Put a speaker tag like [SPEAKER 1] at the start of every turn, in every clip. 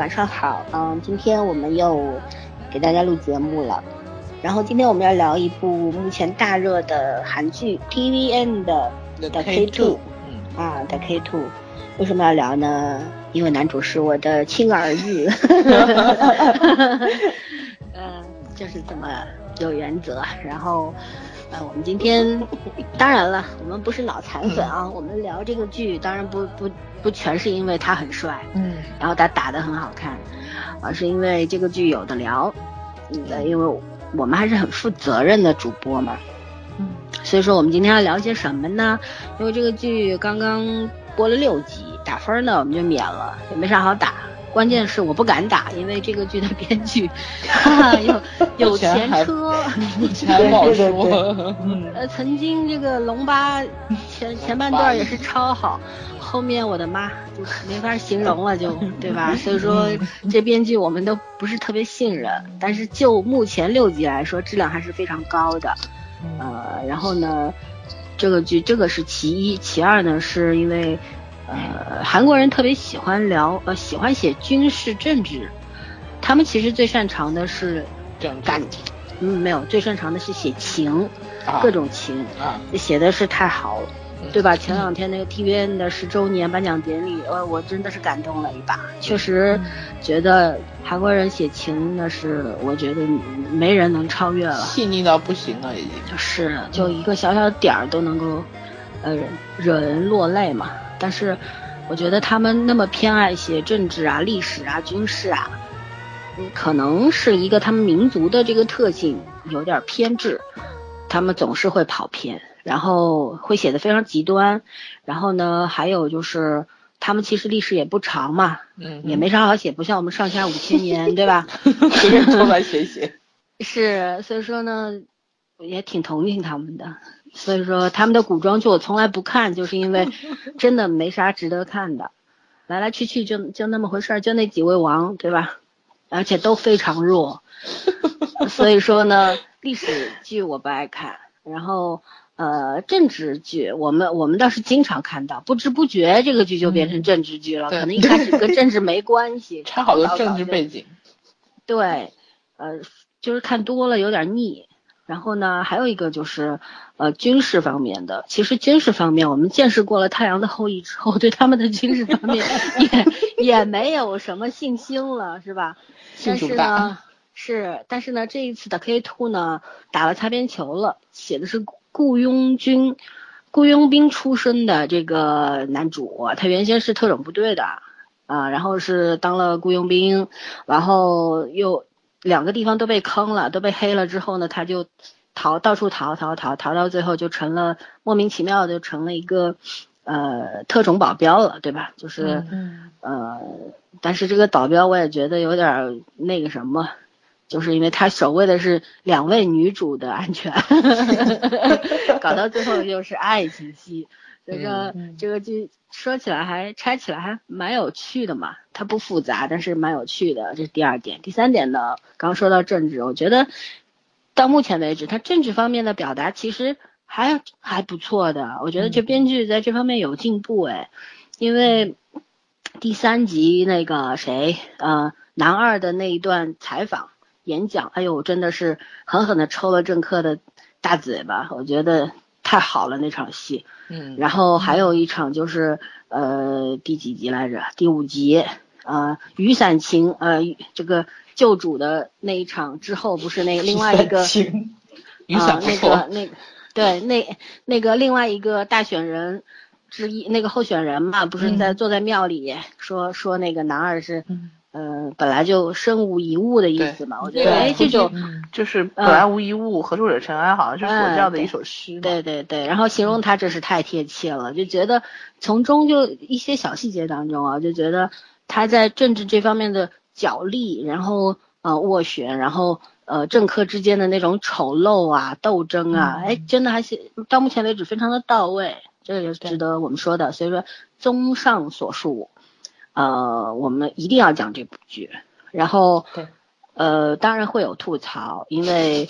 [SPEAKER 1] 哎上好，嗯，今天我们又给大家录节目了。然后今天我们要聊一部目前大热的韩剧 TVN 的的 K Two，
[SPEAKER 2] 嗯，
[SPEAKER 1] 啊的 K Two，为什么要聊呢？因为男主是我的亲儿 子，嗯，就是这么有原则。然后，呃，我们今天 当然了，我们不是脑残粉啊，我们聊这个剧当然不不不全是因为他很帅，
[SPEAKER 2] 嗯，
[SPEAKER 1] 然后他打得很好看，而是因为这个剧有的聊，嗯，呃因为我们还是很负责任的主播嘛，
[SPEAKER 2] 嗯，
[SPEAKER 1] 所以说我们今天要聊些什么呢？因为这个剧刚刚播了六集，打分呢我们就免了，也没啥好打。关键是我不敢打，
[SPEAKER 2] 嗯
[SPEAKER 1] 因为这个剧的编 剧， 哈哈，有有前车，哎
[SPEAKER 2] 钱不好
[SPEAKER 3] 对对
[SPEAKER 2] 说，嗯，
[SPEAKER 1] 呃，曾经这个龙八前前半段也是超好，后面我的妈就没法形容了就，对吧？所以说这编剧我们都不是特别信任，但是就目前六集来说，质量还是非常高的。呃，然后呢，这个剧这个是其一，其二呢是因为呃韩国人特别喜欢聊呃喜欢写军事政治，他们其实最擅长的是
[SPEAKER 2] 这样
[SPEAKER 1] 感情，嗯没有最擅长的是写情，
[SPEAKER 2] 啊
[SPEAKER 1] 各种情。
[SPEAKER 2] 啊，
[SPEAKER 1] 写的是太好了，
[SPEAKER 2] 嗯
[SPEAKER 1] 对吧？前两天那个 TVN 的十周年颁奖典礼，呃，我真的是感动了一把，确实觉得韩国人写情那是我觉得没人能超越了，
[SPEAKER 2] 细腻到不行了，已经。
[SPEAKER 1] 就是就一个小小点儿都能够，呃，惹人落泪嘛。但是我觉得他们那么偏爱写政治啊、历史啊、军事啊，嗯，可能是一个他们民族的这个特性有点偏执，他们总是会跑偏，然后会写的非常极端，然后呢，还有就是他们其实历史也不长嘛，
[SPEAKER 2] 嗯，
[SPEAKER 1] 也没啥好写，不像我们上下五千年，对吧？
[SPEAKER 2] 随便出来写写。
[SPEAKER 1] 是，所以说呢，我也挺同情他们的。所以说，他们的古装剧我从来不看，就是因 为真的没啥值得看的，来来去去就就那么回事儿，就那几位王，对吧？而且都非常弱，所以说呢，历史剧我不爱看，然后呃，政治剧我们我们倒是经常看到，不知不觉这个剧就变成政治剧了，
[SPEAKER 2] 嗯对
[SPEAKER 1] 可能一开始跟政治没关系，
[SPEAKER 2] 插好多政治
[SPEAKER 1] 背。
[SPEAKER 2] 背景，
[SPEAKER 1] 对，呃，就是看多了有点腻。然后呢，还有一个就是，呃，军事方面的。其实军事方面，我们见识过了《太阳的后裔》之后，对他们的军事方面也也没有什么信心了，是吧？
[SPEAKER 2] 信
[SPEAKER 1] 但
[SPEAKER 2] 主
[SPEAKER 1] 是呢
[SPEAKER 2] 大，
[SPEAKER 1] 是，但是呢，这一次的 K two 呢，打了擦边球了，写的是雇佣军、雇佣兵出身的这个男主，他原先是特种部队的，啊，然后是当了雇佣兵，然后又两个地方都被坑了，都被黑了之后呢，他就逃到处逃逃逃逃到最后就成了莫名其妙地就成了一个呃特种保镖了，对吧？就是、
[SPEAKER 2] 嗯，
[SPEAKER 1] 呃，但是这个保镖我也觉得有点儿那个什么。就是因为他守卫的是两位女主的安全， 搞到最后就是爱情戏，所以说
[SPEAKER 2] 嗯
[SPEAKER 1] 这个剧说起来还拆起来还蛮有趣的嘛，它不复杂，但是蛮有趣的，这是第二点。第三点呢，刚说到政治，我觉得到目前为止，它政治方面的表达其实还还不错的，我觉得这
[SPEAKER 2] 嗯
[SPEAKER 1] 编剧在这方面有进步哎，因为第三集那个谁呃男二的那一段采访演讲，哎呦，真的是狠狠的抽了政客的大嘴巴，我觉得太好了那场戏。
[SPEAKER 2] 嗯，
[SPEAKER 1] 然后还有一场就是呃第几集来着？第五集，呃，雨伞情，呃，这个救主的那一场之后，不是那另外一个
[SPEAKER 3] 情
[SPEAKER 2] 雨伞不
[SPEAKER 1] 啊那
[SPEAKER 2] 错，、
[SPEAKER 1] 个那个对那那个另外一个大选人之一，那个候选人嘛，不是在、坐在庙里说说那个男二是。
[SPEAKER 2] 嗯
[SPEAKER 1] 呃，本来就身无一物的意思嘛，我觉得
[SPEAKER 2] 对嗯
[SPEAKER 1] 哎，这种
[SPEAKER 3] 就是本来无一物，何处惹尘埃，好像是佛教的一首诗嘛。
[SPEAKER 1] 嗯对对对，然后形容他这是太贴切了，就觉得从中就一些小细节当中啊，就觉得他在政治这方面的角力，然后呃斡旋，然后呃政客之间的那种丑陋啊、斗争啊，哎，真的还是到目前为止非常的到位，这也是值得我们说的。所以说，综上所述，呃，我们一定要讲这部剧，然后
[SPEAKER 2] 对
[SPEAKER 1] 呃，当然会有吐槽，因为。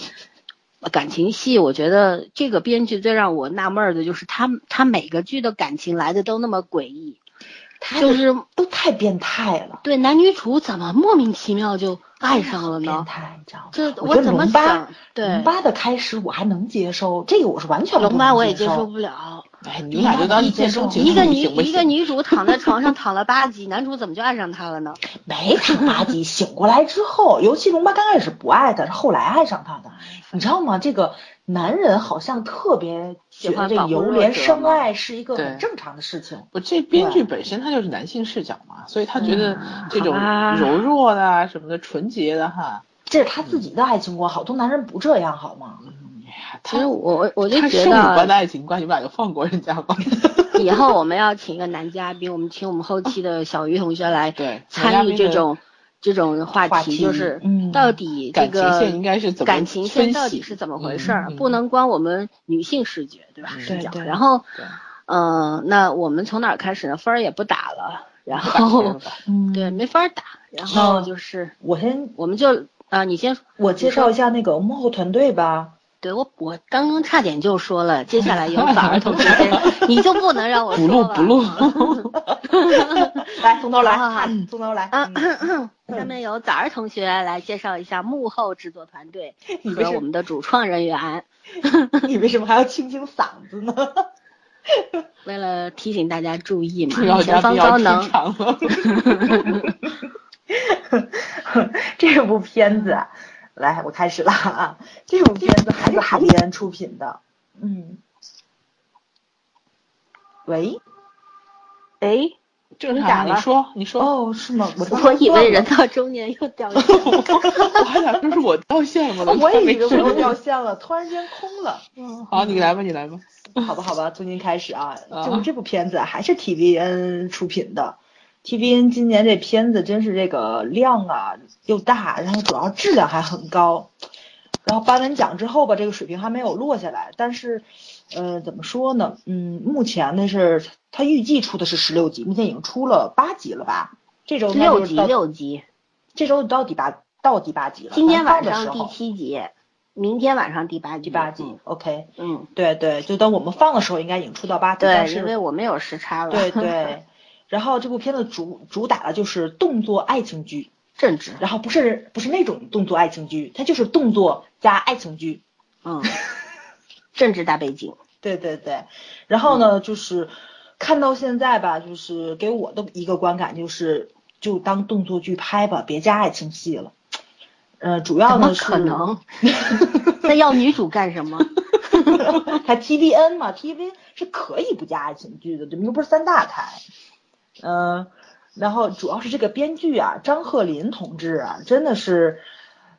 [SPEAKER 1] 呃感情戏，我觉得这个编剧最让我纳闷儿的就是他，他每个剧的感情来的都那么诡异，
[SPEAKER 2] 他
[SPEAKER 1] 就
[SPEAKER 2] 的
[SPEAKER 1] 是
[SPEAKER 2] 都太变态了，
[SPEAKER 1] 对男女主怎么莫名其妙就爱上了
[SPEAKER 2] 变
[SPEAKER 1] 呢？
[SPEAKER 2] 态，你知道吗？
[SPEAKER 1] 这
[SPEAKER 2] 我觉得
[SPEAKER 1] 怎么
[SPEAKER 2] 龙八
[SPEAKER 1] 想？，对
[SPEAKER 2] 龙，八的开始我还能接受，这个我是完全不
[SPEAKER 1] 龙八
[SPEAKER 2] 能
[SPEAKER 1] 我也
[SPEAKER 2] 接
[SPEAKER 1] 接受。不了。
[SPEAKER 2] 哎，你俩就当一见钟情
[SPEAKER 1] 一个女
[SPEAKER 2] 行不
[SPEAKER 1] 一个
[SPEAKER 2] 行
[SPEAKER 1] 女主躺在床上躺了八集， 男主怎么就爱上她了呢？
[SPEAKER 2] 没看八集，醒过来之后，尤其龙八刚开始不爱他，是后来爱上他的，你知道吗？这个男人好像特别觉得这由怜生爱是一个
[SPEAKER 3] 对
[SPEAKER 2] 很正常的事情。
[SPEAKER 3] 不，这编剧本身他就是男性视角嘛，所以他觉得
[SPEAKER 1] 嗯
[SPEAKER 3] 这种
[SPEAKER 1] 好吧
[SPEAKER 3] 柔弱的啊什么的、纯洁的哈，
[SPEAKER 2] 这是他自己的爱情观，好多男人不这样，好吗？
[SPEAKER 1] 其
[SPEAKER 3] 他
[SPEAKER 1] 实我我就
[SPEAKER 3] 嗯他
[SPEAKER 1] 觉
[SPEAKER 3] 圣母般的
[SPEAKER 1] 得，
[SPEAKER 3] 爱情观，你们俩就放过人家吧。
[SPEAKER 1] 以后我们要请一个男嘉宾，我们请我们后期的小鱼同学来
[SPEAKER 3] 对，
[SPEAKER 1] 参与这
[SPEAKER 3] 人家那个
[SPEAKER 1] 种这种话
[SPEAKER 2] 话
[SPEAKER 1] 题，
[SPEAKER 2] 题
[SPEAKER 1] 就是
[SPEAKER 2] 嗯
[SPEAKER 1] 到底这
[SPEAKER 3] 感情
[SPEAKER 1] 个
[SPEAKER 3] 线应该是怎么
[SPEAKER 1] 感情线
[SPEAKER 3] 分
[SPEAKER 1] 到底
[SPEAKER 3] 析
[SPEAKER 1] 是怎么回
[SPEAKER 3] 嗯
[SPEAKER 1] 事儿，
[SPEAKER 3] 嗯
[SPEAKER 1] 不能光我们女性视觉对吧？
[SPEAKER 3] 嗯
[SPEAKER 1] 视角
[SPEAKER 2] 对对
[SPEAKER 1] 然后
[SPEAKER 3] 对，
[SPEAKER 1] 嗯、那我们从哪儿开始呢？分儿也不打了，然
[SPEAKER 3] 不打哦分
[SPEAKER 1] 后
[SPEAKER 3] 了吧
[SPEAKER 2] 嗯
[SPEAKER 1] 对没法儿打，然后
[SPEAKER 2] 那
[SPEAKER 1] 就是
[SPEAKER 2] 我先
[SPEAKER 1] 我们就啊、你先说。
[SPEAKER 2] 我介绍一下那个幕后团队吧。
[SPEAKER 1] 对我，我刚刚差点就说了，接下来 有早儿同学先，你就不能让我说
[SPEAKER 3] 不录
[SPEAKER 1] 了
[SPEAKER 3] 不录，
[SPEAKER 2] 来，从头来，
[SPEAKER 1] 好好好
[SPEAKER 2] 嗯从头来。
[SPEAKER 1] 啊
[SPEAKER 2] 嗯，
[SPEAKER 1] 下面由早儿同学来介绍一下幕后制作团队
[SPEAKER 2] 你为
[SPEAKER 1] 和
[SPEAKER 2] 什么
[SPEAKER 1] 我们的主创人员，
[SPEAKER 2] 你为什么还要清清嗓子呢？
[SPEAKER 1] 为了提醒大家注意
[SPEAKER 3] 重要
[SPEAKER 1] 嘛，前
[SPEAKER 3] 嘉
[SPEAKER 1] 方
[SPEAKER 3] 宾要
[SPEAKER 1] 高
[SPEAKER 3] 出
[SPEAKER 1] 能。
[SPEAKER 3] 场了。
[SPEAKER 2] 这部片子啊，来，我开始了啊。这部片子还是海岩出品的。嗯。喂。
[SPEAKER 1] 哎，
[SPEAKER 3] 正
[SPEAKER 1] 你打
[SPEAKER 3] 常，你
[SPEAKER 1] 了
[SPEAKER 3] 说你说，
[SPEAKER 2] 哦，是吗？我
[SPEAKER 1] 我以为人到中年又 掉线了。
[SPEAKER 3] 我还想说是我掉线了，
[SPEAKER 2] 哦， 我也以为我又
[SPEAKER 3] 我
[SPEAKER 2] 掉线了，突然间空了。嗯，
[SPEAKER 3] 好，你来吧，你来吧。
[SPEAKER 2] 好吧，好吧，从新开始啊，
[SPEAKER 3] 啊
[SPEAKER 2] 就是这部片子还是 TVN 出品的。TVN 今年这片子真是这个量啊又大，然后主要质量还很高。然后颁完奖之后吧，这个水平还没有落下来，但是，呃，怎么说呢？嗯，目前呢是它预计出的是十六集，目前已经出了八集了吧？这周应该
[SPEAKER 1] 六
[SPEAKER 2] 就是
[SPEAKER 1] 集
[SPEAKER 2] 到
[SPEAKER 1] 六集，
[SPEAKER 2] 这周到第八到第八集了。
[SPEAKER 1] 今天晚
[SPEAKER 2] 咱放的时
[SPEAKER 1] 上第
[SPEAKER 2] 候
[SPEAKER 1] 七集，明天晚上第八集。
[SPEAKER 2] 第八集，OK，
[SPEAKER 1] 嗯，
[SPEAKER 2] 对对，就当我们放的时候应该已经出到八集，但
[SPEAKER 1] 对，
[SPEAKER 2] 是
[SPEAKER 1] 因为我们有时差了。
[SPEAKER 2] 对 对。然后这部片子主主打的就是动作爱情剧，
[SPEAKER 1] 正直。
[SPEAKER 2] 然后不是不是那种动作爱情剧，它就是动作加爱情剧。
[SPEAKER 1] 嗯，政治大背景。
[SPEAKER 2] 对对对。然后
[SPEAKER 1] 嗯
[SPEAKER 2] 呢，就是看到现在吧，就是给我的一个观感就是，就当动作剧拍吧，别加爱情戏了。呃，主要
[SPEAKER 1] 怎么
[SPEAKER 2] 呢是
[SPEAKER 1] 可能？那要女主干 什么？
[SPEAKER 2] 它 TVN 嘛，TV 是可以不加爱情剧的，对吗？又不是三大台。嗯、然后主要是这个编剧啊，张鹤林同志啊，真的是，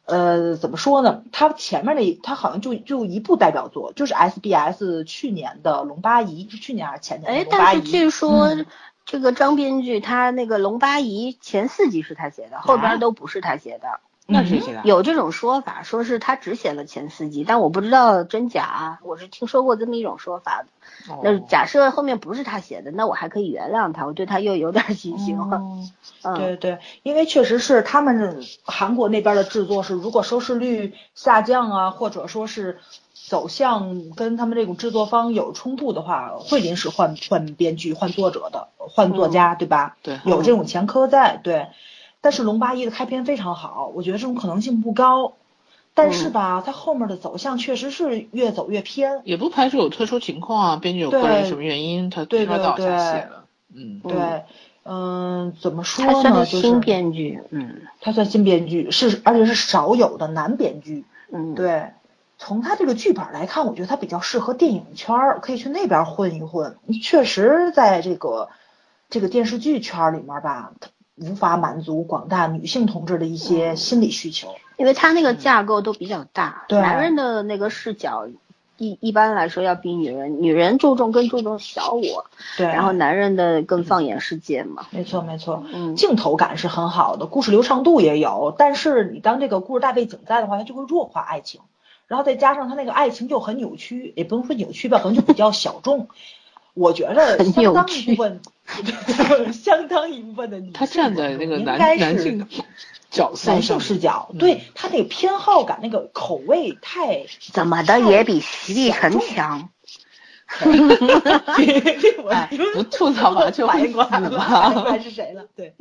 [SPEAKER 2] 呃，怎么说呢？他前面的一他好像就就一部代表作，就是 SBS 去年的《龙八一》，是去年还是前年的
[SPEAKER 1] 哎，
[SPEAKER 2] 龙八
[SPEAKER 1] 但
[SPEAKER 2] 一》
[SPEAKER 1] 是据说
[SPEAKER 2] 嗯
[SPEAKER 1] 这个张编剧他那个《龙八一》前四集是他写的，后
[SPEAKER 2] 啊
[SPEAKER 1] 边都不是他写的。
[SPEAKER 3] 那是谁来？啊
[SPEAKER 1] 有这种说法，说是他只写了前四集，但我不知道真假啊，我是听说过这么一种说法的。
[SPEAKER 3] 哦
[SPEAKER 1] 那假设后面不是他写的，那我还可以原谅他，我对他又有点心情了。
[SPEAKER 2] 哦
[SPEAKER 1] 嗯，
[SPEAKER 2] 对对，因为确实是他们韩国那边的制作是，如果收视率下降啊，或者说是走向跟他们这种制作方有冲突的话，会临时换换编剧、换作者的、换作家，
[SPEAKER 1] 嗯
[SPEAKER 2] 对吧？
[SPEAKER 3] 对
[SPEAKER 2] 有这种前科在，对。但是《龙八一》的开篇非常好，我觉得这种可能性不高。但
[SPEAKER 1] 嗯
[SPEAKER 2] 是吧，它后面的走向确实是越走越偏。
[SPEAKER 3] 也不排除有特殊情况啊，编剧有
[SPEAKER 2] 对
[SPEAKER 3] 个人什么原因，他提
[SPEAKER 2] 对
[SPEAKER 3] 早
[SPEAKER 2] 对
[SPEAKER 3] 早
[SPEAKER 2] 对
[SPEAKER 3] 下写了。嗯，
[SPEAKER 1] 嗯
[SPEAKER 2] 对，嗯、怎么说
[SPEAKER 1] 他算
[SPEAKER 2] 呢？
[SPEAKER 1] 是
[SPEAKER 2] 就
[SPEAKER 1] 新
[SPEAKER 2] 是
[SPEAKER 1] 编剧，嗯
[SPEAKER 2] 他算新编剧，是而且是少有的男编剧。
[SPEAKER 1] 嗯，
[SPEAKER 2] 对，从他这个剧本来看，我觉得他比较适合电影圈儿，可以去那边儿混一混。确实，在这个这个电视剧圈儿里面儿吧，他无法满足广大女性同志的一
[SPEAKER 1] 嗯
[SPEAKER 2] 些心理需求。
[SPEAKER 1] 因为他那个架构都比较大，
[SPEAKER 2] 嗯对
[SPEAKER 1] 男人的那个视角一一般来说要比女人，女人注重更注重小我，
[SPEAKER 2] 对，嗯
[SPEAKER 1] 然后男人的更放眼世界嘛。
[SPEAKER 2] 没错没错，
[SPEAKER 1] 嗯
[SPEAKER 2] 镜头感是很好的，故事流畅度也有，但是你当这个故事大背景在的话，它就会弱化爱情，然后再加上它那个爱情又很扭曲，也不能说扭曲吧，可能就比较小众。我觉得
[SPEAKER 1] 很
[SPEAKER 2] 相
[SPEAKER 1] 扭
[SPEAKER 2] 当一
[SPEAKER 1] 曲
[SPEAKER 2] 部分， 相当一部分的女性
[SPEAKER 3] 他站在那个
[SPEAKER 2] 应
[SPEAKER 3] 男
[SPEAKER 2] 该
[SPEAKER 3] 男
[SPEAKER 2] 是
[SPEAKER 3] 性的角色
[SPEAKER 2] 男
[SPEAKER 3] 上
[SPEAKER 2] 性
[SPEAKER 3] 面，
[SPEAKER 2] 视角，
[SPEAKER 3] 嗯
[SPEAKER 2] 对他那个 偏好感、那个口味太嗯
[SPEAKER 1] 怎么的也比徐立晨强。
[SPEAKER 2] 这我
[SPEAKER 3] 哎，不吐 槽 吧就
[SPEAKER 2] 反
[SPEAKER 3] 会
[SPEAKER 2] 应过来
[SPEAKER 3] 死
[SPEAKER 2] 了，
[SPEAKER 3] 吧
[SPEAKER 2] 反应过 来是谁了？对，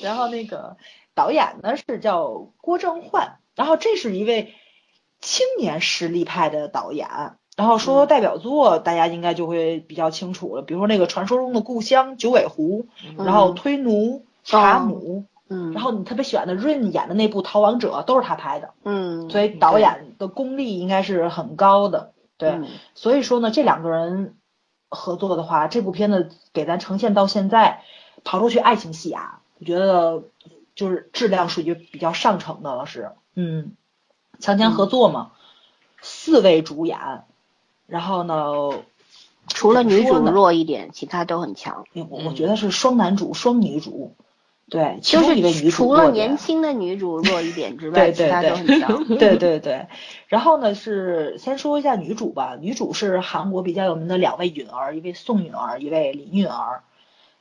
[SPEAKER 2] 然后那个导演呢是叫郭正焕，然后这是一位青年实力派的导演。然后
[SPEAKER 1] 嗯
[SPEAKER 2] 说代表作，大家应该就会比较清楚了，比如说那个传说中的故乡九尾狐，
[SPEAKER 1] 嗯
[SPEAKER 2] 然后推奴、查姆，
[SPEAKER 1] 嗯，
[SPEAKER 2] 然后你特别喜欢的润演的那部《逃亡者》都是他拍的，
[SPEAKER 1] 嗯，
[SPEAKER 2] 所以导演的功力应该是很高的。对，
[SPEAKER 1] 嗯
[SPEAKER 2] 所以说呢，这两个人合作的话，这部片子给咱呈现到现在，刨出去爱情戏啊，我觉得就是质量属于比较上乘的了，是，嗯，强强合作嘛，四位主演，然后呢，
[SPEAKER 1] 除了女
[SPEAKER 2] 怎么
[SPEAKER 1] 主
[SPEAKER 2] 说呢
[SPEAKER 1] 弱一点，其他都很强。
[SPEAKER 2] 我我
[SPEAKER 3] 嗯
[SPEAKER 2] 觉得是双男主、双女主，对，其
[SPEAKER 1] 就
[SPEAKER 2] 中一位
[SPEAKER 1] 是
[SPEAKER 2] 女主
[SPEAKER 1] 除
[SPEAKER 2] 弱
[SPEAKER 1] 了
[SPEAKER 2] 点
[SPEAKER 1] 年轻的女主弱一 点之外，
[SPEAKER 2] 对对
[SPEAKER 1] 其他都很强。
[SPEAKER 2] 对对对，然后呢是先说一下女主吧，女主是韩国比较有名的两位允儿，一位宋允儿，一位林允儿。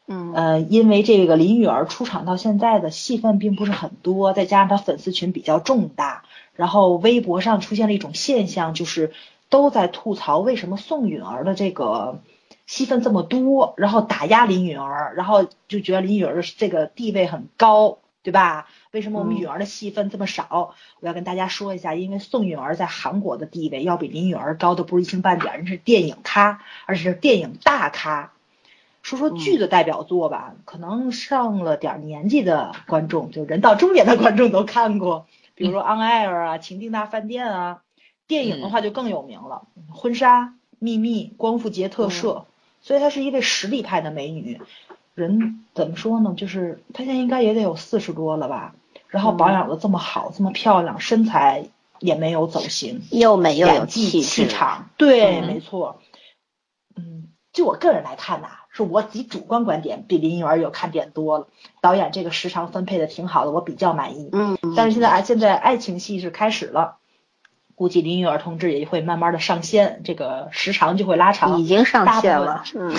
[SPEAKER 1] 嗯
[SPEAKER 2] 呃，因为这个林允儿出场到现在的戏份并不是很多，再加上她粉丝群比较众大，然后微博上出现了一种现象，就是都在吐槽为什么宋允儿的这个戏份这么多，然后打压林允儿，然后就觉得林允儿的这个地位很高，对吧？为什么我们
[SPEAKER 1] 嗯
[SPEAKER 2] 允儿的戏份这么少？我要跟大家说一下，因为宋允儿在韩国的地位要比林允儿高的不是一星半点儿，人是电影咖，而且是电影大咖。说说剧的代表作吧，可能上了点儿年纪的观众，就人到中年的观众都看过，比如说《On Air》啊，《情定大饭店》啊。电影的话就更有名了，婚纱、秘密、光复节特摄，所以她是一位实力派的美女。人怎么说呢？就是她现在应该也得有四十多了吧，然后保养的这么好，这么漂亮，身材也没有走形，
[SPEAKER 1] 又美又有
[SPEAKER 2] 演技
[SPEAKER 1] 质
[SPEAKER 2] 气。场，对，
[SPEAKER 3] 嗯
[SPEAKER 2] 没错。嗯，就我个人来看呐、是我自己主观观点，比林允儿有看点多了。导演这个时长分配的挺好的，我比较满意。
[SPEAKER 1] 嗯，
[SPEAKER 2] 但是现在啊，现在爱情戏是开始了，估计林允儿同志也会慢慢的上线，这个时长就会拉长。
[SPEAKER 1] 嗯已经上线
[SPEAKER 2] 大
[SPEAKER 1] 了。嗯，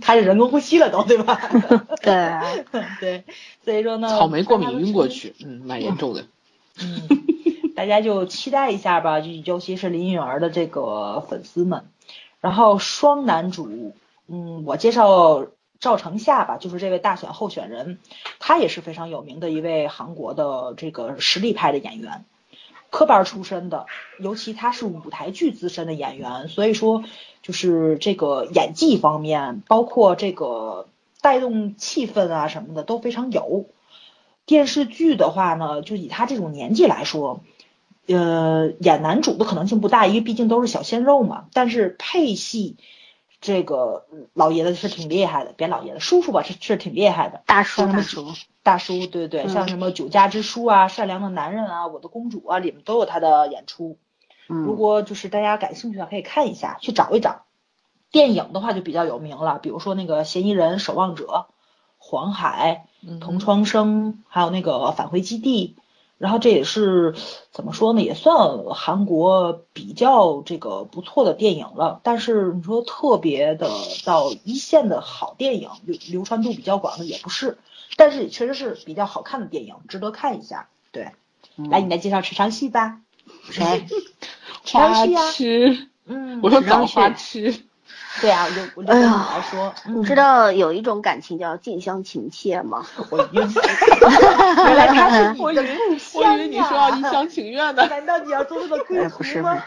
[SPEAKER 2] 开始人工呼吸了都，对吧？
[SPEAKER 1] 对啊，
[SPEAKER 2] 对，所以说呢，
[SPEAKER 3] 草莓过
[SPEAKER 2] 看
[SPEAKER 3] 敏
[SPEAKER 2] 他们
[SPEAKER 3] 晕过
[SPEAKER 2] 出
[SPEAKER 3] 去，嗯，蛮严重的。
[SPEAKER 2] 嗯，大家就期待一下吧，就尤其是林允儿的这个粉丝们。然后双男主，嗯，我介绍赵成夏吧，就是这位大选候选人，他也是非常有名的一位韩国的这个实力派的演员，科班出身的，尤其他是舞台剧资深的演员，所以说就是这个演技方面，包括这个带动气氛啊什么的都非常有。电视剧的话呢，就以他这种年纪来说，呃，演男主的可能性不大，因为毕竟都是小鲜肉嘛。但是配戏，这个嗯老爷子是挺厉害的，别老爷子，叔叔吧是是挺厉害的。
[SPEAKER 1] 大叔
[SPEAKER 2] 像什
[SPEAKER 1] 大
[SPEAKER 2] 么
[SPEAKER 1] 叔，
[SPEAKER 2] 大叔，对对，
[SPEAKER 1] 嗯
[SPEAKER 2] 像什么《酒家之书》啊，《善良的男人》啊，《我的公主》啊，里面都有他的演出。如
[SPEAKER 1] 嗯
[SPEAKER 2] 果就是大家感兴趣的话，可以看一下，去找一找。电影的话就比较有名了，比如说那个《嫌疑人》《守望者》《黄海》
[SPEAKER 3] 嗯
[SPEAKER 2] 《同窗生》，还有那个《返回基地》。然后这也是怎么说呢，也算韩国比较这个不错的电影了。但是你说特别的到一线的好电影，流流传度比较广的也不是，但是确实是比较好看的电影，值得看一下。对，来你来介绍池昌旭吧。
[SPEAKER 1] 谁？
[SPEAKER 3] 花
[SPEAKER 2] 吃啊
[SPEAKER 3] 痴，
[SPEAKER 2] 嗯
[SPEAKER 3] 我说
[SPEAKER 1] 然后
[SPEAKER 3] 找花
[SPEAKER 1] 去
[SPEAKER 3] 痴，
[SPEAKER 2] 对啊，我就我就
[SPEAKER 1] 哎
[SPEAKER 2] 跟你
[SPEAKER 1] 呀
[SPEAKER 2] 来说，
[SPEAKER 1] 你
[SPEAKER 2] 嗯
[SPEAKER 1] 知道有一种感情叫近乡情怯吗？
[SPEAKER 2] 我晕，原来他是你
[SPEAKER 3] 我以
[SPEAKER 2] 的
[SPEAKER 3] 为
[SPEAKER 2] 故
[SPEAKER 3] 我
[SPEAKER 2] 乡
[SPEAKER 3] 以为你说要一
[SPEAKER 2] 啊
[SPEAKER 3] 厢情愿呢。
[SPEAKER 2] 难道你要做这个归
[SPEAKER 1] 哎不是
[SPEAKER 2] 途吗？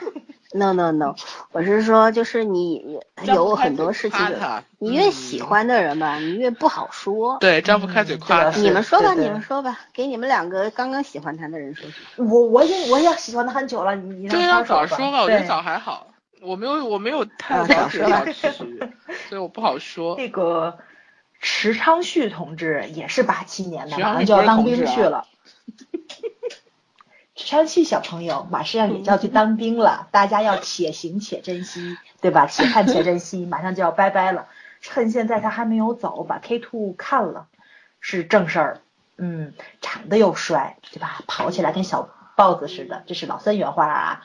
[SPEAKER 1] No no no，我是说，就是你
[SPEAKER 3] 张不
[SPEAKER 1] 哎有
[SPEAKER 3] 开
[SPEAKER 1] 很
[SPEAKER 3] 嘴
[SPEAKER 1] 多事情
[SPEAKER 3] 夸
[SPEAKER 1] 有，
[SPEAKER 3] 他
[SPEAKER 1] 你越
[SPEAKER 3] 嗯
[SPEAKER 1] 喜欢的人吧，你越不好说。
[SPEAKER 3] 对，张不开嘴
[SPEAKER 2] 嗯
[SPEAKER 3] 夸
[SPEAKER 2] 这个
[SPEAKER 3] 他
[SPEAKER 2] 是
[SPEAKER 1] 你们说吧，
[SPEAKER 2] 对对
[SPEAKER 1] 你们说吧，给你们两个刚刚喜欢他的人说说。
[SPEAKER 2] 我我也我也喜欢他很久了，你你让
[SPEAKER 3] 对
[SPEAKER 2] 他
[SPEAKER 3] 要早
[SPEAKER 2] 吧
[SPEAKER 3] 说嘛，我觉得
[SPEAKER 2] 对
[SPEAKER 3] 早还好，我没有我没有
[SPEAKER 1] 啊
[SPEAKER 3] 太
[SPEAKER 1] 早
[SPEAKER 3] 了解
[SPEAKER 1] 说吧
[SPEAKER 3] 到池旭， 所以我不好说。
[SPEAKER 2] 那个池昌旭同志也是八七年的，
[SPEAKER 3] 池昌
[SPEAKER 2] 马
[SPEAKER 3] 旭
[SPEAKER 2] 上就要当兵
[SPEAKER 3] 不是同
[SPEAKER 2] 去
[SPEAKER 3] 志啊
[SPEAKER 2] 了。池昌旭小朋友马上也就要去当兵了，大家要且行且珍惜，对吧？且看且珍惜，马上就要拜拜了，趁现在他还没有走，把 K two 看了是正事儿。嗯，长得又帅，对吧？跑起来跟小豹子似的，这是老三原话啊。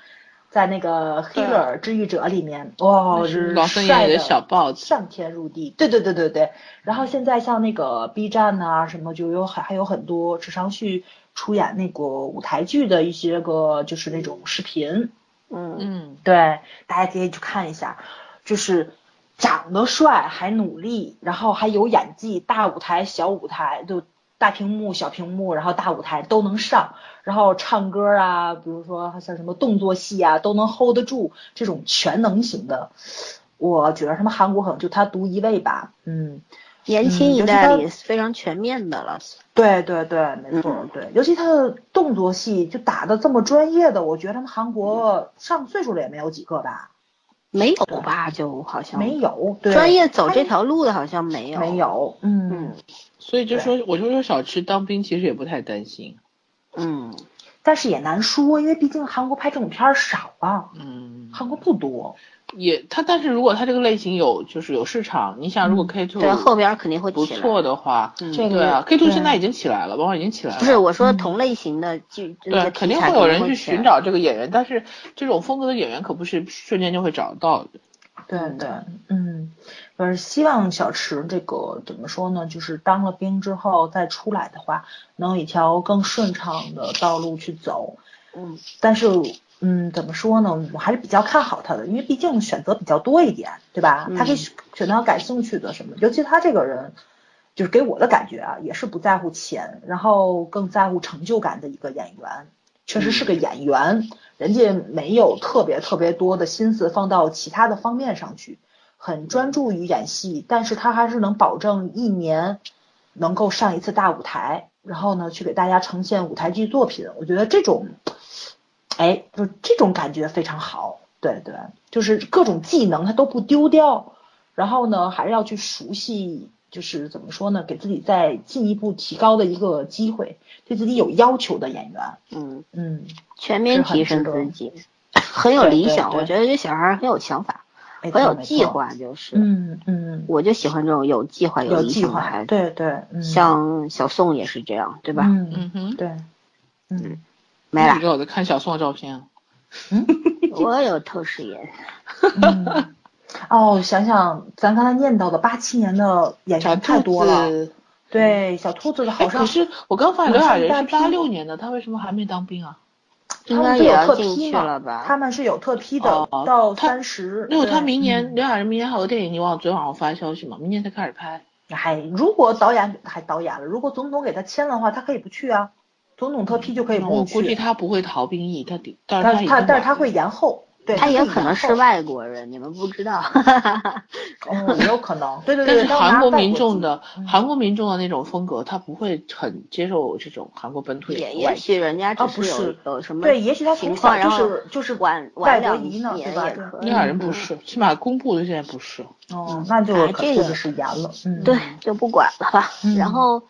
[SPEAKER 2] 在那个《黑
[SPEAKER 3] 对
[SPEAKER 2] 勒尔治愈者》里面，哇，是
[SPEAKER 3] 老孙
[SPEAKER 2] 帅
[SPEAKER 3] 爷爷
[SPEAKER 2] 的
[SPEAKER 3] 小豹子，
[SPEAKER 2] 上天入地，对对对对对。然后现在像那个 B 站呐、什么，就有很还有很多池昌旭出演那个舞台剧的一些个就是那种视频，
[SPEAKER 1] 嗯
[SPEAKER 2] 嗯，对，大家可以去看一下，就是长得帅还努力，然后还有演技，大舞台、小舞台，就大屏幕、小屏幕，然后大舞台都能上，然后唱歌啊，比如说像什么动作戏啊，都能 hold 得住，这种全能型的，我觉得他们韩国可能就他独一位吧，嗯。
[SPEAKER 1] 年轻一
[SPEAKER 2] 尤其
[SPEAKER 1] 代
[SPEAKER 2] 他
[SPEAKER 1] 里非常全面的了。
[SPEAKER 2] 对对对，没错，
[SPEAKER 1] 嗯
[SPEAKER 2] 对，尤其他的动作戏就打的这么专业的，我觉得他们韩国上岁数的也没有几个吧，
[SPEAKER 1] 没有吧？就好像
[SPEAKER 2] 没有，对，
[SPEAKER 1] 嗯专业走这条路的，好像没有。
[SPEAKER 2] 没。有，
[SPEAKER 1] 嗯
[SPEAKER 2] 嗯，
[SPEAKER 3] 所以就说，我就说小池当兵其实也不太担心。
[SPEAKER 1] 嗯，
[SPEAKER 2] 但是也难说，因为毕竟韩国拍这种片儿少啊，
[SPEAKER 3] 嗯，
[SPEAKER 2] 韩国不多，
[SPEAKER 3] 也他，但是如果他这个类型有就是有市场，你想如果 K two
[SPEAKER 1] 对，后边肯定会
[SPEAKER 3] 不
[SPEAKER 1] 起来。
[SPEAKER 3] 错的话，
[SPEAKER 1] 嗯
[SPEAKER 2] 这
[SPEAKER 3] 对啊
[SPEAKER 2] 个
[SPEAKER 3] ，K two
[SPEAKER 2] 对
[SPEAKER 3] 现在已经起来了，包括已经起来了。
[SPEAKER 1] 不是，我说
[SPEAKER 2] 嗯
[SPEAKER 1] 同类型的剧，那
[SPEAKER 3] 对，
[SPEAKER 1] 个
[SPEAKER 3] 肯
[SPEAKER 1] 题
[SPEAKER 3] 定
[SPEAKER 1] 材
[SPEAKER 3] 会有
[SPEAKER 1] 可
[SPEAKER 3] 人
[SPEAKER 1] 能
[SPEAKER 3] 去
[SPEAKER 1] 起来
[SPEAKER 3] 寻。找这个演员，但是这种风格的演员可不是瞬间就会找到的。
[SPEAKER 2] 对
[SPEAKER 1] 嗯
[SPEAKER 2] 对，嗯，反正希望小池这个怎么说呢，就是当了兵之后再出来的话，能有一条更顺畅的道路去走，
[SPEAKER 1] 嗯
[SPEAKER 2] 但是。嗯，怎么说呢？我还是比较看好他的，因为毕竟选择比较多一点，对吧？他可以
[SPEAKER 1] 嗯
[SPEAKER 2] 选到感兴趣的什么，尤其他这个人，就是给我的感觉啊，也是不在乎钱，然后更在乎成就感的一个演员，确实是个演员，人家没有特别特别多的心思放到其他的方面上去，很专注于演戏，但是他还是能保证一年能够上一次大舞台，然后呢去给大家呈现舞台剧作品，我觉得这种，哎，就这种感觉非常好，对对，就是各种技能他都不丢掉。然后呢，还是要去熟悉，就是怎么说呢，给自己再进一步提高的一个机会，对自己有要求的演员，
[SPEAKER 1] 嗯，
[SPEAKER 2] 嗯，
[SPEAKER 1] 全面提升
[SPEAKER 2] 是
[SPEAKER 1] 自
[SPEAKER 2] 很
[SPEAKER 1] 己， 很有
[SPEAKER 2] 对
[SPEAKER 1] 理
[SPEAKER 2] 对
[SPEAKER 1] 想。我
[SPEAKER 2] 对
[SPEAKER 1] 觉得这小孩儿很有想法，
[SPEAKER 2] 没
[SPEAKER 1] 很
[SPEAKER 2] 错
[SPEAKER 1] 有
[SPEAKER 2] 没
[SPEAKER 1] 计
[SPEAKER 2] 错
[SPEAKER 1] 划，就是。
[SPEAKER 2] 嗯嗯，
[SPEAKER 1] 我就喜欢这种有计划、
[SPEAKER 2] 有
[SPEAKER 1] 理
[SPEAKER 2] 计
[SPEAKER 1] 想的
[SPEAKER 2] 划，
[SPEAKER 1] 孩子。
[SPEAKER 2] 对对，嗯，
[SPEAKER 1] 像小宋也是这样，对吧？
[SPEAKER 2] 嗯
[SPEAKER 3] 哼，
[SPEAKER 2] 对，嗯，
[SPEAKER 1] 没
[SPEAKER 3] 你
[SPEAKER 1] 了，
[SPEAKER 3] 知道我在看小宋的照片啊，
[SPEAKER 1] 我有透视眼。
[SPEAKER 2] 嗯哦，想想咱刚才念叨的八七年的演
[SPEAKER 3] 小
[SPEAKER 2] 员哎太多
[SPEAKER 3] 兔
[SPEAKER 2] 了，
[SPEAKER 3] 子
[SPEAKER 2] 对，小兔子的
[SPEAKER 3] 哎
[SPEAKER 2] 好
[SPEAKER 3] 可
[SPEAKER 2] 像
[SPEAKER 3] 是我刚发现
[SPEAKER 2] 好
[SPEAKER 3] 刘亚
[SPEAKER 2] 像
[SPEAKER 3] 仁
[SPEAKER 2] 大
[SPEAKER 3] 是
[SPEAKER 2] 批
[SPEAKER 3] 八六年的，他为什么还没当兵啊？
[SPEAKER 1] 应
[SPEAKER 2] 他
[SPEAKER 1] 该
[SPEAKER 2] 们是
[SPEAKER 1] 也
[SPEAKER 2] 有
[SPEAKER 1] 要
[SPEAKER 2] 特
[SPEAKER 1] 进
[SPEAKER 2] 批
[SPEAKER 1] 去
[SPEAKER 2] 嘛
[SPEAKER 1] 了吧
[SPEAKER 2] 他们是有特批的，
[SPEAKER 3] 哦
[SPEAKER 2] 到
[SPEAKER 3] 他
[SPEAKER 2] 三十，
[SPEAKER 3] 那个他
[SPEAKER 2] 对
[SPEAKER 3] 明年
[SPEAKER 2] 嗯
[SPEAKER 3] 刘亚仁明年还有个电影，你忘了昨天晚上我发消息嘛？明年才开始拍。
[SPEAKER 2] 嗯还如果导演还导演了，如果总统给他签的话，他可以不去啊，总统特批就可以
[SPEAKER 3] 那
[SPEAKER 2] 不
[SPEAKER 3] 我
[SPEAKER 2] 用
[SPEAKER 3] 估
[SPEAKER 2] 去。
[SPEAKER 3] 计他不会逃兵役，他顶，但是
[SPEAKER 2] 但
[SPEAKER 3] 他
[SPEAKER 2] 是
[SPEAKER 3] 已
[SPEAKER 2] 他
[SPEAKER 3] 经
[SPEAKER 2] 但是他
[SPEAKER 3] 晚
[SPEAKER 2] 会延后，对，
[SPEAKER 1] 他
[SPEAKER 2] 会
[SPEAKER 1] 也
[SPEAKER 2] 延
[SPEAKER 1] 可能是
[SPEAKER 2] 后，
[SPEAKER 1] 外国人，你们不知道。
[SPEAKER 2] 嗯，也有可能，对 对
[SPEAKER 3] 但
[SPEAKER 2] 对。
[SPEAKER 3] 是
[SPEAKER 2] 当拿
[SPEAKER 3] 韩国
[SPEAKER 2] 外
[SPEAKER 3] 民众
[SPEAKER 2] 籍
[SPEAKER 3] 的
[SPEAKER 2] 嗯
[SPEAKER 3] 韩国民众的那种风格，他不会很接受这种韩国本土
[SPEAKER 1] 也
[SPEAKER 3] 演
[SPEAKER 1] 也
[SPEAKER 3] 员。
[SPEAKER 1] 许人家只
[SPEAKER 2] 啊不
[SPEAKER 1] 有、
[SPEAKER 2] 是
[SPEAKER 1] 有什么
[SPEAKER 2] 对，也许他
[SPEAKER 1] 情
[SPEAKER 2] 从
[SPEAKER 1] 况，
[SPEAKER 2] 小
[SPEAKER 1] 然
[SPEAKER 2] 就
[SPEAKER 1] 后
[SPEAKER 2] 是就是
[SPEAKER 1] 晚
[SPEAKER 2] 外
[SPEAKER 1] 晚
[SPEAKER 2] 国
[SPEAKER 1] 两
[SPEAKER 2] 移呢，对
[SPEAKER 1] 年
[SPEAKER 2] 吧嗯
[SPEAKER 1] 也？可
[SPEAKER 3] 刘
[SPEAKER 1] 以。
[SPEAKER 3] 亚仁不是，起码公布的现在不是。
[SPEAKER 2] 哦，那就
[SPEAKER 1] 啊
[SPEAKER 2] 可
[SPEAKER 1] 这
[SPEAKER 2] 就
[SPEAKER 1] 个
[SPEAKER 2] 是是严了，嗯，
[SPEAKER 1] 对，就不管了吧。
[SPEAKER 2] 嗯
[SPEAKER 1] 然后，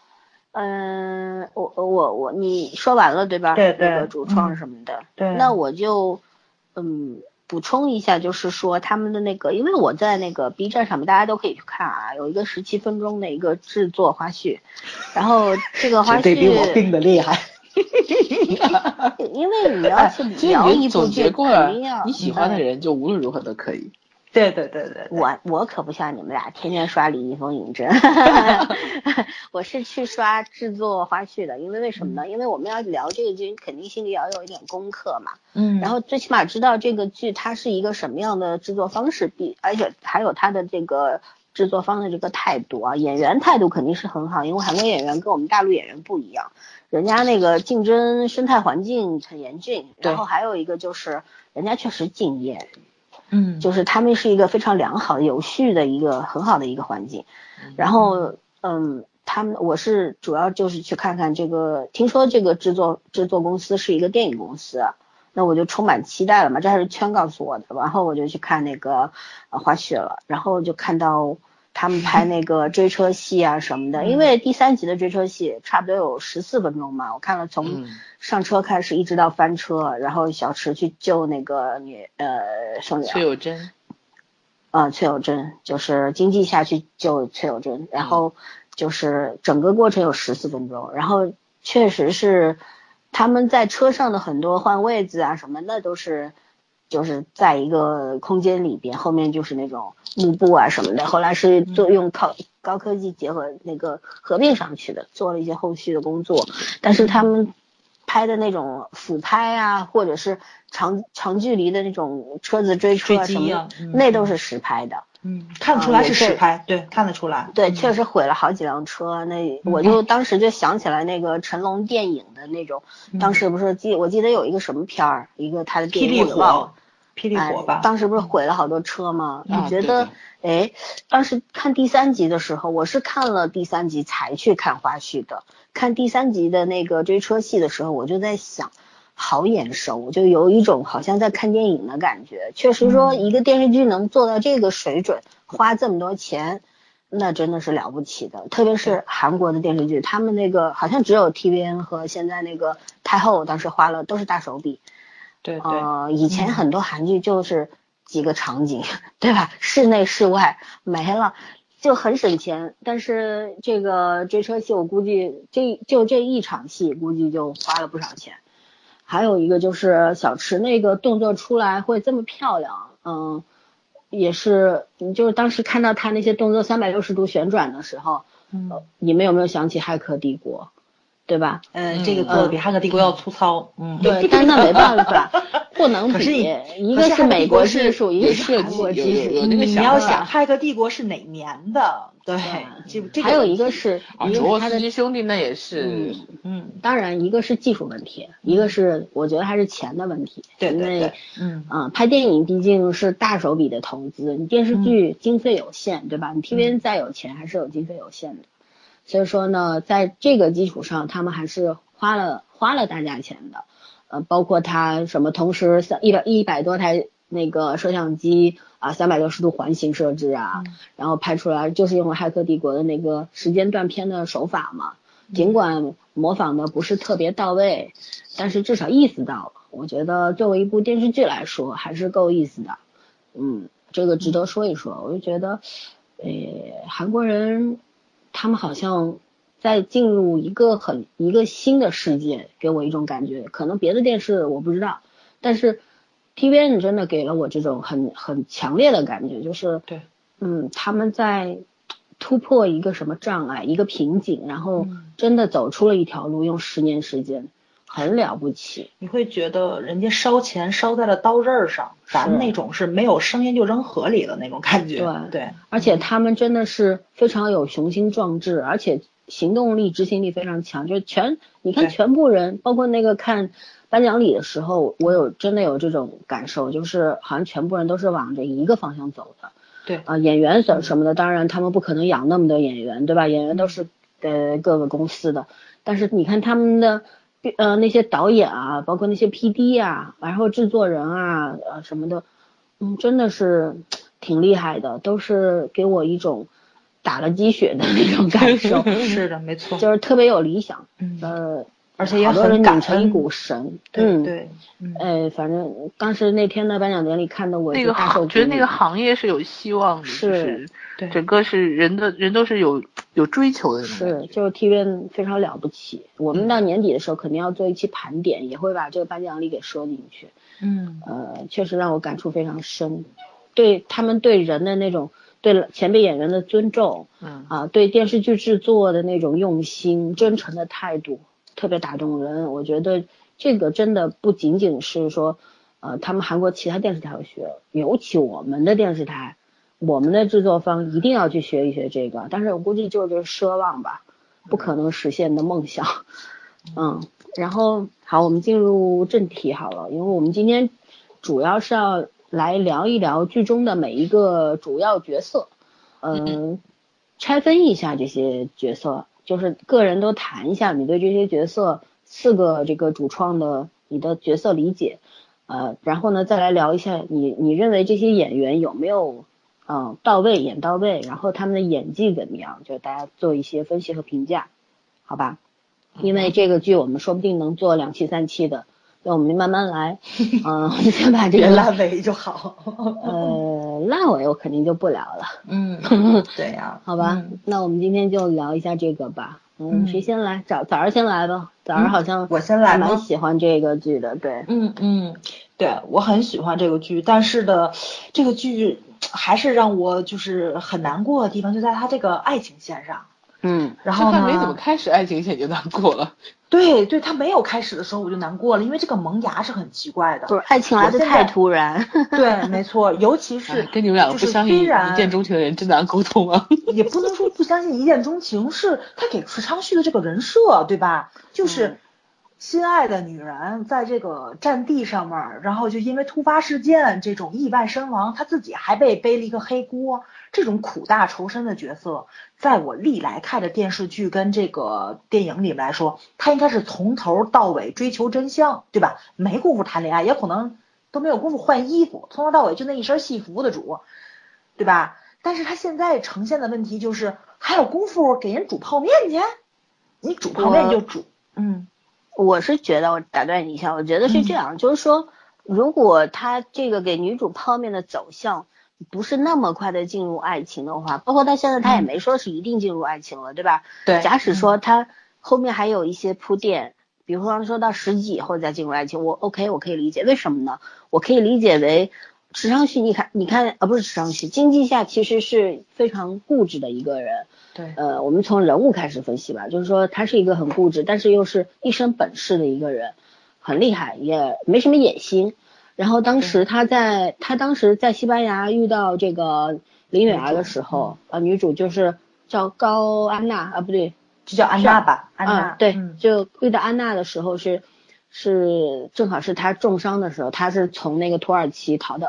[SPEAKER 1] 嗯、我我我，你说完了对吧？
[SPEAKER 2] 对对
[SPEAKER 1] 那个主创
[SPEAKER 2] 嗯
[SPEAKER 1] 什么的。
[SPEAKER 2] 对。
[SPEAKER 1] 那我就嗯补充一下，就是说他们的那个，因为我在那个 B 站上面，大家都可以去看啊，有一个十七分钟的一个制作花絮，然后这个花
[SPEAKER 2] 绝对比我
[SPEAKER 1] 絮，
[SPEAKER 2] 病的 厉害。
[SPEAKER 1] 因为你要去
[SPEAKER 3] 其实
[SPEAKER 1] 聊
[SPEAKER 3] 你
[SPEAKER 1] 一部
[SPEAKER 3] 总
[SPEAKER 1] 剧，
[SPEAKER 3] 结过了
[SPEAKER 1] 肯定啊要，嗯
[SPEAKER 3] 你喜欢的人就无论如何都可以。
[SPEAKER 2] 对对对对，对
[SPEAKER 1] 我我可不像你们俩天天刷李易峰影 真，我是去刷制作花絮的，因为为什么
[SPEAKER 2] 嗯
[SPEAKER 1] 呢？因为我们要聊这个剧，肯定心里要有一点功课嘛。
[SPEAKER 2] 嗯，
[SPEAKER 1] 然后最起码知道这个剧它是一个什么样的制作方式，比而且还有它的这个制作方的这个态度啊，演员态度肯定是很好，因为韩国演员跟我们大陆演员不一样，人家那个竞争生态环境很严峻，
[SPEAKER 2] 对
[SPEAKER 1] 然后还有一个就是人家确实敬业，
[SPEAKER 2] 嗯，
[SPEAKER 1] 就是他们是一个非常良好、有序的一个很好的一个环境。然后，嗯，他们我是主要就是去看看这个，听说这个制作制作公司是一个电影公司，那我就充满期待了嘛，这还是圈告诉我的。然后我就去看那个、呃花絮了，然后就看到。他们拍那个追车戏啊什么的，因为第三集的追车戏差不多有十四分钟嘛，我看了从
[SPEAKER 3] 嗯
[SPEAKER 1] 上车开始一直到翻车，然后小池去救那个女呃宋
[SPEAKER 3] 崔
[SPEAKER 1] 淼，
[SPEAKER 3] 有贞，
[SPEAKER 1] 啊，崔有贞就是经济下去救崔有贞，
[SPEAKER 2] 嗯
[SPEAKER 1] 然后就是整个过程有十四分钟，然后确实是他们在车上的很多换位子啊什么，那都是就是在一个空间里边，后面就是那种幕布啊什么的，后来是
[SPEAKER 2] 嗯
[SPEAKER 1] 做用高高科技结合那个合并上去的，做了一些后续的工作，但是他们。拍的那种俯拍啊，或者是长长距离的那种车子追车
[SPEAKER 2] 追
[SPEAKER 1] 啊什么
[SPEAKER 2] 击
[SPEAKER 1] 的，
[SPEAKER 2] 啊，嗯
[SPEAKER 1] 那都是实拍的。
[SPEAKER 2] 嗯，看得出来是
[SPEAKER 1] 啊也
[SPEAKER 2] 实
[SPEAKER 1] 是
[SPEAKER 2] 拍，对，看得出来。
[SPEAKER 1] 对，
[SPEAKER 2] 嗯
[SPEAKER 1] 确实毁了好几辆车。那我就当时就想起来那个成龙电影的那种，
[SPEAKER 2] 嗯
[SPEAKER 1] 当时不是记我记得有一个什么片儿，一个他的电
[SPEAKER 2] 霹
[SPEAKER 1] 影
[SPEAKER 2] 雳
[SPEAKER 1] 我给忘了
[SPEAKER 2] 火，，霹雳火吧嗯
[SPEAKER 1] 哎。，当时不是毁了好多车吗？
[SPEAKER 3] 啊
[SPEAKER 1] 我觉得，哎，当时看第三集的时候，我是看了第三集才去看花絮的。看第三集的那个追车戏的时候，我就在想，好眼熟，就有一种好像在看电影的感觉。确实说，
[SPEAKER 2] 嗯
[SPEAKER 1] 一个电视剧能做到这个水准，花这么多钱。那真的是了不起的，特别是韩国的电视剧，他们那个好像只有 TVN 和现在那个太后当时花了都是大手笔，
[SPEAKER 2] 对对，
[SPEAKER 1] 呃，以前很多韩剧就是几个场景， 对吧？室内室外没了，就很省钱。但是这个追车戏，我估计这就这一场戏，估计就花了不少钱。还有一个就是小池那个动作出来会这么漂亮，嗯，也是，你就是当时看到他那些动作三百六十度旋转的时候，
[SPEAKER 2] 嗯
[SPEAKER 1] 你们有没有想起《骇客帝国》，对吧？
[SPEAKER 2] 呃，这个做的比《哈克帝国》要粗糙， 嗯，
[SPEAKER 1] 对，但那没办法，不能
[SPEAKER 2] 可是
[SPEAKER 1] 比
[SPEAKER 2] 你。
[SPEAKER 1] 一
[SPEAKER 2] 可
[SPEAKER 1] 个
[SPEAKER 2] 是
[SPEAKER 1] 是
[SPEAKER 2] 哈
[SPEAKER 1] 美
[SPEAKER 2] 迪国
[SPEAKER 1] 国
[SPEAKER 2] 是
[SPEAKER 1] 技术，一个
[SPEAKER 3] 有
[SPEAKER 1] 是
[SPEAKER 3] 设
[SPEAKER 1] 韩
[SPEAKER 3] 计
[SPEAKER 1] 国
[SPEAKER 3] 有
[SPEAKER 1] 技
[SPEAKER 3] 有
[SPEAKER 1] 术
[SPEAKER 3] 有。那个
[SPEAKER 2] 你
[SPEAKER 3] 想
[SPEAKER 2] 要
[SPEAKER 3] 法
[SPEAKER 2] 想《骇客帝国》是哪年的？对，这这个
[SPEAKER 1] 嗯还有一个是，
[SPEAKER 3] 啊，
[SPEAKER 1] 一
[SPEAKER 3] 主
[SPEAKER 1] 个
[SPEAKER 3] 卧
[SPEAKER 1] 是他
[SPEAKER 3] 司
[SPEAKER 1] 的，
[SPEAKER 3] 机兄弟那也是，
[SPEAKER 2] 嗯，
[SPEAKER 1] 当然一个是技术问题，一个是我觉得还是钱的问题。
[SPEAKER 2] 对
[SPEAKER 1] 因
[SPEAKER 2] 对
[SPEAKER 1] 为
[SPEAKER 2] 对，嗯
[SPEAKER 1] 啊、拍电影毕竟是大手笔的投资，你电视剧经费有限，对吧？你 TVN 再有钱，还是有经费有限的。所以说呢，在这个基础上，他们还是花了花了大价钱的。呃，包括他什么同时三一百一百多台那个摄像机啊，三百六十度环形设置啊，然后拍出来就是用了《骇客帝国》的那个时间断片的手法嘛。尽管模仿的不是特别到位，但是至少意思到了。我觉得作为一部电视剧来说，还是够意思的。嗯，这个值得说一说。我就觉得，诶、韩国人他们好像在进入一个很一个新的世界，给我一种感觉。可能别的电视我不知道，但是 TVN 真的给了我这种很很强烈的感觉，就是
[SPEAKER 2] 对，
[SPEAKER 1] 嗯，他们在突破一个什么障碍，一个瓶颈，然后
[SPEAKER 2] 嗯
[SPEAKER 1] 真的走出了一条路，用十年时间，很了不起。
[SPEAKER 2] 你会觉得人家烧钱烧在了刀刃上，咱们那种是没有声音就扔河里的那种感觉，
[SPEAKER 1] 对
[SPEAKER 2] 对，
[SPEAKER 1] 而且他们真的是非常有雄心壮志，而且行动力、执行力非常强。就全你看
[SPEAKER 2] 对
[SPEAKER 1] 全部人，包括那个看颁奖礼的时候，我有真的有这种感受，就是好像全部人都是往着一个方向走的。
[SPEAKER 2] 对，
[SPEAKER 1] 啊、演员什什么的，当然他们不可能养那么多演员，对吧？演员都是呃各个公司的，但是你看他们的。呃，那些导演啊，包括那些 P D 啊，然后制作人啊，呃什么的，嗯，真的是挺厉害的，都是给我一种打了鸡血的那种感受 嗯
[SPEAKER 2] 是的，没错，
[SPEAKER 1] 就是特别有理想，
[SPEAKER 2] 嗯，
[SPEAKER 1] 呃，
[SPEAKER 2] 而且也
[SPEAKER 1] 好多
[SPEAKER 2] 很
[SPEAKER 1] 人
[SPEAKER 2] 感
[SPEAKER 1] 拧成一
[SPEAKER 2] 恩，
[SPEAKER 1] 股神，
[SPEAKER 2] 对
[SPEAKER 1] 嗯，
[SPEAKER 2] 对，嗯
[SPEAKER 1] 哎，反正当时那天的颁奖典礼看的我
[SPEAKER 3] 那
[SPEAKER 1] 就
[SPEAKER 3] 个
[SPEAKER 1] 大受
[SPEAKER 3] 行，
[SPEAKER 1] 鼓
[SPEAKER 3] 觉得那
[SPEAKER 1] 舞
[SPEAKER 3] 个行业是有希望的，就是是
[SPEAKER 2] 对
[SPEAKER 3] 整个是人的人都是有有追求的那种
[SPEAKER 1] 是
[SPEAKER 3] 感，觉。
[SPEAKER 1] 就是 TVN 非常了不起。我们到年底的时候肯定要做一期盘点，也会把这个颁奖礼给说进去。
[SPEAKER 2] 嗯
[SPEAKER 1] 呃，确实让我感触非常深，对他们对人的那种对前辈演员的尊重，
[SPEAKER 3] 嗯，
[SPEAKER 1] 啊，对电视剧制作的那种用心、真诚的态度，特别打动人。我觉得这个真的不仅仅是说，呃，他们韩国其他电视台会学，尤其我们的电视台，我们的制作方一定要去学一学这个。但是我估计就是奢望吧，不可能实现的梦想。嗯，然后好，我们进入正题好了，因为我们今天主要是要来聊一聊剧中的每一个主要角色，嗯，拆分一下这些角色，就是个人都谈一下你对这些角色四个这个主创的你的角色理解，呃，然后呢再来聊一下你你认为这些演员有没有嗯、呃到位演到位，然后他们的演技怎么样，就大家做一些分析和评价，好吧？因为这个剧我们说不定能做两期三期的，那我们慢慢来，嗯、我们先 把这
[SPEAKER 2] 别
[SPEAKER 1] 个
[SPEAKER 2] 烂尾就好，
[SPEAKER 1] 呃烂尾我肯定就不聊了，
[SPEAKER 2] 嗯，对呀，
[SPEAKER 1] 好吧？
[SPEAKER 2] 嗯
[SPEAKER 1] 那我们今天就聊一下这个吧。嗯，
[SPEAKER 2] 嗯
[SPEAKER 1] 谁先来？早早上先来吧。早上好像
[SPEAKER 2] 我先来吧
[SPEAKER 1] 蛮喜欢这个剧的，对，
[SPEAKER 2] 嗯嗯，对，我很喜欢这个剧，但是呢，这个剧还是让我就是很难过的地方就在它这个爱情线上。
[SPEAKER 1] 嗯
[SPEAKER 2] 然后
[SPEAKER 3] 他
[SPEAKER 2] 呢？
[SPEAKER 3] 没怎么开始爱情线就难过了。
[SPEAKER 2] 对对，他没有开始的时候我就难过了，因为这个萌芽是很奇怪的。
[SPEAKER 1] 就是爱情来的太突然。
[SPEAKER 2] 对，没错，尤其
[SPEAKER 3] 哎
[SPEAKER 2] 是
[SPEAKER 3] 跟你们两个
[SPEAKER 2] 就
[SPEAKER 3] 不
[SPEAKER 2] 是
[SPEAKER 3] 相
[SPEAKER 2] 虽
[SPEAKER 3] 信
[SPEAKER 2] 然
[SPEAKER 3] 一见钟情的人真难沟通啊！
[SPEAKER 2] 也不能说不相信一见钟情，是他给池昌旭的这个人设，对吧？就是
[SPEAKER 1] 嗯
[SPEAKER 2] 心爱的女人在这个战地上面儿，然后就因为突发事件这种意外身亡，他自己还被背了一个黑锅，这种苦大仇深的角色，在我历来看的电视剧跟这个电影里面来说，他应该是从头到尾追求真相，对吧？没工夫谈恋爱，也可能都没有功夫换衣服，从头到尾就那一身戏服的主，对吧？但是他现在呈现的问题就是，还有功夫给人煮泡面去？你煮泡面
[SPEAKER 1] 我
[SPEAKER 2] 就煮，嗯
[SPEAKER 1] 我是觉得，我打断你一下，我觉得是这样，就是说，如果他这个给女主泡面的走向不是那么快的进入爱情的话，包括到现在他也
[SPEAKER 2] 嗯
[SPEAKER 1] 没说是一定进入爱情了，对嗯吧？
[SPEAKER 2] 对
[SPEAKER 1] 假使说他后面还有一些铺垫，比如说说到十几以后再进入爱情，我 OK，我可以理解。为什么呢？我可以理解为池昌旭，你看，你看啊，不是池昌旭，金基夏其实是非常固执的一个人。
[SPEAKER 2] 对
[SPEAKER 1] 呃，我们从人物开始分析吧，就是说他是一个很固执，但是又是一身本事的一个人，很厉害，也没什么野心。然后当时他在他当时在西班牙遇到这个林允儿的时候，啊、女主就是叫高安娜啊，不对，
[SPEAKER 2] 就叫安娜吧，安娜、
[SPEAKER 1] 啊、对，
[SPEAKER 2] 嗯
[SPEAKER 1] 就遇到安娜的时候是是正好是她重伤的时候，她是从那个土耳其逃到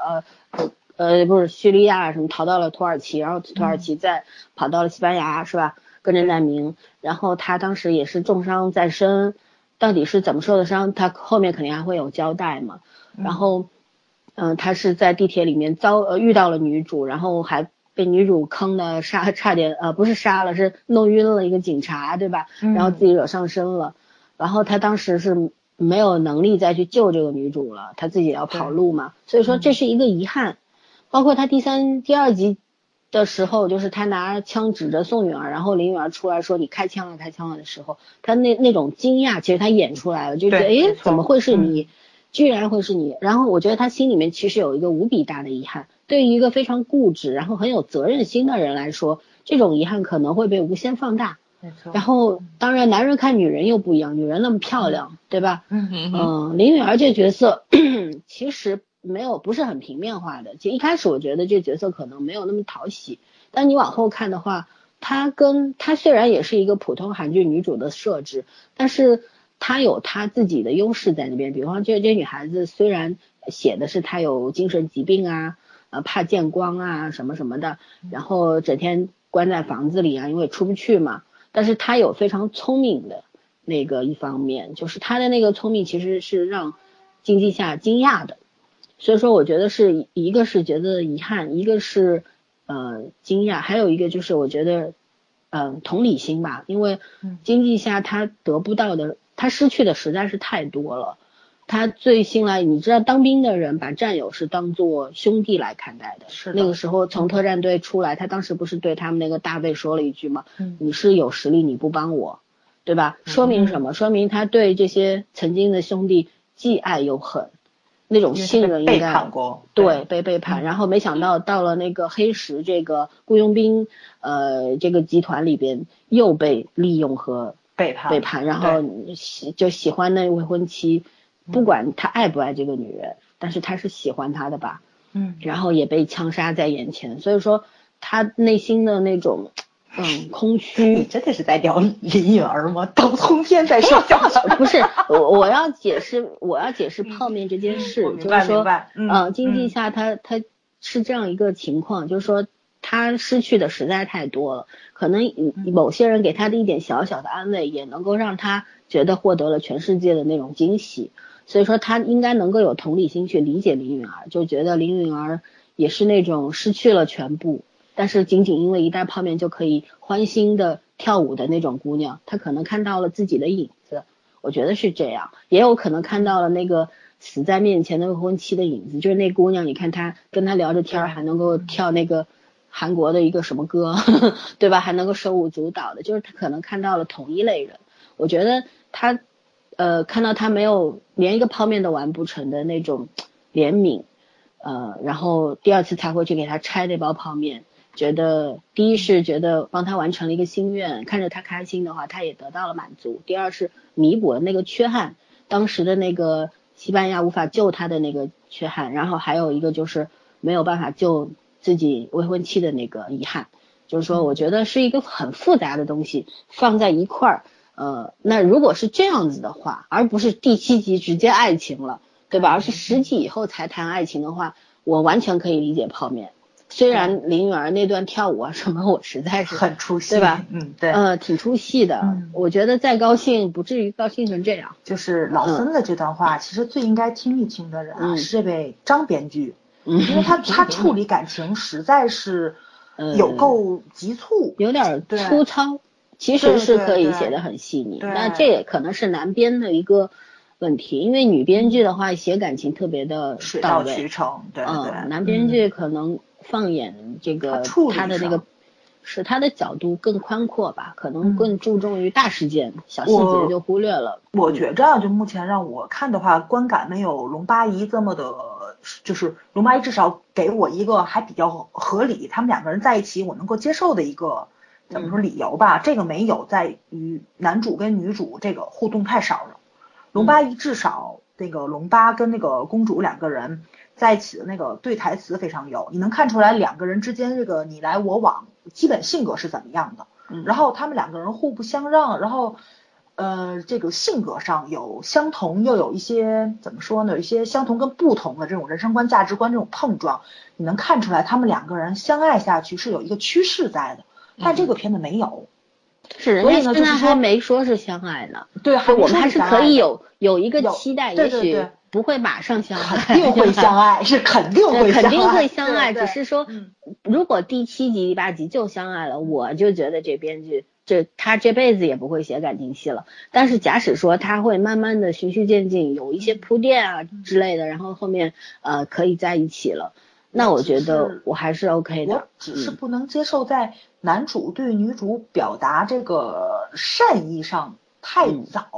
[SPEAKER 1] 呃呃呃不是叙利亚什么逃到了土耳其，然
[SPEAKER 2] 嗯
[SPEAKER 1] 后土耳其再跑到了西班牙、是吧？跟着难民，然后她当时也是重伤在身，到底是怎么受的伤，她后面肯定还会有交代嘛。然后，嗯、他是在地铁里面遭呃遇到了女主，然后还被女主坑的杀，差点呃不是杀了，是弄晕了一个警察，对吧？
[SPEAKER 2] 嗯
[SPEAKER 1] 然后自己惹上身了，然后他当时是没有能力再去救这个女主了，他自己也要跑路嘛，所以
[SPEAKER 2] 嗯
[SPEAKER 1] 说这是一个遗憾。包括他第三、第二集的时候，就是他拿枪指着宋允儿，然后林允儿出来说你开枪了，开枪了的时候，他那那种惊讶，其实他演出来了，就觉得
[SPEAKER 2] 对没
[SPEAKER 1] 诶
[SPEAKER 2] 错嗯
[SPEAKER 1] 怎么会是你？居然会是你，然后我觉得他心里面其实有一个无比大的遗憾。对于一个非常固执，然后很有责任心的人来说，这种遗憾可能会被无限放大。
[SPEAKER 2] 没错
[SPEAKER 1] 然后，当然，男人看女人又不一样，女人那么漂亮，对吧？
[SPEAKER 2] 嗯
[SPEAKER 3] 嗯哼，
[SPEAKER 1] 嗯，林允儿这角色 其实没有不是很平面化的。就一开始我觉得这角色可能没有那么讨喜，但你往后看的话，她跟她虽然也是一个普通韩剧女主的设置，但是她有她自己的优势在那边。比方这这女孩子虽然写的是她有精神疾病啊，呃怕见光啊什么什么的，然后整天关在房子里啊，因为出不去嘛。但是她有非常聪明的那个一方面，就是她的那个聪明其实是让经济下惊讶的。所以说，我觉得是一个是觉得遗憾，一个是呃惊讶，还有一个就是我觉得嗯、呃同理心吧，因为
[SPEAKER 2] 嗯
[SPEAKER 1] 经济下他得不到的，他失去的实在是太多了。他最新来，你知道当兵的人把战友是当做兄弟来看待的。
[SPEAKER 2] 是的
[SPEAKER 1] 那个时候从特战队出来，他当时不是对他们那个大卫说了一句吗？
[SPEAKER 2] 嗯
[SPEAKER 1] 你是有实力，你不帮我，对吧？说明
[SPEAKER 2] 嗯
[SPEAKER 1] 什么？说明他对这些曾经的兄弟既爱又恨，那种
[SPEAKER 2] 因为
[SPEAKER 1] 信
[SPEAKER 2] 他
[SPEAKER 1] 任
[SPEAKER 2] 被
[SPEAKER 1] 应
[SPEAKER 2] 背
[SPEAKER 1] 该
[SPEAKER 2] 叛过，嗯
[SPEAKER 1] 对，被背叛，然后没想到到了那个黑石这个雇佣兵呃这个集团里边又被利用和
[SPEAKER 2] 背叛，
[SPEAKER 1] 背叛，然后喜就喜欢那未婚妻，
[SPEAKER 2] 嗯
[SPEAKER 1] 不管他爱不爱这个女人，但是他是喜欢她的吧，
[SPEAKER 2] 嗯，
[SPEAKER 1] 然后也被枪杀在眼前，所以说他内心的那种嗯空
[SPEAKER 2] 你
[SPEAKER 1] 虚。
[SPEAKER 2] 真的是在聊林允儿吗？ 当通篇在说相声，
[SPEAKER 1] 不是，我我要解释，我要解释泡面这件事，
[SPEAKER 2] 嗯我明
[SPEAKER 1] 就
[SPEAKER 2] 白
[SPEAKER 1] 是说
[SPEAKER 2] 明，白，
[SPEAKER 1] 嗯，
[SPEAKER 2] 嗯，
[SPEAKER 1] 经济下他他是这样一个情况，就是说他失去的实在太多了，可能以
[SPEAKER 2] 嗯
[SPEAKER 1] 某些人给他的一点小小的安慰，也能够让他觉得获得了全世界的那种惊喜。所以说他应该能够有同理心去理解林允儿，就觉得林允儿也是那种失去了全部，但是仅仅因为一袋泡面就可以欢欣的跳舞的那种姑娘，她可能看到了自己的影子，我觉得是这样，也有可能看到了那个死在面前的未婚妻的影子，就是那姑娘，你看她跟她聊着天儿，还能够跳那个韩国的一个什么歌， 对吧？还能够手舞足蹈的，就是她可能看到了同一类人。我觉得她，呃，看到她没有连一个泡面都完不成的那种怜悯，呃，然后第二次才会去给她拆那包泡面，觉得第一是觉得帮他完成了一个心愿，看着他开心的话，他也得到了满足；第二是弥补了那个缺憾，当时的那个西班牙无法救他的那个缺憾，然后还有一个就是没有办法救自己未婚妻的那个遗憾。就是
[SPEAKER 2] 嗯
[SPEAKER 1] 说，我觉得是一个很复杂的东西放在一块儿，呃，那如果是这样子的话，而不是第七集直接爱情了，对
[SPEAKER 2] 嗯
[SPEAKER 1] 吧？而是十集以后才谈爱情的话，我完全可以理解泡面。虽然林允儿那段跳舞啊什么，我实在是
[SPEAKER 2] 很出戏，
[SPEAKER 1] 对吧？
[SPEAKER 2] 嗯，对，
[SPEAKER 1] 呃挺出戏的。
[SPEAKER 2] 嗯
[SPEAKER 1] 我觉得再高兴不至于高兴成这样。
[SPEAKER 2] 就是老孙的这段话，其实最应该听一听的人啊，
[SPEAKER 1] 嗯
[SPEAKER 2] 是这位张编剧，
[SPEAKER 1] 嗯嗯
[SPEAKER 2] 因为他他处理感情实在是有够急促，
[SPEAKER 1] 有点儿
[SPEAKER 2] 对
[SPEAKER 1] 粗糙，其实是可以写的很细腻。
[SPEAKER 2] 对对对
[SPEAKER 1] 那这也可能是男编的一个问题，因为女编剧的话写感情特别的
[SPEAKER 2] 嗯水
[SPEAKER 1] 到
[SPEAKER 2] 到
[SPEAKER 1] 位，
[SPEAKER 2] 渠成，对对
[SPEAKER 1] 嗯，
[SPEAKER 2] 对，
[SPEAKER 1] 男编剧可能放眼这个
[SPEAKER 2] 他处理
[SPEAKER 1] 他的那
[SPEAKER 2] 上
[SPEAKER 1] 个。是他的角度更宽阔吧，可能
[SPEAKER 2] 嗯
[SPEAKER 1] 更注重于大事件，小细节
[SPEAKER 2] 我
[SPEAKER 1] 就忽略了。
[SPEAKER 2] 我觉着啊就目前让我看的话，观感没有龙八一这么的，就是龙八一至少给我一个还比较合理，他们两个人在一起我能够接受的一个怎么说理由吧。这个没有在于男主跟女主这个互动太少了，龙八一至少那个龙八跟那个公主两个人在一起的那个对台词非常有，你能看出来两个人之间这个你来我往，基本性格是怎么样的。
[SPEAKER 1] 嗯
[SPEAKER 2] 然后他们两个人互不相让，然后呃，这个性格上有相同，又有一些怎么说呢？有一些相同跟不同的这种人生观、价值观这种碰撞，你能看出来他们两个人相爱下去是有一个趋势在的，但
[SPEAKER 1] 嗯
[SPEAKER 2] 这个片子没有。
[SPEAKER 1] 是人
[SPEAKER 2] 所
[SPEAKER 1] 家
[SPEAKER 2] 以呢
[SPEAKER 1] 现在
[SPEAKER 2] 就是
[SPEAKER 1] 还
[SPEAKER 2] 说
[SPEAKER 1] 没说是相爱呢，
[SPEAKER 2] 对，还
[SPEAKER 1] 我们
[SPEAKER 2] 没说
[SPEAKER 1] 还是
[SPEAKER 2] 相
[SPEAKER 1] 可
[SPEAKER 2] 爱
[SPEAKER 1] 以有有一个
[SPEAKER 2] 有
[SPEAKER 1] 期待，也
[SPEAKER 2] 对对
[SPEAKER 1] 许
[SPEAKER 2] 对
[SPEAKER 1] 不会马上 相爱，
[SPEAKER 2] 肯定会相爱，是肯定
[SPEAKER 1] 对，
[SPEAKER 2] 会相爱，
[SPEAKER 1] 肯定会相爱，
[SPEAKER 2] 对
[SPEAKER 1] 只是说
[SPEAKER 2] 嗯，
[SPEAKER 1] 如果第七集、第八集就相爱了，我就觉得这编剧这他这辈子也不会写感情戏了。但是假使说他会慢慢的循序渐进，有一些铺垫啊
[SPEAKER 2] 嗯
[SPEAKER 1] 之类的，然后后面呃可以在一起了，那我觉得我还是 OK
[SPEAKER 2] 我
[SPEAKER 1] 的。嗯
[SPEAKER 2] 只是不能接受在男主对女主表达这个善意上太
[SPEAKER 1] 嗯
[SPEAKER 2] 早。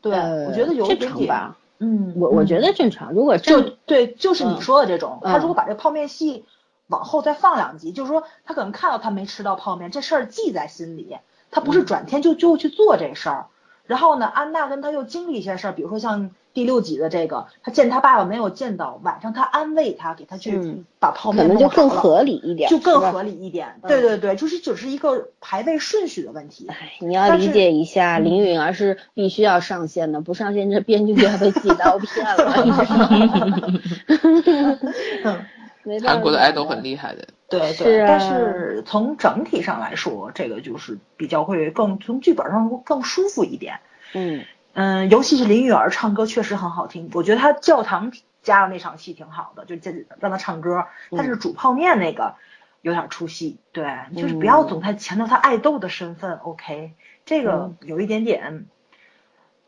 [SPEAKER 2] 对，
[SPEAKER 1] 呃
[SPEAKER 2] 我觉得有一
[SPEAKER 1] 正
[SPEAKER 2] 点
[SPEAKER 1] 常
[SPEAKER 2] 点，
[SPEAKER 1] 吧，
[SPEAKER 2] 嗯，
[SPEAKER 1] 我我觉
[SPEAKER 2] 得
[SPEAKER 1] 得正常。如果
[SPEAKER 2] 就
[SPEAKER 1] 正
[SPEAKER 2] 对，就是你
[SPEAKER 1] 嗯
[SPEAKER 2] 说的这种，他
[SPEAKER 1] 嗯
[SPEAKER 2] 如果把这泡面戏往后再放两集，就是说他可能看到他没吃到泡面这事儿记在心里，他不是
[SPEAKER 1] 嗯
[SPEAKER 2] 转天就就去做这事儿。然后呢，安娜跟他又经历一些事儿，比如说像第六集的这个，他见他爸爸没有见到，晚上他安慰他，给他去
[SPEAKER 1] 嗯
[SPEAKER 2] 把泡
[SPEAKER 1] 可
[SPEAKER 2] 面
[SPEAKER 1] 能
[SPEAKER 2] 弄
[SPEAKER 1] 就
[SPEAKER 2] 好
[SPEAKER 1] 更
[SPEAKER 2] 了
[SPEAKER 1] 合理一点，
[SPEAKER 2] 就更
[SPEAKER 1] 是吧
[SPEAKER 2] 合理一点。
[SPEAKER 1] 嗯
[SPEAKER 2] 对对对，就是只是一个排位顺序的问 题。
[SPEAKER 1] 哎，你要
[SPEAKER 2] 但
[SPEAKER 1] 理
[SPEAKER 2] 是
[SPEAKER 1] 解一下，
[SPEAKER 2] 嗯
[SPEAKER 1] 林允儿是必须要上线的，不上线这编剧就要被自己刀片了，你知道吗？ 没办法
[SPEAKER 3] 韩国的爱豆很厉害的，
[SPEAKER 2] 对
[SPEAKER 1] 是
[SPEAKER 2] 对，但
[SPEAKER 1] 啊
[SPEAKER 2] 是从整体上来说，这个就是比较会更从剧本上更舒服一点。
[SPEAKER 1] 嗯，
[SPEAKER 2] 嗯，尤其是林允儿唱歌确实很好听，我觉得她教堂加的那场戏挺好的，就这让她唱歌，但
[SPEAKER 1] 嗯
[SPEAKER 2] 是煮泡面那个有点出戏。对，就是不
[SPEAKER 1] 嗯
[SPEAKER 2] 要总太强调她爱豆的身份，OK，这个有一点点。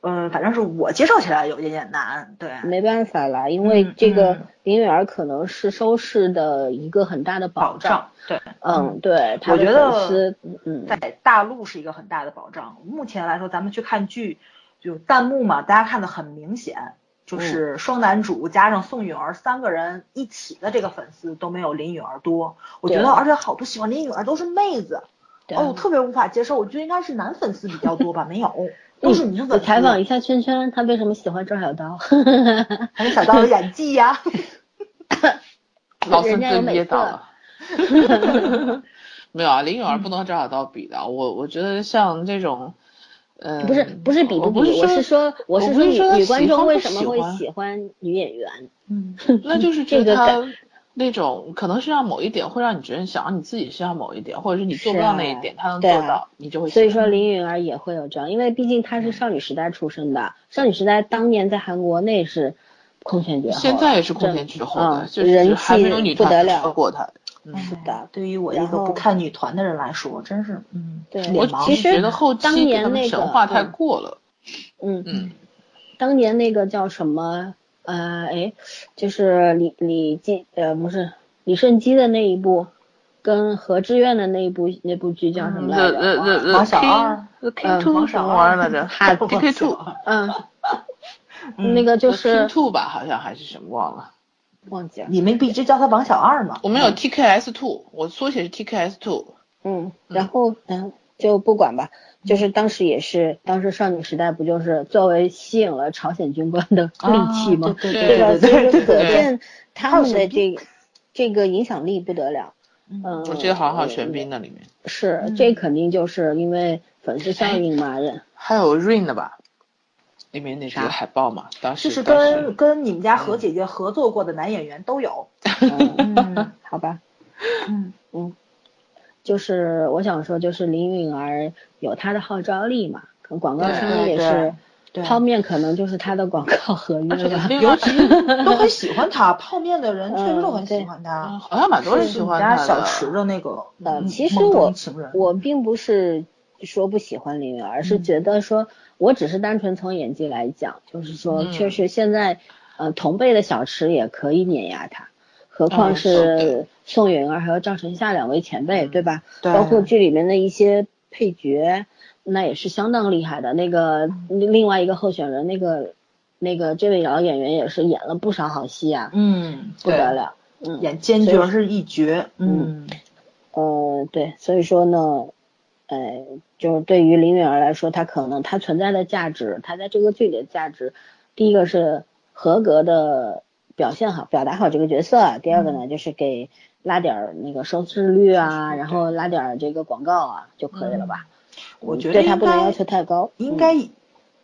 [SPEAKER 2] 嗯，反正是我接受起来有一点点难，对，
[SPEAKER 1] 没办法啦，因为这
[SPEAKER 2] 嗯
[SPEAKER 1] 个
[SPEAKER 2] 嗯
[SPEAKER 1] 林允儿可能是收视的一个很大的
[SPEAKER 2] 保
[SPEAKER 1] 保障。
[SPEAKER 2] 障，对，
[SPEAKER 1] 嗯，对，她
[SPEAKER 2] 我
[SPEAKER 1] 的
[SPEAKER 2] 觉得
[SPEAKER 1] 粉丝，嗯，
[SPEAKER 2] 在大陆是一个很大的保障。目前来说，咱们去看剧，就弹幕嘛，大家看的很明显，就是双男主加上宋允儿三个人一起的这个粉丝都没有林允儿多。我觉
[SPEAKER 1] 对
[SPEAKER 2] 得，而且好多喜欢林允儿都是妹子，
[SPEAKER 1] 对啊
[SPEAKER 2] 哦，我特别无法接受。我觉得应该是男粉丝比较多吧，没有，都是女粉
[SPEAKER 1] 我
[SPEAKER 2] 丝。
[SPEAKER 1] 采访一下圈圈，他为什么喜欢赵小刀？
[SPEAKER 2] 还有小刀的演技呀、
[SPEAKER 3] 老孙
[SPEAKER 1] 人家有
[SPEAKER 3] 被
[SPEAKER 1] 美
[SPEAKER 3] 噎到
[SPEAKER 1] 色
[SPEAKER 3] 了。 没有啊，林允儿不能和张小刀比的。我我觉得像这种，呃，
[SPEAKER 1] 不是不是比
[SPEAKER 3] 我
[SPEAKER 1] 不
[SPEAKER 3] 不
[SPEAKER 1] 比，我是
[SPEAKER 3] 是
[SPEAKER 1] 说我
[SPEAKER 3] 我
[SPEAKER 1] 是
[SPEAKER 3] 不
[SPEAKER 1] 说
[SPEAKER 3] 是说
[SPEAKER 1] 女女观众为什么
[SPEAKER 3] 喜欢不
[SPEAKER 1] 会
[SPEAKER 3] 喜欢
[SPEAKER 1] 喜欢女演员？
[SPEAKER 2] 嗯，
[SPEAKER 3] 那 就是
[SPEAKER 1] 这
[SPEAKER 3] 觉
[SPEAKER 1] 个
[SPEAKER 3] 得
[SPEAKER 1] 感
[SPEAKER 3] 他那种可能是让某一点会让你觉得想让你自己身上某一点，或者是你做不
[SPEAKER 1] 是
[SPEAKER 3] 到
[SPEAKER 1] 啊
[SPEAKER 3] 那一点，他能
[SPEAKER 1] 对
[SPEAKER 3] 做
[SPEAKER 1] 啊
[SPEAKER 3] 到，你就会
[SPEAKER 1] 所以
[SPEAKER 3] 喜欢
[SPEAKER 1] 说林允儿也会有这样，因为毕竟她是少女时代出生的，少女时代当年在韩国那是空前绝后，
[SPEAKER 3] 现在也是空前绝后的，
[SPEAKER 1] 嗯
[SPEAKER 3] 就是
[SPEAKER 1] 人
[SPEAKER 3] 还没有
[SPEAKER 1] 气
[SPEAKER 3] 女
[SPEAKER 1] 不
[SPEAKER 3] 团
[SPEAKER 1] 得
[SPEAKER 3] 超
[SPEAKER 1] 了嗯
[SPEAKER 3] 过他。嗯
[SPEAKER 2] 是
[SPEAKER 1] 的
[SPEAKER 2] 对于我一
[SPEAKER 1] 然
[SPEAKER 2] 个
[SPEAKER 1] 后
[SPEAKER 2] 不看女团的人来说，真是嗯，
[SPEAKER 1] 对
[SPEAKER 2] 脸
[SPEAKER 3] 我
[SPEAKER 2] 盲
[SPEAKER 1] 其
[SPEAKER 3] 只
[SPEAKER 1] 实
[SPEAKER 3] 是觉得后
[SPEAKER 1] 当
[SPEAKER 3] 期给
[SPEAKER 1] 年
[SPEAKER 3] 他
[SPEAKER 1] 那
[SPEAKER 3] 们
[SPEAKER 1] 个
[SPEAKER 3] 神话太
[SPEAKER 1] 嗯
[SPEAKER 3] 过了。
[SPEAKER 1] 嗯，
[SPEAKER 3] 嗯，
[SPEAKER 1] 当年那个叫什么呃哎，就是李李基呃不是李胜基的那一部，跟何志远的那一部那部剧叫什么来
[SPEAKER 3] 呃呃呃
[SPEAKER 1] 着？
[SPEAKER 3] 呃，
[SPEAKER 2] 王小二
[SPEAKER 3] ，King
[SPEAKER 1] 嗯
[SPEAKER 3] King Two
[SPEAKER 2] 王
[SPEAKER 3] 什
[SPEAKER 2] 小
[SPEAKER 3] 么
[SPEAKER 2] 二
[SPEAKER 3] 玩意儿来着
[SPEAKER 1] 哈
[SPEAKER 3] ？K Two，
[SPEAKER 1] 嗯，
[SPEAKER 2] 嗯
[SPEAKER 1] 那个就是
[SPEAKER 3] King Two 吧，好像还是什么忘了。
[SPEAKER 1] 忘记了。
[SPEAKER 2] 你们不一直叫他王小二吗？
[SPEAKER 3] 我们有 TKS two，我缩写是 TKS two。
[SPEAKER 1] 嗯，然后嗯，就不管吧，
[SPEAKER 2] 嗯
[SPEAKER 1] 就是当时也是，当时少女时代不就是作为吸引了朝鲜军官的利器吗？
[SPEAKER 2] 啊对
[SPEAKER 3] 对
[SPEAKER 2] 对
[SPEAKER 1] 吧？
[SPEAKER 2] 对
[SPEAKER 1] 所
[SPEAKER 2] 对
[SPEAKER 1] 以
[SPEAKER 2] 对
[SPEAKER 1] 可
[SPEAKER 2] 对对。
[SPEAKER 1] 见他们的这个这个影响力不得了。
[SPEAKER 2] 嗯
[SPEAKER 1] 嗯，
[SPEAKER 3] 我记得好像还有玄彬那里面，
[SPEAKER 1] 是
[SPEAKER 2] 嗯，哎
[SPEAKER 1] 这肯定就是因为粉丝效应嘛， 人
[SPEAKER 3] 还有 Rain 的吧，里面那是个海报嘛，当时
[SPEAKER 2] 就是
[SPEAKER 3] 当时
[SPEAKER 2] 跟跟你们家何姐姐合作过的男演员都有。
[SPEAKER 1] 嗯
[SPEAKER 2] 嗯
[SPEAKER 1] 好吧，
[SPEAKER 2] 嗯
[SPEAKER 1] 嗯，就是我想说，就是林允儿有她的号召力嘛，可能广告商
[SPEAKER 2] 对
[SPEAKER 1] 也
[SPEAKER 2] 对
[SPEAKER 1] 是
[SPEAKER 2] 对
[SPEAKER 1] 泡面，可能就是她的广告合约
[SPEAKER 3] 而且
[SPEAKER 1] 吧。
[SPEAKER 3] 另
[SPEAKER 2] 尤
[SPEAKER 3] 外
[SPEAKER 2] 其都很喜欢他，泡面的人确实都很喜欢
[SPEAKER 3] 嗯
[SPEAKER 2] 他。
[SPEAKER 3] 好像蛮多人喜
[SPEAKER 2] 我
[SPEAKER 3] 欢
[SPEAKER 2] 们家
[SPEAKER 3] 他
[SPEAKER 2] 小
[SPEAKER 3] 的
[SPEAKER 2] 池的那个，
[SPEAKER 1] 呃，
[SPEAKER 2] 嗯
[SPEAKER 1] 其实
[SPEAKER 2] 梦中
[SPEAKER 1] 我
[SPEAKER 2] 情人
[SPEAKER 1] 我并不是说不喜欢林允儿，而是
[SPEAKER 2] 嗯
[SPEAKER 1] 觉得说，我只是单纯从演技来讲，就是说，
[SPEAKER 3] 嗯
[SPEAKER 1] 确实现在，呃，同辈的小池也可以碾压她，何况
[SPEAKER 3] 嗯是
[SPEAKER 1] 是宋允儿还有赵晨夏两位前辈，
[SPEAKER 3] 嗯
[SPEAKER 1] 对吧？
[SPEAKER 2] 对
[SPEAKER 1] 包括剧里面的一些配角，那也是相当厉害的。那个另外一个候选人，那个那个这位老演员也是演了不少好戏啊，
[SPEAKER 2] 嗯，
[SPEAKER 1] 不得
[SPEAKER 2] 对，
[SPEAKER 1] 了。嗯，
[SPEAKER 2] 演奸角是一绝，嗯
[SPEAKER 1] 呃，对，所以说呢，呃，就是对于林允儿来说，她可能她存在的价值，她在这个剧里的价值，第一个是合格的表现好，表达好这个角色啊；第二个
[SPEAKER 2] 嗯
[SPEAKER 1] 呢，就是给拉点儿那个收视率啊，然后拉点儿这个广告啊就可以了吧。
[SPEAKER 2] 我
[SPEAKER 1] 嗯
[SPEAKER 2] 觉得
[SPEAKER 1] 对她
[SPEAKER 2] 应
[SPEAKER 1] 不能
[SPEAKER 2] 该
[SPEAKER 1] 要求太高，
[SPEAKER 2] 应
[SPEAKER 1] 嗯
[SPEAKER 2] 该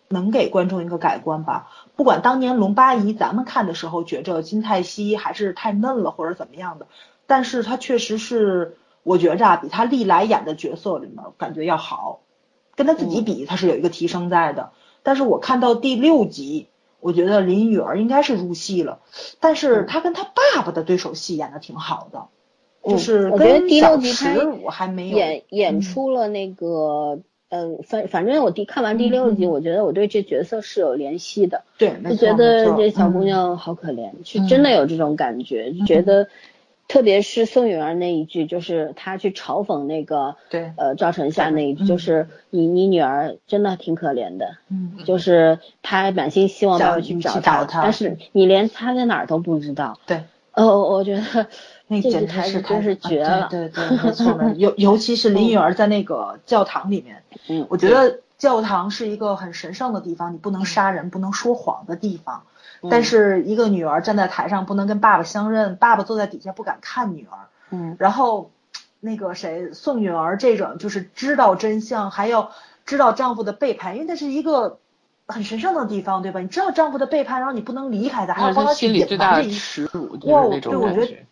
[SPEAKER 2] 能给观众一个改观吧。不管当年龙八一咱们看的时候觉着金泰熙还是太嫩了或者怎么样的，但是他确实是我觉着啊，比他历来演的角色里面感觉要好，跟他自
[SPEAKER 1] 嗯
[SPEAKER 2] 己比他是有一个提升在的。但是我看到第六集，我觉得林允儿应该是入戏了，但是他跟他爸爸的对手戏演的挺好的，就
[SPEAKER 1] 嗯
[SPEAKER 2] 是
[SPEAKER 1] 我觉得
[SPEAKER 2] 跟
[SPEAKER 1] 第
[SPEAKER 2] 小
[SPEAKER 1] 六集她
[SPEAKER 2] 池我还没有
[SPEAKER 1] 演
[SPEAKER 2] 嗯
[SPEAKER 1] 演出了那个，嗯，反反正我第看完第
[SPEAKER 2] 嗯
[SPEAKER 1] 六集，
[SPEAKER 2] 嗯
[SPEAKER 1] 我觉得我对这角色是有联系的。
[SPEAKER 2] 对，
[SPEAKER 1] 就
[SPEAKER 2] 没错
[SPEAKER 1] 觉
[SPEAKER 2] 没
[SPEAKER 1] 得
[SPEAKER 2] 错
[SPEAKER 1] 这小姑
[SPEAKER 2] 嗯
[SPEAKER 1] 娘好可怜，是
[SPEAKER 3] 嗯
[SPEAKER 1] 真的有这种感觉，就觉得特别是宋允儿那一句，就是她去嘲讽那个
[SPEAKER 2] 对，
[SPEAKER 1] 呃赵晨夏那一句，
[SPEAKER 2] 嗯
[SPEAKER 1] 就是你你女儿真的挺可怜的，
[SPEAKER 2] 嗯
[SPEAKER 1] 就是她满心希望
[SPEAKER 2] 想
[SPEAKER 1] 爸爸去
[SPEAKER 2] 去
[SPEAKER 1] 找
[SPEAKER 2] 找
[SPEAKER 1] 她，
[SPEAKER 2] 她
[SPEAKER 1] 但是你连她在哪儿都不知道。
[SPEAKER 2] 对，
[SPEAKER 1] 哦，我觉得
[SPEAKER 2] 那
[SPEAKER 1] 这句
[SPEAKER 2] 简直
[SPEAKER 1] 台
[SPEAKER 2] 是
[SPEAKER 1] 词
[SPEAKER 2] 太
[SPEAKER 1] 真是绝了
[SPEAKER 2] 啊。对对对，没错没错，尤尤其是林允儿在那个教堂里面，
[SPEAKER 1] 嗯，
[SPEAKER 2] 我觉得教堂是一个很神圣的地方，你不能杀人，不能说谎的地方。但是一个女儿站在台上不能跟爸爸相认，爸爸坐在底下不敢看女儿，
[SPEAKER 1] 嗯
[SPEAKER 2] 然后那个谁宋允儿这种就是知道真相，还要知道丈夫的背叛，因为那是一个。很神圣的地方，对吧？你知道丈夫的背叛，然后你不能离开他，还
[SPEAKER 3] 那
[SPEAKER 2] 要
[SPEAKER 3] 是
[SPEAKER 2] 帮
[SPEAKER 3] 他
[SPEAKER 2] 他去
[SPEAKER 3] 心里最
[SPEAKER 2] 隐
[SPEAKER 3] 大
[SPEAKER 2] 瞒
[SPEAKER 3] 的
[SPEAKER 2] 这一
[SPEAKER 3] 耻辱，就
[SPEAKER 2] 哇
[SPEAKER 3] 是
[SPEAKER 2] 我
[SPEAKER 3] 那
[SPEAKER 2] 对
[SPEAKER 3] 种
[SPEAKER 2] 我
[SPEAKER 3] 感
[SPEAKER 2] 觉得
[SPEAKER 3] 觉。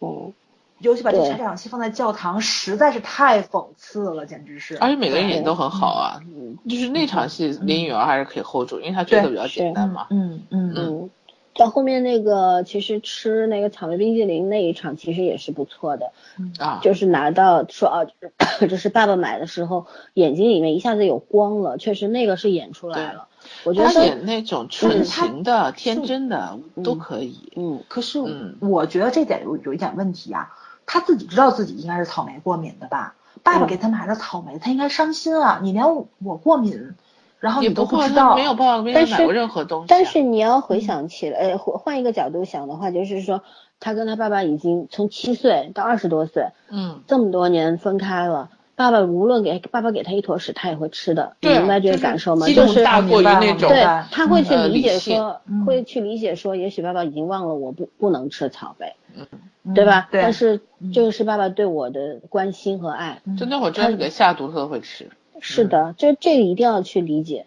[SPEAKER 1] 嗯，
[SPEAKER 2] 尤其把这
[SPEAKER 1] 对
[SPEAKER 2] 场场戏放在教堂，实在是太讽刺了，简直是。
[SPEAKER 3] 而且每个人演都很好啊，
[SPEAKER 2] 嗯
[SPEAKER 3] 就是那场戏林允儿还是可以 hold 住，因为她角色比较简单嘛。
[SPEAKER 2] 嗯嗯嗯
[SPEAKER 1] 嗯，到后面那个其实吃那个草莓冰激凌那一场其实也是不错的，
[SPEAKER 3] 啊，
[SPEAKER 1] 就是拿到说哦，这是 这是爸爸买的时候，眼睛里面一下子有光了，确实那个是演出来了。我觉
[SPEAKER 3] 她
[SPEAKER 1] 得，
[SPEAKER 3] 演那种纯情的、天真的都可以。
[SPEAKER 1] 嗯，
[SPEAKER 2] 可是
[SPEAKER 3] 嗯
[SPEAKER 2] 我觉得这点有有一点问题啊，他自己知道自己应该是草莓过敏的吧？爸
[SPEAKER 1] 嗯
[SPEAKER 2] 爸给他买的草莓，他应该伤心啊！你连我过敏，然后
[SPEAKER 3] 也
[SPEAKER 2] 你都
[SPEAKER 3] 不会，
[SPEAKER 2] 知
[SPEAKER 3] 她
[SPEAKER 2] 道，
[SPEAKER 3] 没有办法给
[SPEAKER 1] 但
[SPEAKER 3] 你
[SPEAKER 1] 是
[SPEAKER 3] 买过任何东西啊。
[SPEAKER 1] 但是你要回想起来，呃，换换一个角度想的话，就是说他跟他爸爸已经从七岁到二十多岁
[SPEAKER 3] 嗯，
[SPEAKER 1] 这么多年分开了。爸爸无论给爸爸给他一坨屎，他也会吃的，你
[SPEAKER 3] 对啊
[SPEAKER 1] 明白这个
[SPEAKER 3] 就是
[SPEAKER 1] 感受吗？
[SPEAKER 3] 激
[SPEAKER 1] 就
[SPEAKER 3] 动
[SPEAKER 1] 是
[SPEAKER 3] 大过于那种
[SPEAKER 1] 对
[SPEAKER 2] 吧，
[SPEAKER 1] 他会去
[SPEAKER 3] 呃
[SPEAKER 1] 理
[SPEAKER 3] 理
[SPEAKER 1] 解
[SPEAKER 3] 性
[SPEAKER 1] 说，
[SPEAKER 2] 嗯
[SPEAKER 1] 会去理解说，也许爸爸已经忘了我不不能吃草莓，
[SPEAKER 2] 嗯
[SPEAKER 1] 对吧？
[SPEAKER 2] 对，
[SPEAKER 1] 但是
[SPEAKER 2] 嗯
[SPEAKER 1] 这个是爸爸对我的关心和爱。
[SPEAKER 2] 嗯
[SPEAKER 3] 就那会儿真是给下毒特会吃。
[SPEAKER 1] 是的，这这个一定要去理解，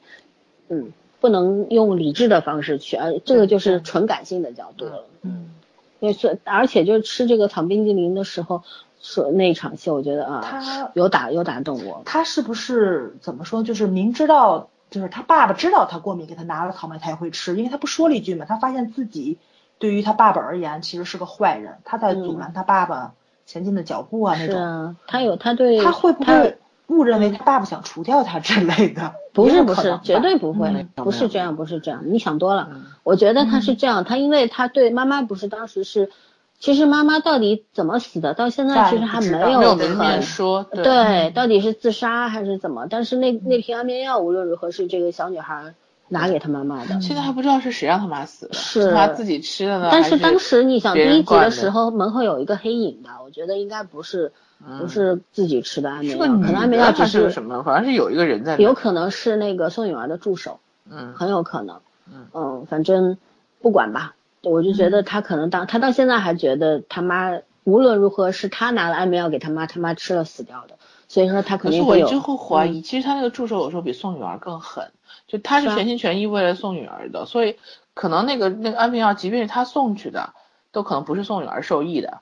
[SPEAKER 1] 嗯，不能用理智的方式去，而这个就是纯感性的角度了。
[SPEAKER 2] 嗯，
[SPEAKER 1] 因为所而且就是吃这个糖冰激凌的时候，说那场戏，我觉
[SPEAKER 3] 嗯
[SPEAKER 1] 得啊，
[SPEAKER 2] 他
[SPEAKER 1] 有打有打动我。
[SPEAKER 2] 他是不是怎么说？就是明知道，就是他爸爸知道他过敏，给他拿了草莓，他也会吃，因为他不说了一句嘛。他发现自己对于他爸爸而言其实是个坏人，他在阻
[SPEAKER 1] 嗯
[SPEAKER 2] 拦他爸爸前进的脚步啊那
[SPEAKER 1] 是
[SPEAKER 2] 种。
[SPEAKER 1] 啊，他有他对
[SPEAKER 2] 他会不
[SPEAKER 1] 他
[SPEAKER 2] 会误认为他爸爸想除掉他之类的？
[SPEAKER 1] 不
[SPEAKER 2] 也
[SPEAKER 1] 是
[SPEAKER 2] 有
[SPEAKER 1] 不
[SPEAKER 2] 可能
[SPEAKER 1] 是
[SPEAKER 2] 吧，
[SPEAKER 1] 绝对不会，
[SPEAKER 2] 嗯
[SPEAKER 1] 不是这样，不是这样，你想多了。
[SPEAKER 3] 嗯
[SPEAKER 1] 我觉得他是这样，他因为他对妈妈不是当时是，其实妈妈到底怎么死的，到现在其实还没
[SPEAKER 2] 没
[SPEAKER 3] 没
[SPEAKER 1] 有
[SPEAKER 3] 有
[SPEAKER 2] 对
[SPEAKER 3] 明
[SPEAKER 1] 很
[SPEAKER 3] 面说，对，嗯
[SPEAKER 1] 对，到底是自杀还是怎么？但是那那瓶安眠药无论如何是这个小女孩拿给他妈妈的。
[SPEAKER 3] 现在还不知道是谁让他妈死的，
[SPEAKER 1] 是
[SPEAKER 3] 他自己吃的呢？
[SPEAKER 1] 但
[SPEAKER 3] 是
[SPEAKER 1] 当时你想
[SPEAKER 3] 别
[SPEAKER 1] 第
[SPEAKER 3] 人
[SPEAKER 1] 一集
[SPEAKER 3] 灌
[SPEAKER 1] 的
[SPEAKER 3] 的
[SPEAKER 1] 时，候，门口有一个黑影吧，我觉得应该不是不是自己吃的安眠
[SPEAKER 3] 是
[SPEAKER 1] 药，
[SPEAKER 3] 嗯个
[SPEAKER 1] 可
[SPEAKER 3] 女
[SPEAKER 1] 能安眠
[SPEAKER 3] 的
[SPEAKER 1] 药
[SPEAKER 3] 还
[SPEAKER 1] 只
[SPEAKER 3] 是个什么，反正是有一个人在那。
[SPEAKER 1] 有可能是那个宋允儿的助手，
[SPEAKER 3] 嗯
[SPEAKER 1] 很有可能。
[SPEAKER 3] 嗯
[SPEAKER 1] 反正不管吧，我就觉得他可能当他到现在还觉得他妈无论如何是他拿了安眠药给他妈，他妈吃了死掉的，所以说他
[SPEAKER 3] 可
[SPEAKER 1] 肯
[SPEAKER 3] 是
[SPEAKER 1] 定
[SPEAKER 3] 我
[SPEAKER 1] 会
[SPEAKER 3] 一
[SPEAKER 1] 有
[SPEAKER 3] 直会怀疑，其实他那个助手有时候比宋雨儿更狠，就他
[SPEAKER 1] 是
[SPEAKER 3] 是
[SPEAKER 1] 啊
[SPEAKER 3] 全心全意为了宋雨儿的，所以可能那个那个安眠药，即便是他送去的，都可能不是宋雨儿受益的。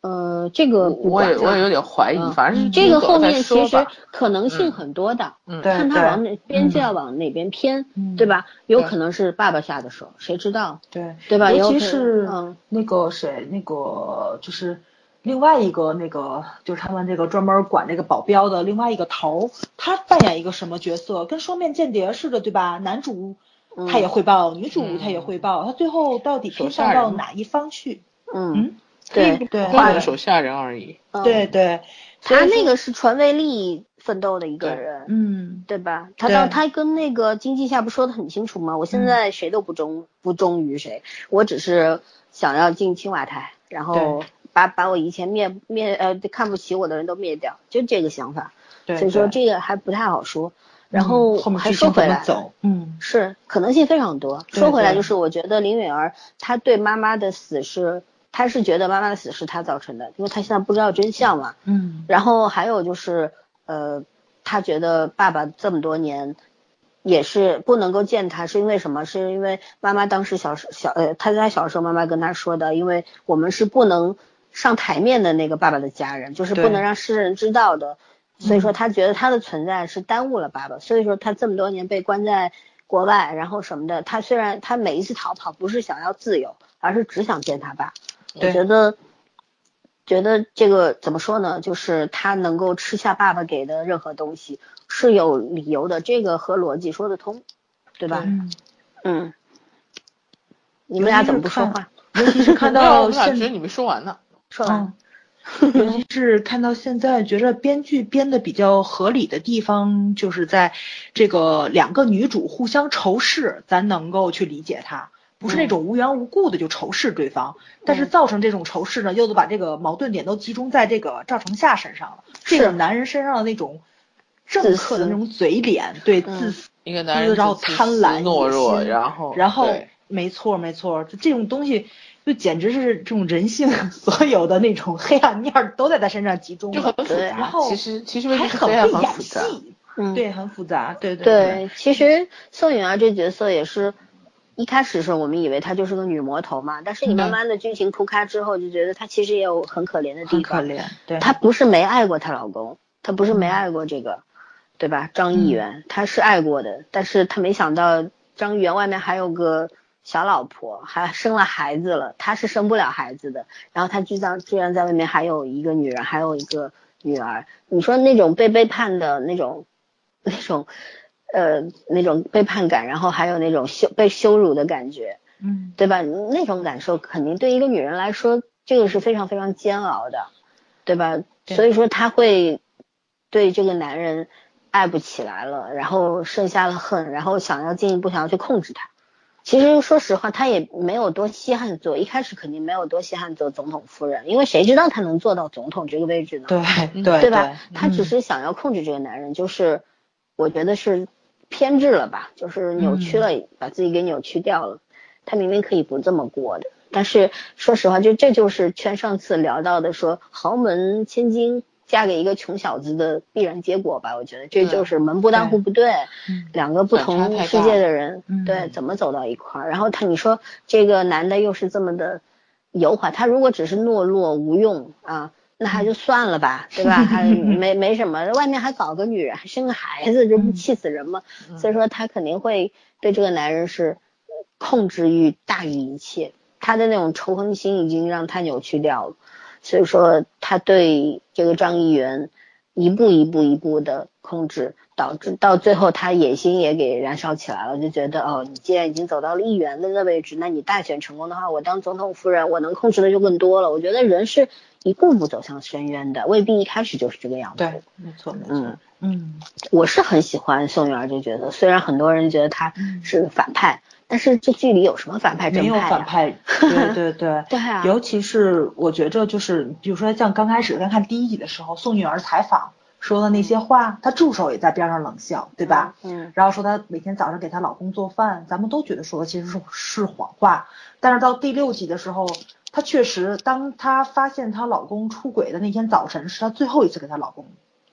[SPEAKER 1] 呃这个不
[SPEAKER 3] 我
[SPEAKER 1] 管
[SPEAKER 3] 也我也有点怀疑
[SPEAKER 1] 嗯，
[SPEAKER 3] 反正是
[SPEAKER 1] 这个后面
[SPEAKER 3] 再
[SPEAKER 1] 其
[SPEAKER 3] 说
[SPEAKER 1] 实
[SPEAKER 3] 吧
[SPEAKER 1] 可能性
[SPEAKER 3] 嗯
[SPEAKER 1] 很多的，
[SPEAKER 3] 嗯
[SPEAKER 2] 对
[SPEAKER 1] 看他往哪边就要往哪边偏，对吧？有
[SPEAKER 2] 对
[SPEAKER 1] 可能是爸爸下的手，谁知道，
[SPEAKER 2] 对
[SPEAKER 1] 对吧？
[SPEAKER 2] 尤
[SPEAKER 1] 有
[SPEAKER 2] 其
[SPEAKER 1] 可能
[SPEAKER 2] 是
[SPEAKER 1] 嗯，
[SPEAKER 2] 那个谁，那个就是另外一个那个，就是他们这个专门管这个保镖的另外一个头儿，他扮演一个什么角色？跟双面间谍似的，对吧？男主
[SPEAKER 1] 嗯
[SPEAKER 2] 他也汇报，女主他也
[SPEAKER 3] 嗯
[SPEAKER 2] 汇报，他最后到底
[SPEAKER 3] 手
[SPEAKER 2] 偏
[SPEAKER 3] 下
[SPEAKER 2] 向到
[SPEAKER 3] 人
[SPEAKER 2] 哪一方去？
[SPEAKER 1] 嗯
[SPEAKER 2] 嗯，
[SPEAKER 1] 对
[SPEAKER 2] 对
[SPEAKER 3] 换了手下人而已。
[SPEAKER 1] 嗯
[SPEAKER 2] 对对，所
[SPEAKER 1] 他
[SPEAKER 2] 以
[SPEAKER 1] 那
[SPEAKER 2] 说
[SPEAKER 1] 个是传为利益奋斗的一个
[SPEAKER 3] 对
[SPEAKER 1] 人，
[SPEAKER 2] 嗯，
[SPEAKER 1] 对吧？他到
[SPEAKER 2] 对
[SPEAKER 1] 他跟那个经济下不说的很清楚吗？我现
[SPEAKER 2] 嗯
[SPEAKER 1] 在谁都不忠不忠于谁，我只是想要进青瓦台，然后
[SPEAKER 2] 对
[SPEAKER 1] 把把我以前灭灭呃看不起我的人都灭掉，就这个想法。
[SPEAKER 2] 对，
[SPEAKER 1] 所以说
[SPEAKER 2] 对
[SPEAKER 1] 这个还不太好说。然
[SPEAKER 2] 嗯
[SPEAKER 1] 后
[SPEAKER 2] 后面
[SPEAKER 1] 还
[SPEAKER 2] 剧
[SPEAKER 1] 说
[SPEAKER 2] 情怎
[SPEAKER 1] 回
[SPEAKER 2] 么
[SPEAKER 1] 来，
[SPEAKER 2] 走，嗯，
[SPEAKER 1] 是可能性非常多。
[SPEAKER 2] 对
[SPEAKER 1] 说回来，
[SPEAKER 2] 对
[SPEAKER 1] 就是我觉得林允儿她对妈妈的死是，她是觉得妈妈的死是她造成的，因为她现在不知道真相嘛。
[SPEAKER 2] 嗯，
[SPEAKER 1] 然后还有就是，呃，她觉得爸爸这么多年也是不能够见她，是因为什么？是因为妈妈当时小时小呃，她在小时候妈妈跟她说的，因为我们是不能上台面的那个爸爸的家人，就是不
[SPEAKER 2] 对
[SPEAKER 1] 能让世人知道的。所以说
[SPEAKER 2] 嗯
[SPEAKER 1] 他觉得他的存在是耽误了爸爸，所以说他这么多年被关在国外，然后什么的，他虽然他每一次逃跑不是想要自由，而是只想见他爸。我
[SPEAKER 2] 对
[SPEAKER 1] 觉得，觉得这个怎么说呢？就是他能够吃下爸爸给的任何东西是有理由的，这个和逻辑说得通，对吧？
[SPEAKER 2] 嗯
[SPEAKER 1] 嗯。你们俩怎么不说
[SPEAKER 2] 尤
[SPEAKER 1] 话？
[SPEAKER 2] 其是尤其是看
[SPEAKER 3] 没有，
[SPEAKER 2] 到
[SPEAKER 3] 我俩
[SPEAKER 2] 现
[SPEAKER 3] 觉得你没说完呢。
[SPEAKER 1] 说完。
[SPEAKER 2] 嗯，尤其是看到现在，觉得编剧编的比较合理的地方，就是在这个两个女主互相仇视，咱能够去理解她，不是
[SPEAKER 1] 嗯
[SPEAKER 2] 那种无缘无故的就仇视对方，但是造成这种仇视呢，又把这个矛盾点都集中在这个赵成夏身上了，这
[SPEAKER 1] 是
[SPEAKER 2] 种男人身上的那种政客的那种嘴脸，对
[SPEAKER 1] 嗯
[SPEAKER 2] 自私，
[SPEAKER 3] 一个男人
[SPEAKER 2] 然后
[SPEAKER 3] 自私
[SPEAKER 2] 贪婪
[SPEAKER 3] 懦弱，
[SPEAKER 2] 野心
[SPEAKER 3] 然
[SPEAKER 1] 哦
[SPEAKER 3] 后
[SPEAKER 2] 然后
[SPEAKER 3] 对
[SPEAKER 2] 没错没错，就这种东西。就简直是这种人性 所有的那种黑暗面儿都在他身上集中了，
[SPEAKER 3] 就很复杂。
[SPEAKER 1] 对
[SPEAKER 2] 然后
[SPEAKER 3] 啊其实其实
[SPEAKER 2] 还
[SPEAKER 3] 问题
[SPEAKER 2] 很
[SPEAKER 3] 非常
[SPEAKER 2] 会
[SPEAKER 3] 很
[SPEAKER 2] 演
[SPEAKER 3] 复杂。
[SPEAKER 2] 戏，
[SPEAKER 1] 嗯，
[SPEAKER 2] 对，很复杂，对对对
[SPEAKER 1] 对，其实宋允儿这角色也是一开始的时候，我们以为她就是个女魔头嘛，但是你
[SPEAKER 3] 嗯
[SPEAKER 1] 慢慢的剧情铺开之后，就觉得她其实也有很可怜的地
[SPEAKER 2] 很可
[SPEAKER 1] 方。
[SPEAKER 2] 怜，对，
[SPEAKER 1] 她不是没爱过她老公，她不是没爱过这个，对吧？张议员，她是爱过的，但是她没想到张议员外面还有个小老婆，还生了孩子了，她是生不了孩子的。然后她居然居然在外面还有一个女人，还有一个女儿。你说那种被背叛的那种，那种，呃，那种背叛感，然后还有那种羞被羞辱的感觉，
[SPEAKER 2] 嗯，
[SPEAKER 1] 对吧？那种感受肯定对一个女人来说，这个是非常非常煎熬的，对吧？
[SPEAKER 2] 对
[SPEAKER 1] 所以说她会对这个男人爱不起来了，然后剩下了恨，然后想要进一步想要去控制他。其实说实话，她也没有多稀罕做，一开始肯定没有多稀罕做总统夫人，因为谁知道她能做到总统这个位置呢？
[SPEAKER 2] 对
[SPEAKER 3] 嗯
[SPEAKER 2] 对
[SPEAKER 1] 对吧？她
[SPEAKER 2] 嗯
[SPEAKER 1] 只是想要控制这个男人，就是我觉得是偏执了吧，就是扭曲了，把自己给扭曲掉了。她明明可以不这么过的，但是说实话，就这就是圈上次聊到的说豪门千金嫁给一个穷小子的必然结果吧。我觉得这
[SPEAKER 3] 对
[SPEAKER 1] 就是门不当户不对，
[SPEAKER 2] 嗯
[SPEAKER 1] 两个不
[SPEAKER 3] 反差
[SPEAKER 1] 同
[SPEAKER 3] 太
[SPEAKER 1] 世
[SPEAKER 3] 大
[SPEAKER 1] 界
[SPEAKER 3] 了
[SPEAKER 1] 的人，
[SPEAKER 2] 嗯
[SPEAKER 1] 对，怎么走到一块儿？然后他你说这个男的又是这么的油滑，他如果只是懦弱无用啊，那还就算了 吧，对吧？还没没什么，外面还搞个女人，还生个孩子，这不
[SPEAKER 2] 嗯
[SPEAKER 1] 气死人吗？
[SPEAKER 3] 嗯
[SPEAKER 1] 所以说他肯定会对这个男人是控制欲大于一切，他的那种仇恨心已经让他扭曲掉了。所以说他对这个张议员一步一步一步的控制，导致到最后他野心也给燃烧起来了，就觉得哦，你既然已经走到了议员的那位置，那你大选成功的话，我当总统夫人，我能控制的就更多了。我觉得人是一步步走向深渊的，未必一开始就是这个样子。
[SPEAKER 2] 对，没错没错，
[SPEAKER 1] 嗯，
[SPEAKER 2] 嗯
[SPEAKER 1] 我是很喜欢宋元儿这角色，虽然很多人觉得他是个反派，但是这剧里有什么反派正
[SPEAKER 2] 嗯没有
[SPEAKER 1] 派、啊？
[SPEAKER 2] 反。派，对 对对。
[SPEAKER 1] 对啊，
[SPEAKER 2] 尤其是我觉着就是，比如说像刚开始咱看第一集的时候，宋韵儿采访说的那些话，她助手也在边上冷笑，对吧？
[SPEAKER 1] 嗯？
[SPEAKER 2] 然后说她每天早上给她老公做饭，咱们都觉得说的其实是是谎话，但是到第六集的时候，她确实，当她发现她老公出轨的那天早晨，是她最后一次给她老公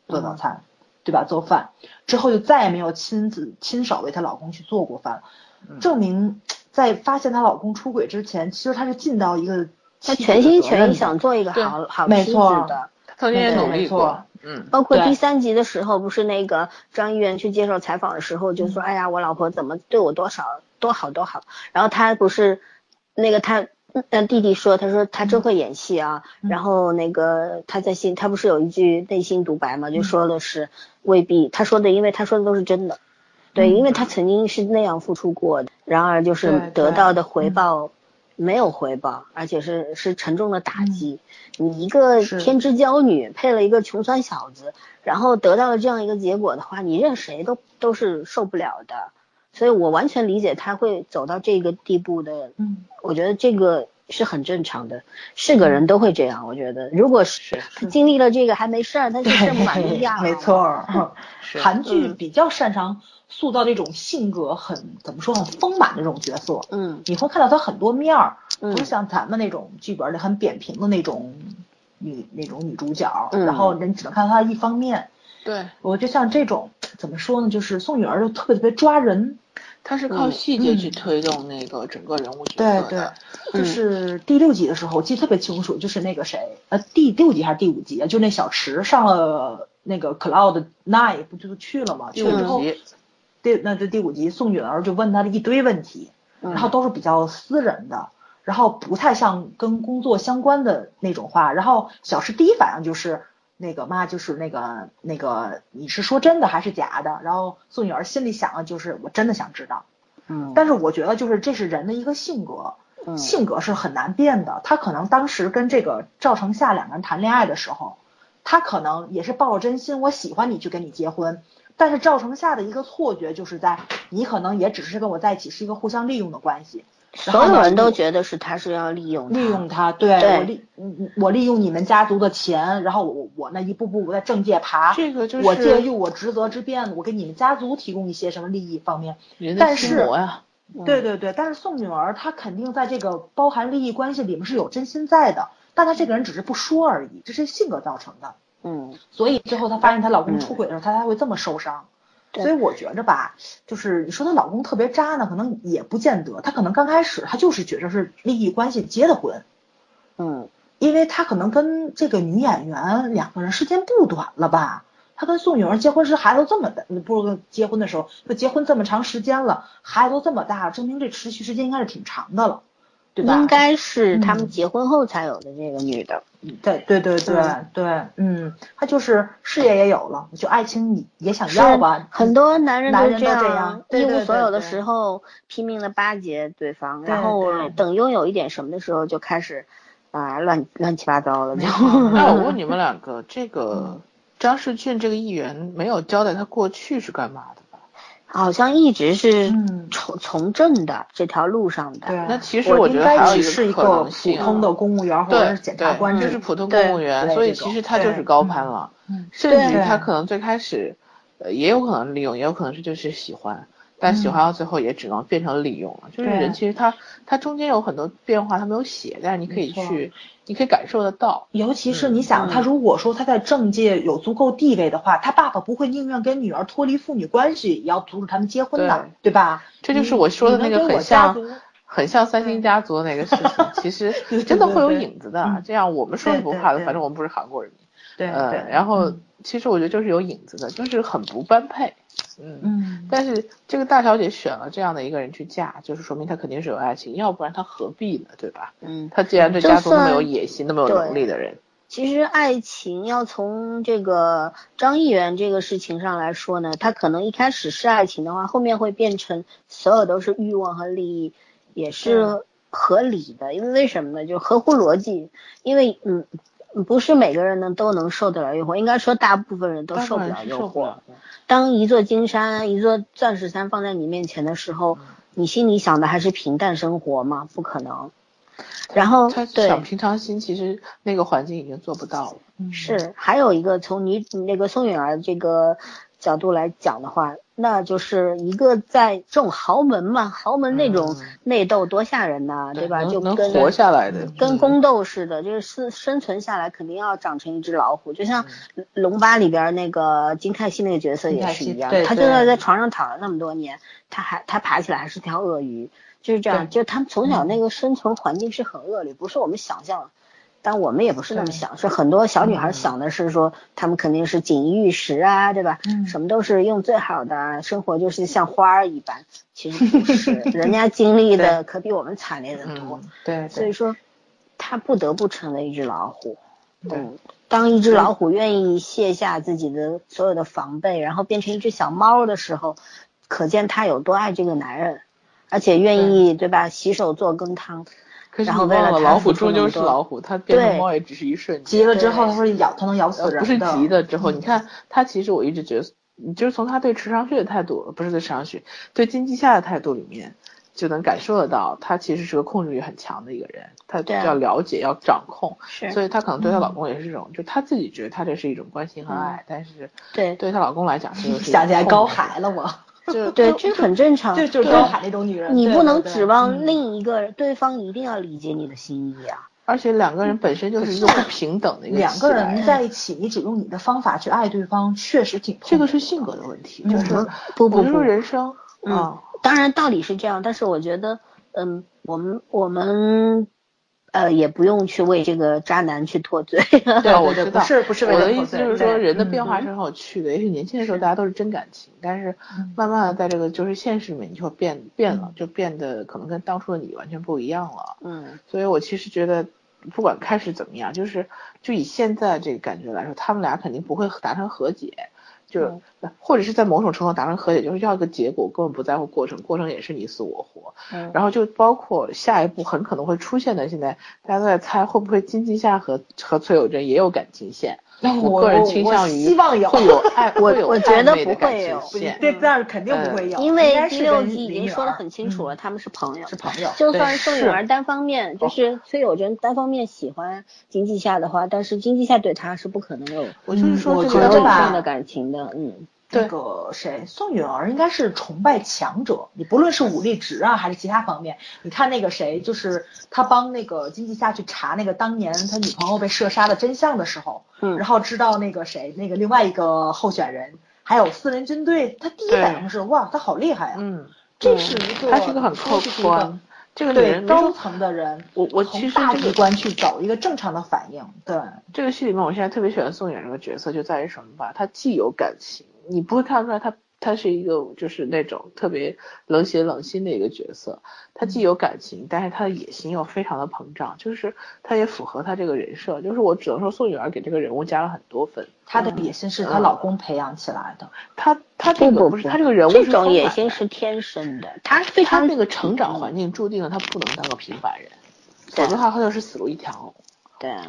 [SPEAKER 2] 做
[SPEAKER 1] 嗯
[SPEAKER 2] 早餐，对吧？做饭之后就再也没有亲自亲手为她老公去做过饭了，
[SPEAKER 3] 嗯
[SPEAKER 2] 证明在发现她老公出轨之前，其实她是尽到一个
[SPEAKER 1] 他
[SPEAKER 2] 妻子
[SPEAKER 1] 全
[SPEAKER 2] 的
[SPEAKER 1] 心
[SPEAKER 2] 责
[SPEAKER 1] 全
[SPEAKER 2] 任
[SPEAKER 1] 意
[SPEAKER 2] 的
[SPEAKER 1] 想做一个
[SPEAKER 3] 对
[SPEAKER 1] 好好
[SPEAKER 2] 没
[SPEAKER 1] 妻子
[SPEAKER 2] 错
[SPEAKER 1] 的。
[SPEAKER 3] 他曾经也
[SPEAKER 2] 对
[SPEAKER 3] 努
[SPEAKER 2] 没
[SPEAKER 3] 力
[SPEAKER 2] 错
[SPEAKER 3] 过，嗯，
[SPEAKER 1] 包括
[SPEAKER 2] 对
[SPEAKER 1] 第三集的时候，不是那个张一元去接受采访的时候，就说：“
[SPEAKER 2] 嗯
[SPEAKER 1] 哎呀，我老婆怎么对我多少多好多好。”然后他不是那个他嗯弟弟说，他说他真会演戏啊。
[SPEAKER 2] 嗯
[SPEAKER 1] 然后那个他在心他不是有一句内心独
[SPEAKER 2] 嗯
[SPEAKER 1] 白嘛，就说的是未必他说的，因为他说的都是真的。对，
[SPEAKER 2] 嗯
[SPEAKER 1] 因为他曾经是那样付出过的，然而就是
[SPEAKER 2] 对
[SPEAKER 1] 得
[SPEAKER 2] 对
[SPEAKER 1] 到的回
[SPEAKER 2] 嗯
[SPEAKER 1] 报没有回报，而且是是沉重的
[SPEAKER 2] 嗯
[SPEAKER 1] 打击。你一个
[SPEAKER 2] 是
[SPEAKER 1] 天之娇女配了一个穷酸小子，然后得到了这样一个结果的话，你任谁都都是受不了的。所以我完全理解他会走到这个地步的，
[SPEAKER 2] 嗯。
[SPEAKER 1] 我觉得这个是很正常的，是个人都会这样。我觉得，如果是他经历了这个还没事儿，他就
[SPEAKER 2] 对，
[SPEAKER 1] 正满意 呀。
[SPEAKER 2] 没错儿，
[SPEAKER 3] 是
[SPEAKER 2] 韩剧
[SPEAKER 1] 嗯
[SPEAKER 2] 比较擅长塑造这种性格很怎么说很丰满的这种角色，
[SPEAKER 1] 嗯，
[SPEAKER 2] 你会看到他很多面儿，
[SPEAKER 1] 嗯
[SPEAKER 2] 不是像咱们那种剧本里很扁平的那种女那种女主角，
[SPEAKER 1] 嗯
[SPEAKER 2] 然后人只能看到她的一方面。
[SPEAKER 3] 对，
[SPEAKER 2] 我就像这种怎么说呢，就是宋女儿就特别特别抓人，
[SPEAKER 3] 他是靠
[SPEAKER 1] 嗯
[SPEAKER 3] 细节
[SPEAKER 2] 嗯
[SPEAKER 3] 去推动那个整个人物角
[SPEAKER 2] 对
[SPEAKER 3] 色
[SPEAKER 2] 对
[SPEAKER 3] 的，，
[SPEAKER 1] 嗯
[SPEAKER 2] 就是第六集的时候，我记得特别清楚，就是那个谁，呃，第六集还是第五集啊？就那小池上了那个 Cloud Nine，不就去了吗？
[SPEAKER 3] 第
[SPEAKER 2] 去了之
[SPEAKER 3] 五
[SPEAKER 2] 后，
[SPEAKER 3] 集，
[SPEAKER 2] 第那就第五集，宋允儿就问他了一堆问题，然
[SPEAKER 3] 嗯
[SPEAKER 2] 后都是比较私人的，然后不太像跟工作相关的那种话。然后小池第一反应就是那个妈，就是那个那个你是说真的还是假的？然后宋允儿心里想的就是我真的想知道，
[SPEAKER 1] 嗯，
[SPEAKER 2] 但是我觉得就是这是人的一个性格，
[SPEAKER 1] 嗯
[SPEAKER 2] 性格是很难变的。他可能当时跟这个赵成夏两个人谈恋爱的时候，他可能也是抱着真心，我喜欢你去跟你结婚。但是赵成夏的一个错觉就是在你可能也只是跟我在一起是一个互相利用的关系，
[SPEAKER 1] 所
[SPEAKER 2] 然后
[SPEAKER 1] 有
[SPEAKER 2] 呢
[SPEAKER 1] 人都
[SPEAKER 2] 我
[SPEAKER 1] 觉得是他是要利用他
[SPEAKER 2] 利用他，对
[SPEAKER 1] 对
[SPEAKER 2] 我利嗯我利用你们家族的钱，然后我我那一步步我在政界爬，
[SPEAKER 3] 这个就
[SPEAKER 2] 我借
[SPEAKER 3] 是
[SPEAKER 2] 用我职责之便，我给你们家族提供一些什么利益方面，
[SPEAKER 3] 人
[SPEAKER 2] 但
[SPEAKER 3] 的心
[SPEAKER 2] 是
[SPEAKER 3] 魔呀，
[SPEAKER 1] 嗯
[SPEAKER 2] 对对对，但是宋女儿她肯定在这个包含利益关系里面是有真心在的，但她这个人只是不说而已，这是性格造成的。
[SPEAKER 1] 嗯，
[SPEAKER 2] 所以最后她发现她老
[SPEAKER 1] 嗯
[SPEAKER 2] 公出轨的时候，她才会这么受伤。
[SPEAKER 1] 对
[SPEAKER 2] 所以我觉着吧，就是你说她老公特别渣呢，可能也不见得，她可能刚开始她就是觉着是利益关系结的婚，
[SPEAKER 1] 嗯
[SPEAKER 2] 因为她可能跟这个女演员两个人时间不短了吧。她跟宋女儿结婚时孩子都这么大，不是结婚的时候就结婚这么长时间了，孩子都这么大，证明这持续时间应该是挺长的了，对吧？
[SPEAKER 1] 应该是他们
[SPEAKER 2] 嗯
[SPEAKER 1] 结婚后才有的这个女的。
[SPEAKER 2] 对对对对
[SPEAKER 1] 嗯
[SPEAKER 2] 对，嗯，她就是事业也有了，就爱情也也想要吧，
[SPEAKER 1] 很多男人
[SPEAKER 2] 男
[SPEAKER 1] 都
[SPEAKER 2] 人
[SPEAKER 1] 这
[SPEAKER 2] 都这
[SPEAKER 1] 样
[SPEAKER 2] 样，对
[SPEAKER 1] 一
[SPEAKER 2] 对
[SPEAKER 1] 无所有的
[SPEAKER 2] 对对
[SPEAKER 1] 时候拼命的巴结对方，
[SPEAKER 2] 对
[SPEAKER 1] 然后
[SPEAKER 2] 对
[SPEAKER 1] 等拥有一点什么的时候就开始啊、乱乱七八糟了，就
[SPEAKER 3] 那我问你们两个，这个张世俊这个议员没有交代他过去是干嘛的吧？
[SPEAKER 1] 好像一直是
[SPEAKER 2] 嗯
[SPEAKER 1] 从、从政的这条路上的。
[SPEAKER 2] 对。
[SPEAKER 3] 那其实
[SPEAKER 2] 我
[SPEAKER 3] 我觉得
[SPEAKER 2] 应
[SPEAKER 3] 还
[SPEAKER 2] 该
[SPEAKER 3] 有
[SPEAKER 2] 只
[SPEAKER 3] 个
[SPEAKER 2] 是一
[SPEAKER 3] 可
[SPEAKER 2] 个
[SPEAKER 3] 能
[SPEAKER 2] 普
[SPEAKER 3] 性啊，
[SPEAKER 2] 通的公务员或者
[SPEAKER 3] 对
[SPEAKER 2] 是检察官
[SPEAKER 3] 就
[SPEAKER 2] 之
[SPEAKER 3] 是普通
[SPEAKER 1] 对
[SPEAKER 3] 公务员，
[SPEAKER 2] 对
[SPEAKER 3] 所以
[SPEAKER 2] 这种
[SPEAKER 3] 其实他就
[SPEAKER 2] 对
[SPEAKER 3] 是高攀了，
[SPEAKER 2] 嗯
[SPEAKER 3] 甚至
[SPEAKER 2] 对
[SPEAKER 3] 他可能最开始，呃，也有可能利用，也有可能是就是喜欢。但喜欢到最后也只能变成利用了，就是
[SPEAKER 2] 嗯对
[SPEAKER 3] 人其实他他中间有很多变化，他没有写，但是你可以
[SPEAKER 2] 没错
[SPEAKER 3] 去，你可以感受得到。
[SPEAKER 2] 尤其是
[SPEAKER 3] 嗯
[SPEAKER 2] 你想，他如果说他在政界有足够地位的话，他爸爸不会宁愿跟女儿脱离父女关系，也要阻止他们结婚的，对吧？
[SPEAKER 3] 这就是我说的
[SPEAKER 2] 你
[SPEAKER 3] 那个
[SPEAKER 2] 能跟
[SPEAKER 3] 很
[SPEAKER 2] 我家
[SPEAKER 3] 像
[SPEAKER 2] 族，
[SPEAKER 3] 很像三
[SPEAKER 1] 嗯
[SPEAKER 3] 星家族的那个事情，其实
[SPEAKER 2] 对对
[SPEAKER 3] 真的会有
[SPEAKER 2] 对对
[SPEAKER 3] 影子的
[SPEAKER 2] 嗯。
[SPEAKER 3] 这样我们说是不怕的，
[SPEAKER 2] 对对对
[SPEAKER 3] 反正我们不是韩国人。
[SPEAKER 2] 对
[SPEAKER 3] 呃，
[SPEAKER 2] 对，
[SPEAKER 3] 然后
[SPEAKER 2] 嗯
[SPEAKER 3] 其实我觉得就是有影子的，就是很不般配。嗯，
[SPEAKER 2] 嗯，
[SPEAKER 3] 但是这个大小姐选了这样的一个人去嫁，就是说明她肯定是有爱情，要不然她何必呢？对吧？
[SPEAKER 1] 嗯，
[SPEAKER 3] 她既然对
[SPEAKER 1] 就
[SPEAKER 3] 家族那么
[SPEAKER 1] 算
[SPEAKER 3] 有野心、那么有
[SPEAKER 1] 对
[SPEAKER 3] 能力的人，
[SPEAKER 1] 其实爱情要从这个张议员这个事情上来说呢，他可能一开始是爱情的话，后面会变成所有都是欲望和利益，也是合理的。因为为什么呢？就合乎逻辑。因为嗯，不是每个人能都能受得了诱惑，应该说大部分人都受不
[SPEAKER 3] 当
[SPEAKER 1] 了
[SPEAKER 3] 然是
[SPEAKER 1] 诱
[SPEAKER 3] 受不
[SPEAKER 1] 惑
[SPEAKER 3] 了。的。
[SPEAKER 1] 当一座金山、一座钻石山放在你面前的时候，
[SPEAKER 3] 嗯
[SPEAKER 1] 你心里想的还是平淡生活吗？不可能。然后
[SPEAKER 3] 他
[SPEAKER 1] 对
[SPEAKER 3] 想平常心，其实那个环境已经做不到了。
[SPEAKER 2] 嗯
[SPEAKER 1] 是，还有一个从女那个宋允儿这个角度来讲的话，那就是一个在这种豪门嘛，豪门那种
[SPEAKER 3] 嗯
[SPEAKER 1] 内斗多吓人呐、对吧？
[SPEAKER 3] 能
[SPEAKER 1] 就
[SPEAKER 3] 能
[SPEAKER 1] 跟
[SPEAKER 3] 活下来的，
[SPEAKER 1] 跟
[SPEAKER 3] 嗯
[SPEAKER 1] 宫斗似的，就是生生存下来肯定要长成一只老虎，就像《龙八》里边那个金泰熙那个角色
[SPEAKER 2] 嗯金
[SPEAKER 1] 也
[SPEAKER 2] 泰
[SPEAKER 1] 是
[SPEAKER 2] 熙
[SPEAKER 1] 一样
[SPEAKER 2] 对，
[SPEAKER 1] 他就
[SPEAKER 2] 对
[SPEAKER 1] 算在床上躺了那么多年，他还他爬起来还是条鳄鱼，就是这样。
[SPEAKER 2] 对嗯
[SPEAKER 1] 就他们从小那个生存环境是很恶劣，不是我们想象的，但我们也不是那么
[SPEAKER 2] 对
[SPEAKER 1] 想，是很多小女孩
[SPEAKER 3] 嗯
[SPEAKER 1] 想的是说，她们肯定是锦衣玉食啊，对吧？
[SPEAKER 2] 嗯
[SPEAKER 1] 什么都是用最好的啊，生活就是像花儿一般。其实不 是，人家经历的可比我们惨烈的多。
[SPEAKER 3] 嗯，对
[SPEAKER 1] 所以
[SPEAKER 3] 对，
[SPEAKER 1] 说，他不得不成为一只老虎。
[SPEAKER 3] 对
[SPEAKER 1] 嗯，当一只老虎愿意卸下自己的所有的防备，然后变成一只小猫的时候，可见他有多爱这个男人，而且愿意对吧？洗手做羹汤，
[SPEAKER 3] 可是
[SPEAKER 1] 然
[SPEAKER 3] 你
[SPEAKER 1] 后
[SPEAKER 3] 忘
[SPEAKER 1] 为了他
[SPEAKER 3] 了，老
[SPEAKER 1] 付
[SPEAKER 3] 虎
[SPEAKER 1] 出
[SPEAKER 3] 终
[SPEAKER 1] 那么
[SPEAKER 3] 究是
[SPEAKER 1] 多
[SPEAKER 3] 老虎，它变
[SPEAKER 1] 对
[SPEAKER 3] 成猫也只是一瞬间。
[SPEAKER 2] 急了之后，它会咬，它能咬死
[SPEAKER 3] 呃，
[SPEAKER 2] 人
[SPEAKER 3] 不是
[SPEAKER 2] 的
[SPEAKER 3] 急，的之后，你看他其实我一直觉得，你就是从他对池昌旭的态度，不是对池昌旭，对金基夏的态度里面，就能感受得到，他其实是个控制欲很强的一个人，他
[SPEAKER 1] 对啊
[SPEAKER 3] 要了解，要掌控，所
[SPEAKER 1] 是
[SPEAKER 3] 以她可能对她老公也是这种，就她自己觉得她这是一种关心和爱，但是
[SPEAKER 1] 对
[SPEAKER 3] 对她老公来讲，这就是一种
[SPEAKER 2] 想起来高
[SPEAKER 3] 控制，
[SPEAKER 2] 海了我，
[SPEAKER 3] 就
[SPEAKER 1] 对，
[SPEAKER 3] 嗯就
[SPEAKER 1] 这很正常。
[SPEAKER 2] 这就是
[SPEAKER 1] 对
[SPEAKER 2] 高海那种女人，
[SPEAKER 1] 你
[SPEAKER 2] 对
[SPEAKER 1] 不能
[SPEAKER 2] 对对
[SPEAKER 1] 指望
[SPEAKER 2] 嗯
[SPEAKER 1] 另一个人，对方一定要理解你的心意啊。
[SPEAKER 3] 而且两个人本身就是一个不平等的一个
[SPEAKER 2] 两个
[SPEAKER 3] 期待
[SPEAKER 2] 人在一起，你只用你的方法去爱对方，确实挺痛
[SPEAKER 3] 这个
[SPEAKER 2] 苦
[SPEAKER 3] 是性格的问题，
[SPEAKER 2] 嗯
[SPEAKER 3] 就是
[SPEAKER 1] 不不
[SPEAKER 3] 我就
[SPEAKER 1] 不
[SPEAKER 3] 说，人生
[SPEAKER 1] 嗯
[SPEAKER 3] 啊，
[SPEAKER 1] 当然道理是这样，但是我觉得，嗯，我们我们呃也不用去为这个渣男去脱罪。
[SPEAKER 3] 对
[SPEAKER 2] 对
[SPEAKER 3] 我
[SPEAKER 2] 对
[SPEAKER 3] 知
[SPEAKER 2] 不
[SPEAKER 3] 道
[SPEAKER 2] 是不是为
[SPEAKER 3] 我
[SPEAKER 2] 了
[SPEAKER 3] 的
[SPEAKER 2] 口
[SPEAKER 3] 意思
[SPEAKER 2] 碑
[SPEAKER 3] 就是
[SPEAKER 2] 对
[SPEAKER 3] 说，人的
[SPEAKER 2] 嗯
[SPEAKER 3] 变化是很有趣的。也许年轻的时候
[SPEAKER 1] 是
[SPEAKER 3] 大家都是真感情，但是
[SPEAKER 2] 嗯
[SPEAKER 3] 慢慢的在这个就是现实里面，你就会变变了，就变得可能跟当初的你完全不一样了。
[SPEAKER 1] 嗯，
[SPEAKER 3] 所以我其实觉得，不管开始怎么样，就是就以现在这个感觉来说，他们俩肯定不会达成和解，就是、或者是在某种程度达成和解，就是要一个结果，根本不在乎过程，过程也是你死我活。
[SPEAKER 1] 嗯
[SPEAKER 3] 然后就包括下一步很可能会出现的，现在大家都在猜会不会金基夏和和崔有贞也有感情线。
[SPEAKER 2] 我
[SPEAKER 3] 个人
[SPEAKER 2] 我
[SPEAKER 3] 倾
[SPEAKER 2] 我
[SPEAKER 3] 向于
[SPEAKER 2] 希望有
[SPEAKER 3] 会有嗯爱，
[SPEAKER 1] 我
[SPEAKER 3] 会有
[SPEAKER 1] 我觉得
[SPEAKER 3] 暧昧的
[SPEAKER 1] 不会
[SPEAKER 3] 感情
[SPEAKER 1] 有
[SPEAKER 2] 不
[SPEAKER 3] 线
[SPEAKER 2] 这但是肯定不
[SPEAKER 3] 呃
[SPEAKER 2] 会有，
[SPEAKER 1] 因
[SPEAKER 2] 应该
[SPEAKER 1] 为
[SPEAKER 2] 是
[SPEAKER 1] 第六
[SPEAKER 2] 跟
[SPEAKER 1] 集已
[SPEAKER 2] 林
[SPEAKER 1] 经
[SPEAKER 2] 允
[SPEAKER 1] 说的
[SPEAKER 2] 儿嗯
[SPEAKER 1] 很清楚了，他们是朋友
[SPEAKER 2] 是。朋友，
[SPEAKER 1] 就算宋
[SPEAKER 3] 啊嗯是
[SPEAKER 1] 允儿单方面，就是崔有贞单方面喜欢金继夏的话，但是金继夏对她是不可能有
[SPEAKER 3] 我就是
[SPEAKER 2] 嗯
[SPEAKER 3] 说
[SPEAKER 2] 我
[SPEAKER 3] 这
[SPEAKER 2] 觉
[SPEAKER 1] 朋友
[SPEAKER 3] 个
[SPEAKER 2] 得
[SPEAKER 1] 以
[SPEAKER 2] 吧
[SPEAKER 1] 上的感情的，嗯，
[SPEAKER 2] 那个谁，宋允儿应该是崇拜强者，你不论是武力值啊，还是其他方面，你看那个谁，就是他帮那个金继夏去查那个当年他女朋友被射杀的真相的时候，
[SPEAKER 1] 嗯
[SPEAKER 2] 然后知道那个谁，那个另外一个候选人，还有四人军队，他第一
[SPEAKER 3] 对
[SPEAKER 2] 反应是哇，他好厉害啊，
[SPEAKER 3] 嗯，
[SPEAKER 2] 这是一个，
[SPEAKER 3] 他是个很
[SPEAKER 2] 这
[SPEAKER 3] 客
[SPEAKER 2] 是一个
[SPEAKER 3] 观，这个女
[SPEAKER 2] 对
[SPEAKER 3] 人
[SPEAKER 2] 高层的人，
[SPEAKER 3] 我我
[SPEAKER 2] 从
[SPEAKER 3] 其实
[SPEAKER 2] 大
[SPEAKER 3] 这
[SPEAKER 2] 局
[SPEAKER 3] 个
[SPEAKER 2] 观去走一个正常的反应，对，
[SPEAKER 3] 这个戏里面，我现在特别喜欢宋远这个角色，就在于什么吧？他既有感情，你不会看出来他他是一个就是那种特别冷血冷心的一个角色。他既有感情，但是他的野心又非常的膨胀，就是他也符合他这个人设。就是我只能说宋雨儿给这个人物加了很多分。
[SPEAKER 2] 她的野心是她
[SPEAKER 3] 嗯
[SPEAKER 2] 老公培养起来的，
[SPEAKER 3] 他他这
[SPEAKER 1] 不
[SPEAKER 3] 个
[SPEAKER 1] 不
[SPEAKER 3] 不是
[SPEAKER 1] 不
[SPEAKER 3] 他这个人物
[SPEAKER 1] 这
[SPEAKER 3] 是
[SPEAKER 1] 种
[SPEAKER 3] 丰
[SPEAKER 1] 野
[SPEAKER 3] 满
[SPEAKER 1] 心
[SPEAKER 3] 的
[SPEAKER 1] 是天生的，他非
[SPEAKER 3] 他
[SPEAKER 1] 常
[SPEAKER 3] 那个成长环境注定了他不能当个平凡人，否
[SPEAKER 1] 对
[SPEAKER 3] 则的话他就是死路一条。
[SPEAKER 1] 对啊，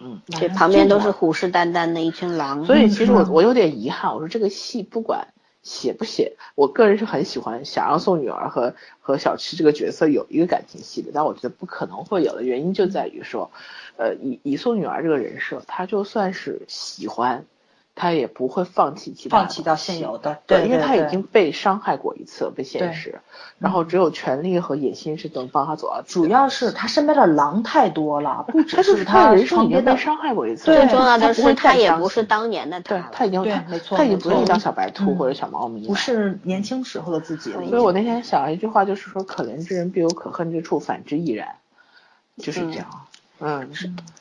[SPEAKER 3] 嗯，
[SPEAKER 1] 这旁边都是虎视眈眈的一群狼，
[SPEAKER 3] 所以其实我
[SPEAKER 2] 嗯
[SPEAKER 3] 我有点遗憾，我说这个戏不管写不写，我个人是很喜欢想让宋女儿和和小七这个角色有一个感情戏的，但我觉得不可能会有的原因就在于说，呃，以以宋女儿这个人设，她就算是喜欢，她也不会放弃其他
[SPEAKER 2] 放弃掉现
[SPEAKER 3] 的东西。
[SPEAKER 2] 有的，
[SPEAKER 3] 因为
[SPEAKER 2] 对
[SPEAKER 3] 她
[SPEAKER 2] 对嗯
[SPEAKER 3] 已经被伤害过一次，被现实，然后只有权力和野心是能帮她走到自己
[SPEAKER 2] 主
[SPEAKER 3] 的
[SPEAKER 2] 要是她身边的狼太 多了，不只
[SPEAKER 3] 她就是她
[SPEAKER 2] 她
[SPEAKER 3] 人生
[SPEAKER 2] 身
[SPEAKER 3] 已
[SPEAKER 2] 边
[SPEAKER 3] 经
[SPEAKER 2] 的
[SPEAKER 3] 被伤害过一次
[SPEAKER 2] 对
[SPEAKER 3] 了，
[SPEAKER 1] 最重要
[SPEAKER 3] 她
[SPEAKER 1] 的
[SPEAKER 3] 不
[SPEAKER 1] 是
[SPEAKER 3] 会
[SPEAKER 1] 他
[SPEAKER 3] 再
[SPEAKER 1] 也
[SPEAKER 3] 伤
[SPEAKER 1] 不是
[SPEAKER 3] 心
[SPEAKER 1] 当年的他
[SPEAKER 3] 对
[SPEAKER 1] 了，
[SPEAKER 3] 他已经
[SPEAKER 2] 对
[SPEAKER 3] 他
[SPEAKER 2] 没错
[SPEAKER 3] 他已经
[SPEAKER 2] 没
[SPEAKER 3] 不是
[SPEAKER 2] 错
[SPEAKER 3] 一张小白兔
[SPEAKER 2] 嗯
[SPEAKER 3] 或者小猫咪了，
[SPEAKER 2] 不是年轻时候的自己了，已
[SPEAKER 3] 所以我
[SPEAKER 2] 经
[SPEAKER 3] 那天想了一句话，就是说“可怜之人必有可恨之处，反之亦然”，就是这样。嗯，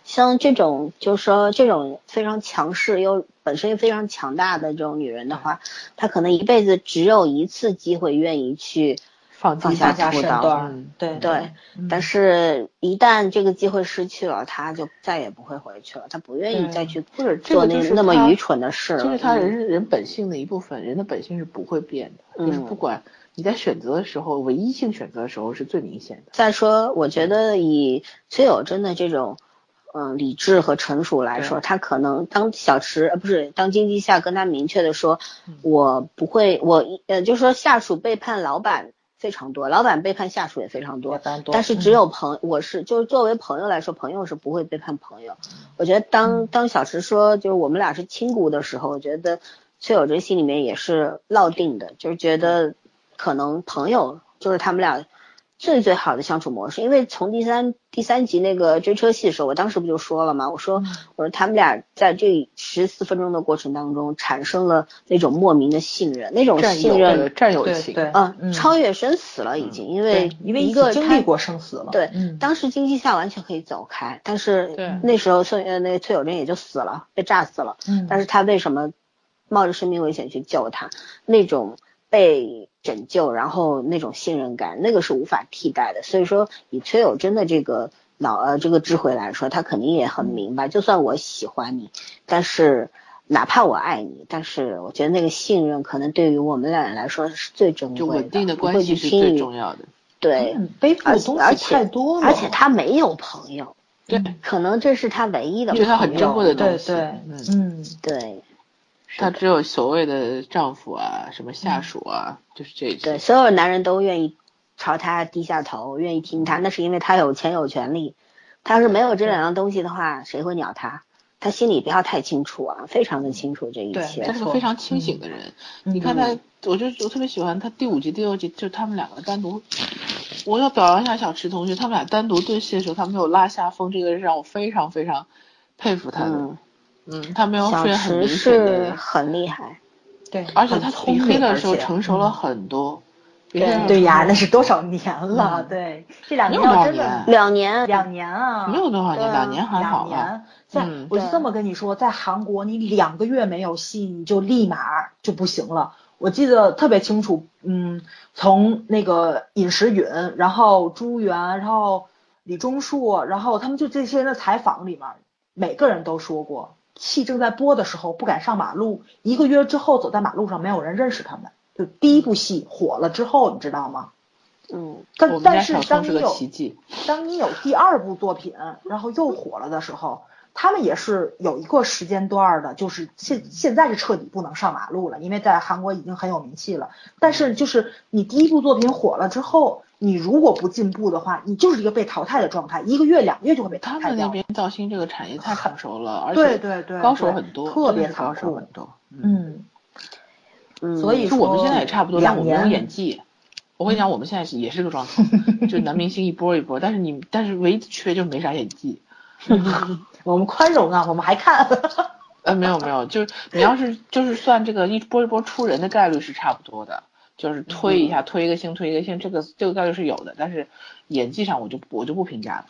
[SPEAKER 1] 像这种就是说这种非常强势又本身又非常强大的这种女人的话，她可能一辈子只有一次机会愿意去，
[SPEAKER 3] 放
[SPEAKER 1] 放
[SPEAKER 3] 低
[SPEAKER 1] 下
[SPEAKER 2] 放
[SPEAKER 3] 下
[SPEAKER 2] 下
[SPEAKER 1] 屠
[SPEAKER 2] 身
[SPEAKER 1] 刀
[SPEAKER 2] 段
[SPEAKER 3] 嗯，
[SPEAKER 2] 对
[SPEAKER 1] 对，
[SPEAKER 2] 嗯
[SPEAKER 1] 但是一旦这个机会失去了，她就再也不会回去了，她不愿意
[SPEAKER 2] 对
[SPEAKER 1] 再去
[SPEAKER 3] 或者这
[SPEAKER 1] 做
[SPEAKER 3] 个
[SPEAKER 1] 那
[SPEAKER 3] 就是
[SPEAKER 1] 那么
[SPEAKER 3] 他
[SPEAKER 1] 愚蠢的事了。
[SPEAKER 3] 就是他
[SPEAKER 1] 嗯
[SPEAKER 3] 人人本性的一部分，人的本性是不会变的，就是
[SPEAKER 1] 嗯
[SPEAKER 3] 不管你在选择的时候，唯一性选择的时候是最明显的。
[SPEAKER 1] 再说，我觉得以崔友贞的这种嗯、呃理智和成熟来说，
[SPEAKER 3] 对
[SPEAKER 1] 他可能当小池呃不是当经济下跟他明确的说
[SPEAKER 2] 嗯，
[SPEAKER 1] 我不会我呃就是说下属背叛老板非常多，老板背叛下属也非常多，但
[SPEAKER 2] 嗯
[SPEAKER 1] 是只有朋，我是就是作为朋友来说，朋友是不会背叛朋友。我觉得
[SPEAKER 2] 嗯
[SPEAKER 1] 当当小池说就是我们俩是亲姑的时候，我觉得崔友哲心里面也是落定的，就是觉得可能朋友就是他们俩最最好的相处模式。因为从第三第三集那个追车戏的时候，我当时不就说了嘛，我
[SPEAKER 2] 嗯
[SPEAKER 1] 说我说他们俩在这十四分钟的过程当中产生了那种莫名的信任，那种
[SPEAKER 3] 占
[SPEAKER 1] 信
[SPEAKER 3] 有
[SPEAKER 1] 任
[SPEAKER 3] 的。占有
[SPEAKER 2] 对
[SPEAKER 3] 情，
[SPEAKER 2] 对
[SPEAKER 1] 啊，
[SPEAKER 2] 嗯
[SPEAKER 1] 超越生死了已经，因为
[SPEAKER 2] 对因为
[SPEAKER 1] 一
[SPEAKER 2] 已
[SPEAKER 1] 个
[SPEAKER 2] 经
[SPEAKER 1] 他
[SPEAKER 2] 历过生死了，
[SPEAKER 1] 对
[SPEAKER 2] 嗯，
[SPEAKER 1] 当时经济下完全可以走开，但
[SPEAKER 3] 对
[SPEAKER 1] 是那时候孙呃那崔友贞也就死了，被炸死了。
[SPEAKER 2] 嗯
[SPEAKER 1] 但是他为什么冒着生命危险去救他？那种被拯救，然后那种信任感，那个是无法替代的。所以说，以崔友贞的这个脑呃这个智慧来说，他肯定也很明
[SPEAKER 3] 嗯
[SPEAKER 1] 白，就算我喜欢你，但是。哪怕我爱你，但是我觉得那个信任可能对于我们俩来说是最珍
[SPEAKER 3] 就
[SPEAKER 1] 贵
[SPEAKER 3] 稳
[SPEAKER 1] 的，
[SPEAKER 3] 定的
[SPEAKER 1] 不
[SPEAKER 3] 关
[SPEAKER 1] 会去
[SPEAKER 3] 系是
[SPEAKER 1] 轻
[SPEAKER 3] 最
[SPEAKER 1] 易
[SPEAKER 3] 重要的。
[SPEAKER 1] 对，
[SPEAKER 2] 嗯背负
[SPEAKER 1] 而且而
[SPEAKER 2] 的东西
[SPEAKER 1] 且
[SPEAKER 2] 太多了，嗯
[SPEAKER 1] 而且他没有朋友，
[SPEAKER 3] 对，
[SPEAKER 1] 可能这是他唯一的朋
[SPEAKER 3] 因为
[SPEAKER 1] 友。
[SPEAKER 3] 他很珍贵的东
[SPEAKER 2] 对
[SPEAKER 3] 西，
[SPEAKER 2] 对，
[SPEAKER 3] 嗯，
[SPEAKER 2] 嗯，
[SPEAKER 1] 对
[SPEAKER 3] 他只有所谓的丈夫啊，什么下属啊，就是这
[SPEAKER 1] 对，
[SPEAKER 3] 些，
[SPEAKER 1] 所有男人都愿意朝他低下头，愿意听他，那是因为他有钱有权利。他要是没有这两样东西的话，谁会鸟他？他心里不要太清楚啊，非常的清楚这一
[SPEAKER 2] 对
[SPEAKER 1] 切
[SPEAKER 3] 他是
[SPEAKER 2] 没。
[SPEAKER 3] 个
[SPEAKER 2] 错嗯
[SPEAKER 3] 非常清醒的人。你看他，我就我特别喜欢他第五集、第六集，就他们两个单独。我要表扬一下小池同学，他们俩单独对戏的时候，他没有拉下风，这个是让我非常非常佩服他的。
[SPEAKER 1] 嗯，
[SPEAKER 3] 嗯，他没有出
[SPEAKER 1] 小
[SPEAKER 3] 现很
[SPEAKER 1] 池
[SPEAKER 3] 明显
[SPEAKER 1] 是
[SPEAKER 3] 的，
[SPEAKER 1] 很厉害，
[SPEAKER 2] 对，
[SPEAKER 3] 而且
[SPEAKER 2] 很
[SPEAKER 3] 他
[SPEAKER 2] 聪
[SPEAKER 3] 比黑
[SPEAKER 2] 明
[SPEAKER 3] 的
[SPEAKER 2] 而
[SPEAKER 3] 时候
[SPEAKER 2] 且嗯
[SPEAKER 3] 成熟了很多。比
[SPEAKER 1] 对
[SPEAKER 3] 黑的时候
[SPEAKER 2] 对呀，
[SPEAKER 3] 成
[SPEAKER 2] 那是多少年了？
[SPEAKER 3] 嗯
[SPEAKER 2] 对，这两
[SPEAKER 3] 没
[SPEAKER 2] 年
[SPEAKER 3] 有多少
[SPEAKER 2] 要真
[SPEAKER 3] 年
[SPEAKER 2] 的
[SPEAKER 1] 两年，
[SPEAKER 2] 两年啊，
[SPEAKER 3] 没有多少
[SPEAKER 1] 对
[SPEAKER 3] 年，
[SPEAKER 1] 啊
[SPEAKER 3] 两年还好
[SPEAKER 2] 两
[SPEAKER 3] 吧。
[SPEAKER 2] 年。在
[SPEAKER 3] 嗯
[SPEAKER 2] 我就
[SPEAKER 1] 对
[SPEAKER 2] 这么跟你说，在韩国你两个月没有戏，你就立马就不行了。我记得特别清楚，嗯，从那个尹时允，然后朱元，然后李钟硕，然后他们就这些人的采访里面，每个人都说过，戏正在播的时候不敢上马路，一个月之后走在马路上没有人认识他们。就第一部戏火了之后，你知道吗？
[SPEAKER 1] 嗯，
[SPEAKER 3] 我
[SPEAKER 2] 但
[SPEAKER 3] 们家
[SPEAKER 2] 但是
[SPEAKER 3] 小松
[SPEAKER 2] 当你
[SPEAKER 3] 是个
[SPEAKER 2] 有
[SPEAKER 3] 奇迹。
[SPEAKER 2] 当你有第二部作品，然后又火了的时候，他们也是有一个时间段儿的，就是现现在是彻底不能上马路了，因为在韩国已经很有名气了。但是就是你第一部作品火了之后，你如果不进步的话，你就是一个被淘汰的状态，一个月、两个月就会被
[SPEAKER 3] 他
[SPEAKER 2] 淘汰
[SPEAKER 3] 们
[SPEAKER 2] 掉
[SPEAKER 3] 那。边造星这个产业太成熟了，而
[SPEAKER 2] 对
[SPEAKER 3] 且
[SPEAKER 2] 对对，
[SPEAKER 3] 高手
[SPEAKER 2] 对
[SPEAKER 3] 很多，
[SPEAKER 2] 特
[SPEAKER 3] 真的
[SPEAKER 2] 别
[SPEAKER 3] 是
[SPEAKER 2] 残
[SPEAKER 3] 高手
[SPEAKER 2] 酷
[SPEAKER 3] 很。多。嗯，
[SPEAKER 2] 嗯，
[SPEAKER 1] 嗯
[SPEAKER 2] 所以
[SPEAKER 3] 就我们现在也
[SPEAKER 2] 说
[SPEAKER 3] 差不多，但
[SPEAKER 2] 两
[SPEAKER 3] 我们有
[SPEAKER 2] 年
[SPEAKER 3] 演技。我跟你讲，我们现在是也是个状况，就男明星一波一波，但是你但是唯一的区别就是没啥演技。
[SPEAKER 2] 嗯我们宽容啊，我们还看。
[SPEAKER 3] 呃，没有没有，就是你要是就是算这个一波一波出人的概率是差不多的，就是推一下推一个星推一个星，这个这个概率是有的，但是演技上我就不我就不评价了。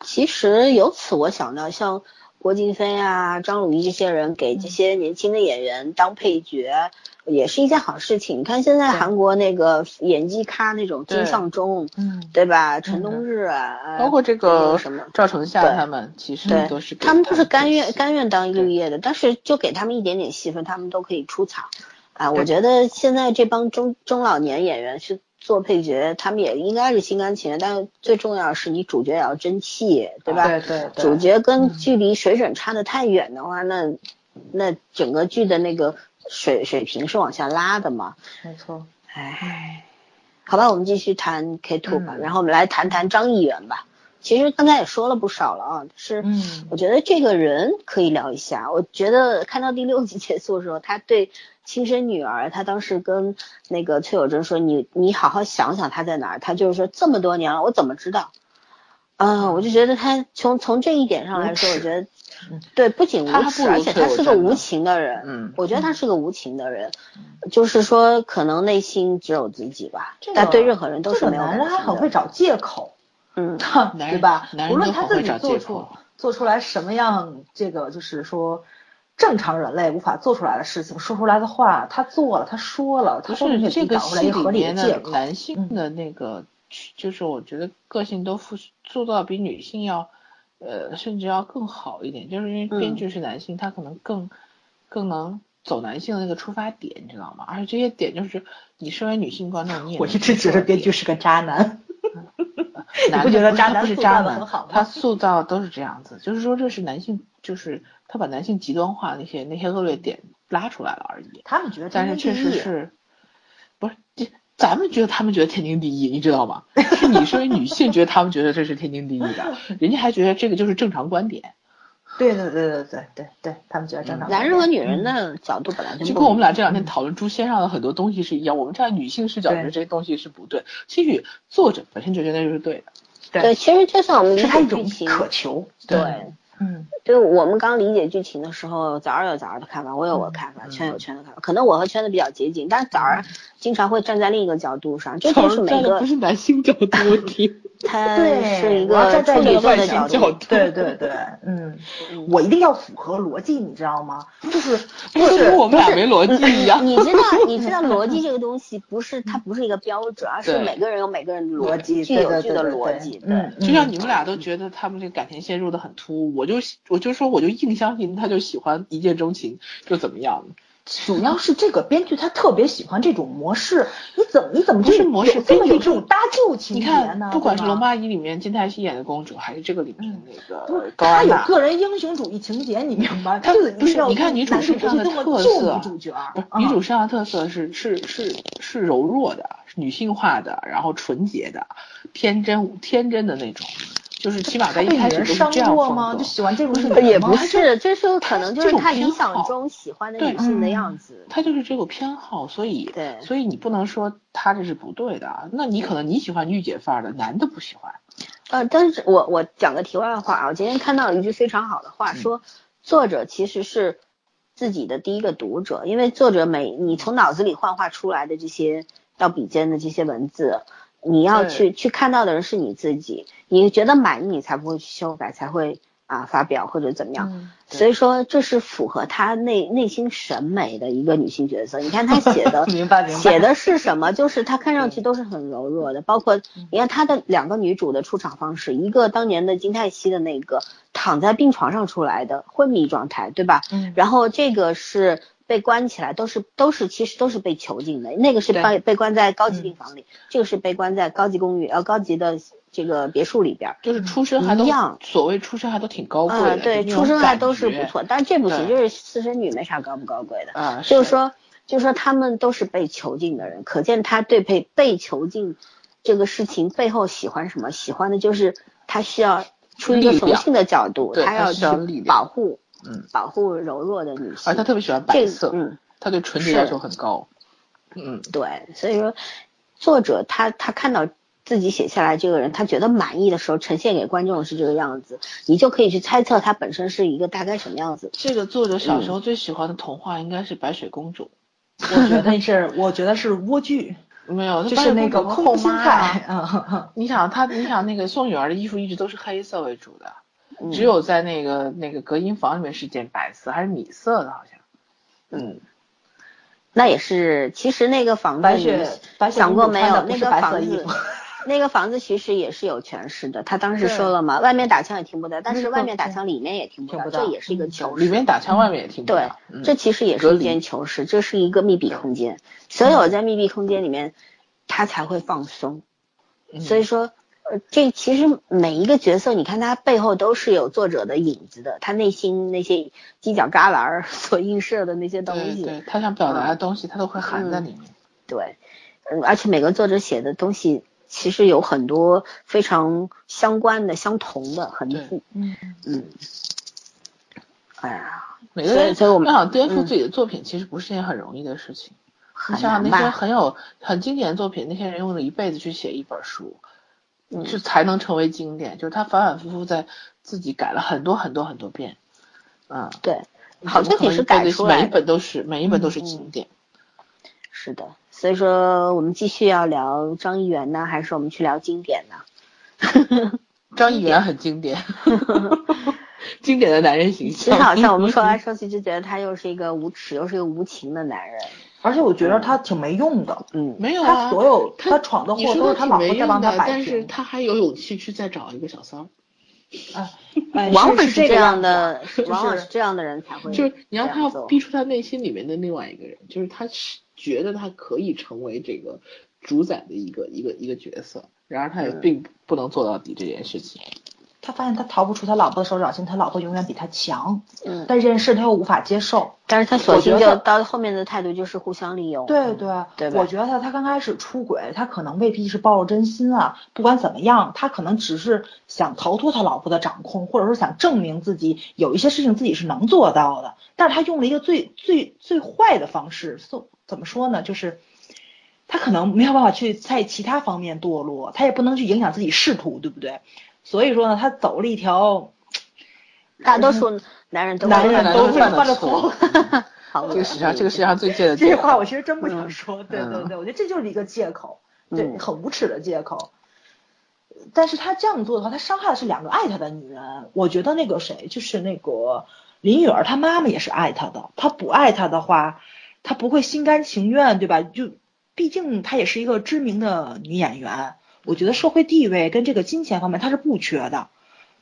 [SPEAKER 1] 其实由此我想到，像郭京飞啊、张鲁一这些人给这些年轻的演员当配角，也是一件好事情。你看现在
[SPEAKER 2] 对
[SPEAKER 1] 韩国那个演技咖那种
[SPEAKER 3] 对
[SPEAKER 1] 金尚中，
[SPEAKER 2] 嗯，
[SPEAKER 1] 对吧？陈东日啊，呃
[SPEAKER 3] 包括这
[SPEAKER 1] 那
[SPEAKER 3] 个
[SPEAKER 1] 什么。
[SPEAKER 3] 赵成夏
[SPEAKER 1] 对
[SPEAKER 3] 他们，其实
[SPEAKER 1] 对
[SPEAKER 3] 都是，给
[SPEAKER 1] 他们都是
[SPEAKER 3] 配
[SPEAKER 1] 甘愿
[SPEAKER 3] 戏
[SPEAKER 1] 甘愿当
[SPEAKER 3] 对
[SPEAKER 1] 绿叶的，但是就给他们一点点戏份，他们都可以出场。啊，
[SPEAKER 2] 对
[SPEAKER 1] 我觉得现在这帮中中老年演员去做配角，他们也应该是心甘情愿，但是最重要的是你主角也要争气，对吧？
[SPEAKER 2] 对对对，
[SPEAKER 1] 主角跟距离水准差的太远的话，那那整个剧的那个水水平是往下拉的嘛。
[SPEAKER 2] 没错。
[SPEAKER 1] 唉，好吧，我们继续谈 K two 吧，
[SPEAKER 2] 嗯
[SPEAKER 1] 然后我们来谈谈张议员吧。其实刚才也说了不少了啊，但是
[SPEAKER 2] 嗯
[SPEAKER 1] 我觉得这个人可以聊一下。我觉得看到第六集结束的时候，他对亲生女儿，他当时跟那个崔有贞说：“你你好好想想她在哪儿。”他就是说这么多年了，我怎么知道？啊、我就觉得他从从这一点上来说，
[SPEAKER 2] 无
[SPEAKER 1] 我
[SPEAKER 2] 耻
[SPEAKER 1] 觉得
[SPEAKER 2] 嗯
[SPEAKER 1] 对，不仅无
[SPEAKER 3] 他还
[SPEAKER 1] 耻，
[SPEAKER 3] 不如
[SPEAKER 1] 而且
[SPEAKER 3] 崔
[SPEAKER 1] 他
[SPEAKER 3] 有
[SPEAKER 1] 是个
[SPEAKER 3] 贞呢
[SPEAKER 1] 无情的人。
[SPEAKER 3] 嗯
[SPEAKER 1] 我觉得他是个无情的人，就是说可能内心只有自己吧，
[SPEAKER 2] 这个
[SPEAKER 1] 但对任何人都是没有感
[SPEAKER 2] 这个男
[SPEAKER 1] 情的。
[SPEAKER 2] 人还很会找借口，
[SPEAKER 1] 嗯，
[SPEAKER 3] 男
[SPEAKER 2] 对
[SPEAKER 3] 人
[SPEAKER 2] 吧？
[SPEAKER 3] 男人
[SPEAKER 2] 无论
[SPEAKER 3] 都
[SPEAKER 2] 他
[SPEAKER 3] 很
[SPEAKER 2] 自
[SPEAKER 3] 会
[SPEAKER 2] 己
[SPEAKER 3] 找
[SPEAKER 2] 做
[SPEAKER 3] 借
[SPEAKER 2] 出
[SPEAKER 3] 口
[SPEAKER 2] 做出来什么样，这个就是说正常人类无法做出来的事情，说出来的话，他做了，他说了，他
[SPEAKER 3] 不
[SPEAKER 2] 后面
[SPEAKER 3] 是这
[SPEAKER 2] 给自己
[SPEAKER 3] 个
[SPEAKER 2] 找出来
[SPEAKER 3] 戏
[SPEAKER 2] 一
[SPEAKER 3] 里
[SPEAKER 2] 个合理
[SPEAKER 3] 面
[SPEAKER 2] 的借
[SPEAKER 3] 的
[SPEAKER 2] 口。嗯
[SPEAKER 3] 男性的那个，就是我觉得个性都复做到比女性要，呃，甚至要更好一点，就是因为编
[SPEAKER 1] 嗯
[SPEAKER 3] 剧是男性，他可能更更能走男性的那个出发点，你知道吗？而且这些点就是你身为女性观众，你也
[SPEAKER 2] 我
[SPEAKER 3] 能
[SPEAKER 2] 一
[SPEAKER 3] 接
[SPEAKER 2] 直觉
[SPEAKER 3] 受
[SPEAKER 2] 得
[SPEAKER 3] 的
[SPEAKER 2] 编
[SPEAKER 3] 点
[SPEAKER 2] 剧是个渣男，
[SPEAKER 3] 男
[SPEAKER 2] 不
[SPEAKER 3] 的
[SPEAKER 2] 觉得
[SPEAKER 3] 是
[SPEAKER 2] 渣
[SPEAKER 3] 他
[SPEAKER 2] 男
[SPEAKER 3] 不是
[SPEAKER 2] 塑
[SPEAKER 3] 渣
[SPEAKER 2] 造得
[SPEAKER 3] 男
[SPEAKER 2] 很好吗
[SPEAKER 3] 他塑造都是这样子，就是说这是男性，就是他把男性极端化那些那些恶劣点拉出来了而已。
[SPEAKER 2] 他们觉得
[SPEAKER 3] 但
[SPEAKER 2] 天
[SPEAKER 3] 是
[SPEAKER 2] 经
[SPEAKER 3] 确
[SPEAKER 2] 地
[SPEAKER 3] 实
[SPEAKER 2] 义，
[SPEAKER 3] 是，不是这咱们觉得他们觉得天经地义，你知道吗？是你身为女性觉得他们觉得这是天经地义的，人家还觉得这个就是正常观点，
[SPEAKER 2] 对对对对对对对，他们觉得正
[SPEAKER 3] 嗯
[SPEAKER 2] 常。
[SPEAKER 4] 男人和女人的角度本来就
[SPEAKER 3] 就
[SPEAKER 4] 不
[SPEAKER 3] 跟我们
[SPEAKER 4] 一
[SPEAKER 3] 俩这两天讨论诛仙上的很多东西是一样。我们站在女性视角觉得
[SPEAKER 2] 对
[SPEAKER 3] 这些东西是不对，也许作者本身觉得那就是对的。
[SPEAKER 2] 对
[SPEAKER 1] 对，其实就像我们理
[SPEAKER 2] 是他一
[SPEAKER 1] 解剧
[SPEAKER 2] 种
[SPEAKER 1] 情，
[SPEAKER 2] 渴求，
[SPEAKER 4] 对，
[SPEAKER 2] 嗯，
[SPEAKER 1] 就是我们刚理解剧情的时候，早儿有早儿的看法，我有我的看法，
[SPEAKER 3] 嗯
[SPEAKER 1] 圈有圈的看法。可能我和圈子比较接近，但是早儿经常会站在另一个角度上，这就是每
[SPEAKER 3] 站的
[SPEAKER 1] 个
[SPEAKER 3] 不是男性角度问 题，
[SPEAKER 1] 他
[SPEAKER 2] 对
[SPEAKER 1] 嗯是一
[SPEAKER 2] 我要
[SPEAKER 1] 个
[SPEAKER 2] 站在
[SPEAKER 1] 处女
[SPEAKER 2] 女
[SPEAKER 1] 座
[SPEAKER 2] 性
[SPEAKER 1] 的
[SPEAKER 2] 角
[SPEAKER 1] 角
[SPEAKER 3] 度
[SPEAKER 1] 度。
[SPEAKER 2] 对对对，嗯，我一定要符合逻辑，你知道吗？就是不
[SPEAKER 3] 就
[SPEAKER 2] 是
[SPEAKER 3] 跟
[SPEAKER 2] 嗯
[SPEAKER 3] 我们俩没逻辑一样。
[SPEAKER 1] 你知道，你知道逻辑这个东西不是它不是一个标准，而是
[SPEAKER 3] 对
[SPEAKER 1] 每个人有每个人的
[SPEAKER 2] 逻辑，
[SPEAKER 1] 具
[SPEAKER 2] 嗯对
[SPEAKER 1] 有
[SPEAKER 2] 对
[SPEAKER 1] 具
[SPEAKER 2] 对
[SPEAKER 1] 的
[SPEAKER 2] 对
[SPEAKER 1] 逻辑。
[SPEAKER 2] 对，嗯，
[SPEAKER 3] 就像你们俩都觉得他们这个感情线入的很突兀，我就我就说我就硬相信他就喜欢一见钟情就怎么样，
[SPEAKER 2] 主要是这个编剧他特别喜欢这种模式，你怎么你怎么就
[SPEAKER 3] 不是模式
[SPEAKER 2] 有这
[SPEAKER 3] 编
[SPEAKER 2] 么
[SPEAKER 3] 剧
[SPEAKER 2] 有这种搭救情
[SPEAKER 3] 你
[SPEAKER 2] 节
[SPEAKER 3] 看
[SPEAKER 2] 呢？，
[SPEAKER 3] 不管
[SPEAKER 2] 对
[SPEAKER 3] 是《
[SPEAKER 2] 吧嗯
[SPEAKER 3] 龙。八一》里面金泰熙演的公主，还是这个里面那
[SPEAKER 2] 不
[SPEAKER 3] 个
[SPEAKER 2] 是，
[SPEAKER 3] 高
[SPEAKER 2] 他
[SPEAKER 3] 安
[SPEAKER 2] 有
[SPEAKER 3] 娜，
[SPEAKER 2] 个人英雄主义情节，你明白吗？
[SPEAKER 3] 他
[SPEAKER 2] 就是一
[SPEAKER 3] 不是
[SPEAKER 2] 定要
[SPEAKER 3] 你看
[SPEAKER 2] 用
[SPEAKER 3] 女主
[SPEAKER 2] 男
[SPEAKER 3] 身
[SPEAKER 2] 主
[SPEAKER 3] 上
[SPEAKER 2] 去
[SPEAKER 3] 的
[SPEAKER 2] 这么
[SPEAKER 3] 特
[SPEAKER 2] 救
[SPEAKER 3] 色
[SPEAKER 2] 女主角儿
[SPEAKER 3] 不是，
[SPEAKER 2] 嗯
[SPEAKER 3] 女主身上的特色是是是是柔弱的、是女性化的，然后纯洁的、天真天真的那种，就是起码在
[SPEAKER 2] 她
[SPEAKER 3] 一
[SPEAKER 2] 被
[SPEAKER 3] 开
[SPEAKER 2] 女
[SPEAKER 3] 始
[SPEAKER 2] 人
[SPEAKER 3] 就是
[SPEAKER 2] 伤
[SPEAKER 3] 这样嗯
[SPEAKER 2] 过
[SPEAKER 3] 风
[SPEAKER 2] 吗？
[SPEAKER 3] 格
[SPEAKER 2] 就喜欢这种女
[SPEAKER 3] 不
[SPEAKER 2] 人
[SPEAKER 1] 呃也
[SPEAKER 2] 吗
[SPEAKER 1] 不是，这是可能就是
[SPEAKER 3] 这种
[SPEAKER 1] 他理
[SPEAKER 3] 偏
[SPEAKER 1] 想
[SPEAKER 3] 好
[SPEAKER 1] 中喜欢的
[SPEAKER 3] 对
[SPEAKER 1] 女性的
[SPEAKER 2] 嗯
[SPEAKER 1] 样子。
[SPEAKER 3] 他就是这个偏好，所以
[SPEAKER 1] 对
[SPEAKER 3] 所以你不能说他这是不对的。啊那你可能你喜欢御姐范儿的，男的不喜欢。
[SPEAKER 1] 呃，但是我我讲个题外话啊，我今天看到一句非常好的话，说作者其实是自己的第一个读者，因为作者每你从脑子里幻化出来的这些到笔尖的这些文字，你要
[SPEAKER 3] 对
[SPEAKER 1] 去去看到的人是你自己，你觉得满意，你才不会去修改，才会啊发表或者怎么样。
[SPEAKER 2] 嗯，
[SPEAKER 3] 对
[SPEAKER 1] 所以说，这是符合他内内心审美的一个女性角色。你看他写的
[SPEAKER 2] 明白明白
[SPEAKER 1] 写的是什么？就是她看上去都是很柔弱的，包括
[SPEAKER 3] 嗯
[SPEAKER 1] 你看她的两个女主的出场方式，一个当年的金泰熙的那个躺在病床上出来的昏迷状态，对吧？
[SPEAKER 2] 嗯
[SPEAKER 1] 然后这个是被关起来，都是都是其实都是被囚禁的，那个是
[SPEAKER 3] 对
[SPEAKER 1] 被被关在高级
[SPEAKER 2] 嗯
[SPEAKER 1] 病房里，这个是被关在高级公寓呃高级的这个别墅里边儿。
[SPEAKER 3] 就是出身还
[SPEAKER 2] 嗯
[SPEAKER 3] 都
[SPEAKER 1] 一样
[SPEAKER 3] 所谓出身还都挺高贵的，
[SPEAKER 2] 啊
[SPEAKER 1] 嗯，对，
[SPEAKER 3] 就那
[SPEAKER 1] 出
[SPEAKER 3] 种
[SPEAKER 1] 身还
[SPEAKER 3] 感
[SPEAKER 1] 都是
[SPEAKER 3] 觉
[SPEAKER 1] 不错，但是这部
[SPEAKER 3] 对
[SPEAKER 1] 剧就是私生女没啥高不高贵的，
[SPEAKER 3] 啊，
[SPEAKER 1] 就是说，就是说他们都是被囚禁的人，可见他对被被囚禁这个事情背后喜欢什么，喜欢的就是他需要出于一
[SPEAKER 3] 力
[SPEAKER 1] 个
[SPEAKER 3] 量
[SPEAKER 1] 雄性的角度，
[SPEAKER 3] 对
[SPEAKER 1] 他
[SPEAKER 3] 他
[SPEAKER 1] 要
[SPEAKER 3] 需要力
[SPEAKER 1] 去
[SPEAKER 3] 量
[SPEAKER 1] 保护，
[SPEAKER 3] 嗯，
[SPEAKER 1] 保护柔弱的女性，
[SPEAKER 3] 而他特别喜欢
[SPEAKER 1] 这
[SPEAKER 3] 白
[SPEAKER 1] 个
[SPEAKER 3] 色，
[SPEAKER 1] 嗯，
[SPEAKER 3] 他对纯洁
[SPEAKER 1] 是
[SPEAKER 3] 要求很高。嗯，
[SPEAKER 1] 对，所以说作者他他看到自己写下来这个人，他觉得满意的时候，呈现给观众是这个样子，你就可以去猜测他本身是一个大概什么样子。
[SPEAKER 3] 这个作者小时候最喜欢的童话应该是白雪公主，
[SPEAKER 2] 我觉得是，我觉得是蜗居，
[SPEAKER 3] 没有，
[SPEAKER 2] 就
[SPEAKER 3] 白
[SPEAKER 2] 是
[SPEAKER 3] 雪
[SPEAKER 2] 那
[SPEAKER 3] 公主
[SPEAKER 2] 个
[SPEAKER 3] 和
[SPEAKER 2] 空
[SPEAKER 3] 后
[SPEAKER 2] 心
[SPEAKER 3] 妈
[SPEAKER 2] 菜
[SPEAKER 3] 啊。
[SPEAKER 2] 啊，
[SPEAKER 3] 你想她，你想那个宋雨儿的衣服一直都是黑色为主的，
[SPEAKER 1] 嗯
[SPEAKER 3] 只有在那个那个隔音房里面是件白色，还是米色的，好像。嗯，
[SPEAKER 1] 那也是，其实那个房子
[SPEAKER 2] 白雪
[SPEAKER 1] 你
[SPEAKER 2] 白雪
[SPEAKER 1] 想
[SPEAKER 2] 公
[SPEAKER 1] 过
[SPEAKER 2] 主
[SPEAKER 1] 没
[SPEAKER 2] 穿的
[SPEAKER 1] 有？
[SPEAKER 2] 不
[SPEAKER 1] 那
[SPEAKER 2] 是
[SPEAKER 1] 个
[SPEAKER 2] 白色
[SPEAKER 1] 房
[SPEAKER 2] 衣
[SPEAKER 1] 子
[SPEAKER 2] 服，
[SPEAKER 1] 那个房子其实也是有权势的。他当时
[SPEAKER 2] 对
[SPEAKER 1] 说了嘛，外面打枪也听不到，但
[SPEAKER 2] 没
[SPEAKER 1] 是
[SPEAKER 2] 错
[SPEAKER 1] 外面打枪里面也听不
[SPEAKER 2] 听
[SPEAKER 1] 到，
[SPEAKER 2] 不
[SPEAKER 1] 这
[SPEAKER 2] 到嗯
[SPEAKER 1] 也是一个囚
[SPEAKER 3] 里
[SPEAKER 1] 室。
[SPEAKER 3] 面打枪，外面也听不
[SPEAKER 1] 对
[SPEAKER 3] 到。嗯，
[SPEAKER 1] 这其实也
[SPEAKER 3] 隔
[SPEAKER 1] 是一
[SPEAKER 3] 离
[SPEAKER 1] 间囚室，这是一个密闭空间，所
[SPEAKER 2] 嗯
[SPEAKER 1] 有在密闭空间里面，他才会放松。
[SPEAKER 3] 嗯
[SPEAKER 1] 所以说，呃，这其实每一个角色，你看他背后都是有作者的影子的，他内心那些犄角旮旯儿 所映射的那些东
[SPEAKER 3] 对
[SPEAKER 1] 西。
[SPEAKER 3] 对，他想表达的东西，他都会含在里面。
[SPEAKER 1] 对，嗯，而且每个作者写的东西其实有很多非常相关的、相同的痕迹。
[SPEAKER 2] 嗯，
[SPEAKER 1] 嗯，哎呀，
[SPEAKER 3] 每个
[SPEAKER 1] 所以
[SPEAKER 3] 人
[SPEAKER 1] 所以我们
[SPEAKER 3] 要想颠覆
[SPEAKER 1] 嗯
[SPEAKER 3] 自己的作品，其实不是件很容易的事情。你
[SPEAKER 1] 很
[SPEAKER 3] 想想
[SPEAKER 1] 难
[SPEAKER 3] 那些
[SPEAKER 1] 吧？
[SPEAKER 3] 很有很经典的作品，那些人用了一辈子去写一本书，
[SPEAKER 1] 嗯
[SPEAKER 3] 就才能成为经典。就是他反反复复在自己改了很多很多很多遍，嗯，
[SPEAKER 1] 对，好
[SPEAKER 3] 像
[SPEAKER 1] 作品是改出来
[SPEAKER 3] 每一
[SPEAKER 1] 的，
[SPEAKER 3] 本都是每一本都是
[SPEAKER 1] 嗯
[SPEAKER 3] 经典。
[SPEAKER 1] 是的。所以说，我们继续要聊张一元呢，还是我们去聊经典呢？
[SPEAKER 3] 张一元很经典，经典的男人形
[SPEAKER 1] 其
[SPEAKER 3] 象。
[SPEAKER 1] 实好像我们说来说去，就觉得他又是一个无耻，又是一个无情的男人。
[SPEAKER 2] 而且我觉得他挺没用的，
[SPEAKER 1] 嗯，
[SPEAKER 3] 没有啊，
[SPEAKER 2] 他所有
[SPEAKER 3] 他
[SPEAKER 2] 他闯的
[SPEAKER 3] 你
[SPEAKER 2] 祸
[SPEAKER 3] 说
[SPEAKER 2] 都是
[SPEAKER 3] 他
[SPEAKER 2] 他
[SPEAKER 3] 挺
[SPEAKER 2] 老
[SPEAKER 3] 没
[SPEAKER 2] 婆在
[SPEAKER 3] 用
[SPEAKER 2] 帮他
[SPEAKER 3] 的
[SPEAKER 2] 摆
[SPEAKER 3] 但是
[SPEAKER 2] 平
[SPEAKER 3] 他还有勇气去再找一个小三儿。
[SPEAKER 2] 哎
[SPEAKER 1] 往往
[SPEAKER 2] 是这
[SPEAKER 1] 这
[SPEAKER 2] 个
[SPEAKER 1] 样
[SPEAKER 2] 子啊
[SPEAKER 1] 的， 往往是这样的人才会
[SPEAKER 3] 就是你让
[SPEAKER 1] 这
[SPEAKER 3] 他
[SPEAKER 1] 样
[SPEAKER 3] 要
[SPEAKER 1] 做
[SPEAKER 3] 逼出他内心里面的另外一个人，就是他是
[SPEAKER 1] 嗯
[SPEAKER 3] 觉得他可以成为这个主宰的一个一个一个角色，然而他也并不不能做到底这件事情。
[SPEAKER 2] 他发现他逃不出他老婆的手掌心，他老婆永远比他强，
[SPEAKER 1] 嗯，
[SPEAKER 2] 但这件事他又无法接受。
[SPEAKER 1] 但是他索
[SPEAKER 2] 我
[SPEAKER 1] 性
[SPEAKER 2] 觉得
[SPEAKER 1] 就到后面的态度就是互相利用，嗯
[SPEAKER 2] 对对，
[SPEAKER 1] 对吧
[SPEAKER 2] 我觉得他刚开始出轨，他可能未必是抱着真心啊。不管怎么样，他可能只是想逃脱他老婆的掌控，或者说想证明自己有一些事情自己是能做到的。但是他用了一个最最最坏的方式，so, 怎么说呢？就是他可能没有办法去在其他方面堕落，他也不能去影响自己仕途，对不对？所以说呢，他走了一条
[SPEAKER 1] 大多数嗯男人都
[SPEAKER 2] 男
[SPEAKER 3] 人
[SPEAKER 2] 人
[SPEAKER 3] 都会
[SPEAKER 2] 都会
[SPEAKER 3] 犯
[SPEAKER 2] 犯
[SPEAKER 3] 的
[SPEAKER 2] 的
[SPEAKER 3] 错
[SPEAKER 2] 错。
[SPEAKER 1] 好
[SPEAKER 3] 这个世界上，这个世界上最 贱的
[SPEAKER 2] 这句
[SPEAKER 3] 地
[SPEAKER 2] 话
[SPEAKER 3] 方
[SPEAKER 2] 我其实真不想说，对对对，我觉得这就是一个借口，
[SPEAKER 1] 嗯
[SPEAKER 2] 对，很无耻的借口。但是他这样做的话，他伤害的是两个爱他的女人。我觉得那个谁，就是那个林允儿，她妈妈也是爱他的。他不爱他的话，他不会心甘情愿，对吧？就毕竟她也是一个知名的女演员，我觉得社会地位跟这个金钱方面她是不缺的。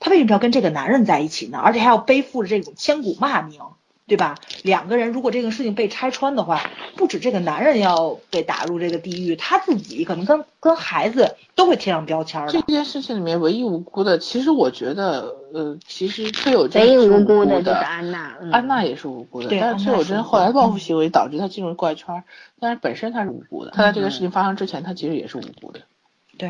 [SPEAKER 2] 她为什么要跟这个男人在一起呢？而且还要背负着这种千古骂名，对吧？两个人如果这个事情被拆穿的话，不止这个男人要被打入这个地狱，他自己可能跟跟孩子都会贴上标签儿
[SPEAKER 3] 这
[SPEAKER 2] 的。
[SPEAKER 3] 件事情里面唯一无辜的，其实我觉得，呃，其实崔友贞
[SPEAKER 1] 唯一
[SPEAKER 3] 是
[SPEAKER 1] 无
[SPEAKER 3] 辜
[SPEAKER 1] 辜的就是安娜，嗯
[SPEAKER 3] 安娜也是无辜的，
[SPEAKER 2] 对
[SPEAKER 3] 但是崔
[SPEAKER 2] 安娜
[SPEAKER 3] 友
[SPEAKER 2] 是
[SPEAKER 3] 贞
[SPEAKER 2] 无辜
[SPEAKER 3] 后来
[SPEAKER 2] 的
[SPEAKER 3] 报复行为导致她进入怪圈儿，但是本身她是无辜的。她在这个
[SPEAKER 1] 嗯
[SPEAKER 3] 事情发生之前，她其实也是无辜的。
[SPEAKER 2] 对，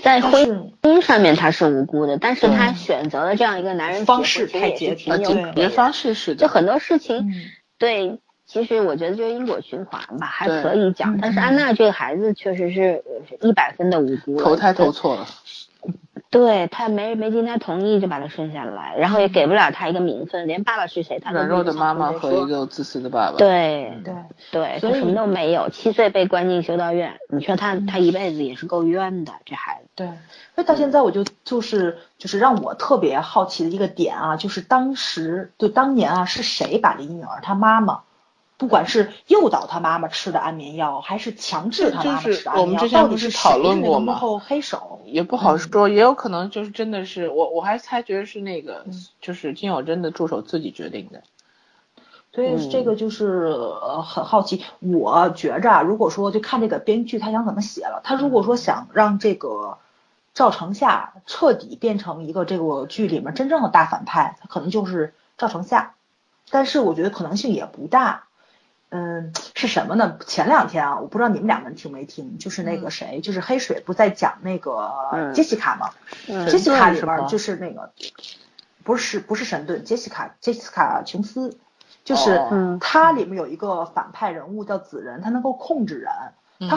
[SPEAKER 1] 在
[SPEAKER 2] 但
[SPEAKER 1] 婚
[SPEAKER 2] 是
[SPEAKER 1] 姻上面她是无辜的，但是
[SPEAKER 3] 对
[SPEAKER 1] 她选择了这样一个男人
[SPEAKER 2] 方
[SPEAKER 1] 结婚
[SPEAKER 2] 式
[SPEAKER 1] 其实
[SPEAKER 2] 太
[SPEAKER 1] 也是
[SPEAKER 2] 绝
[SPEAKER 1] 挺
[SPEAKER 2] 了
[SPEAKER 1] 有
[SPEAKER 2] 对
[SPEAKER 1] 可
[SPEAKER 3] 解决
[SPEAKER 1] 的
[SPEAKER 3] 呃方式是的，
[SPEAKER 1] 就很多事情，
[SPEAKER 2] 嗯，
[SPEAKER 1] 对，其实我觉得就是因果循环吧，还
[SPEAKER 3] 对
[SPEAKER 1] 可以讲
[SPEAKER 2] 嗯。
[SPEAKER 1] 但是安娜这个孩子确实是一百分的无辜了，
[SPEAKER 3] 投胎投错了。
[SPEAKER 1] 对他没没经他同意就把他生下来，然后也给不了他一个名分，连爸爸是谁他都
[SPEAKER 3] 软弱
[SPEAKER 1] 不
[SPEAKER 3] 的
[SPEAKER 1] 知道
[SPEAKER 3] 妈妈
[SPEAKER 1] 或者
[SPEAKER 3] 和
[SPEAKER 1] 说
[SPEAKER 3] 一个自私的爸爸。
[SPEAKER 1] 对
[SPEAKER 2] 对，
[SPEAKER 1] 对，
[SPEAKER 2] 所
[SPEAKER 1] 他什么
[SPEAKER 2] 以
[SPEAKER 1] 都没有，七岁被关进修道院，你说他他一辈子也是够冤的，这孩子。
[SPEAKER 2] 对，所以到现在我就就是就是让我特别好奇的一个点啊，就是当时就当年啊，是谁把林允儿她妈妈，不管是诱导她妈妈吃的安眠药，还是强制她妈妈
[SPEAKER 3] 就是
[SPEAKER 2] 吃的安
[SPEAKER 3] 我们
[SPEAKER 2] 眠
[SPEAKER 3] 之
[SPEAKER 2] 药，
[SPEAKER 3] 前
[SPEAKER 2] 到
[SPEAKER 3] 不
[SPEAKER 2] 底
[SPEAKER 3] 是
[SPEAKER 2] 是
[SPEAKER 3] 讨论过吗
[SPEAKER 2] 吗？幕后黑手，
[SPEAKER 3] 也不
[SPEAKER 1] 嗯
[SPEAKER 3] 好说，也有可能就是真的是我，我还猜觉得是那个，
[SPEAKER 2] 嗯
[SPEAKER 3] 就是金友贞的助手自己决定的。
[SPEAKER 2] 所以这个就是呃很好奇，我觉着啊，如果说就看这个编剧他想怎么写了，他如果说想让这个赵成夏彻底变成一个这个剧里面真正的大反派，他可能就是赵成夏，但是我觉得可能性也不大。嗯，是什么呢？前两天啊，我不知道你们两个人听没听，就是那个谁，就是黑水不在讲那个
[SPEAKER 1] 嗯
[SPEAKER 2] 杰西卡吗？
[SPEAKER 1] 嗯
[SPEAKER 2] 杰西卡里
[SPEAKER 3] 神盾
[SPEAKER 2] 边
[SPEAKER 3] 是
[SPEAKER 2] 儿
[SPEAKER 3] 吗
[SPEAKER 2] 就是那个，不是不是神盾，杰西卡杰西卡琼斯，就是
[SPEAKER 3] 哦
[SPEAKER 1] 嗯
[SPEAKER 2] 它里面有一个反派人物叫紫人，他能够控制人。他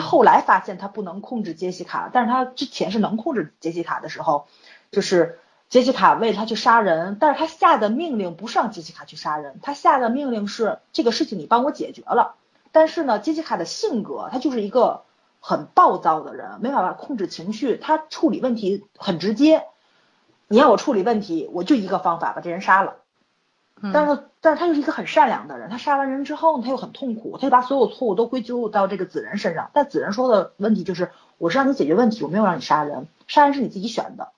[SPEAKER 3] 嗯
[SPEAKER 2] 后来发现他不能控制杰西卡，但是他之前是能控制杰西卡的时候，就是杰西卡为他去杀人，但是他下的命令不是让杰西卡去杀人，他下的命令是这个事情你帮我解决了。但是呢，杰西卡的性格，她就是一个很暴躁的人，没办法控制情绪，她处理问题很直接。你让我处理问题，我就一个方法，把这人杀了。
[SPEAKER 3] 嗯
[SPEAKER 1] 嗯
[SPEAKER 2] 但是，但是他又是一个很善良的人，他杀完人之后呢，他又很痛苦，他就把所有错误都归咎到这个子人身上。但子人说的问题就是，我是让你解决问题，我没有让你杀人，杀人是你自己选的。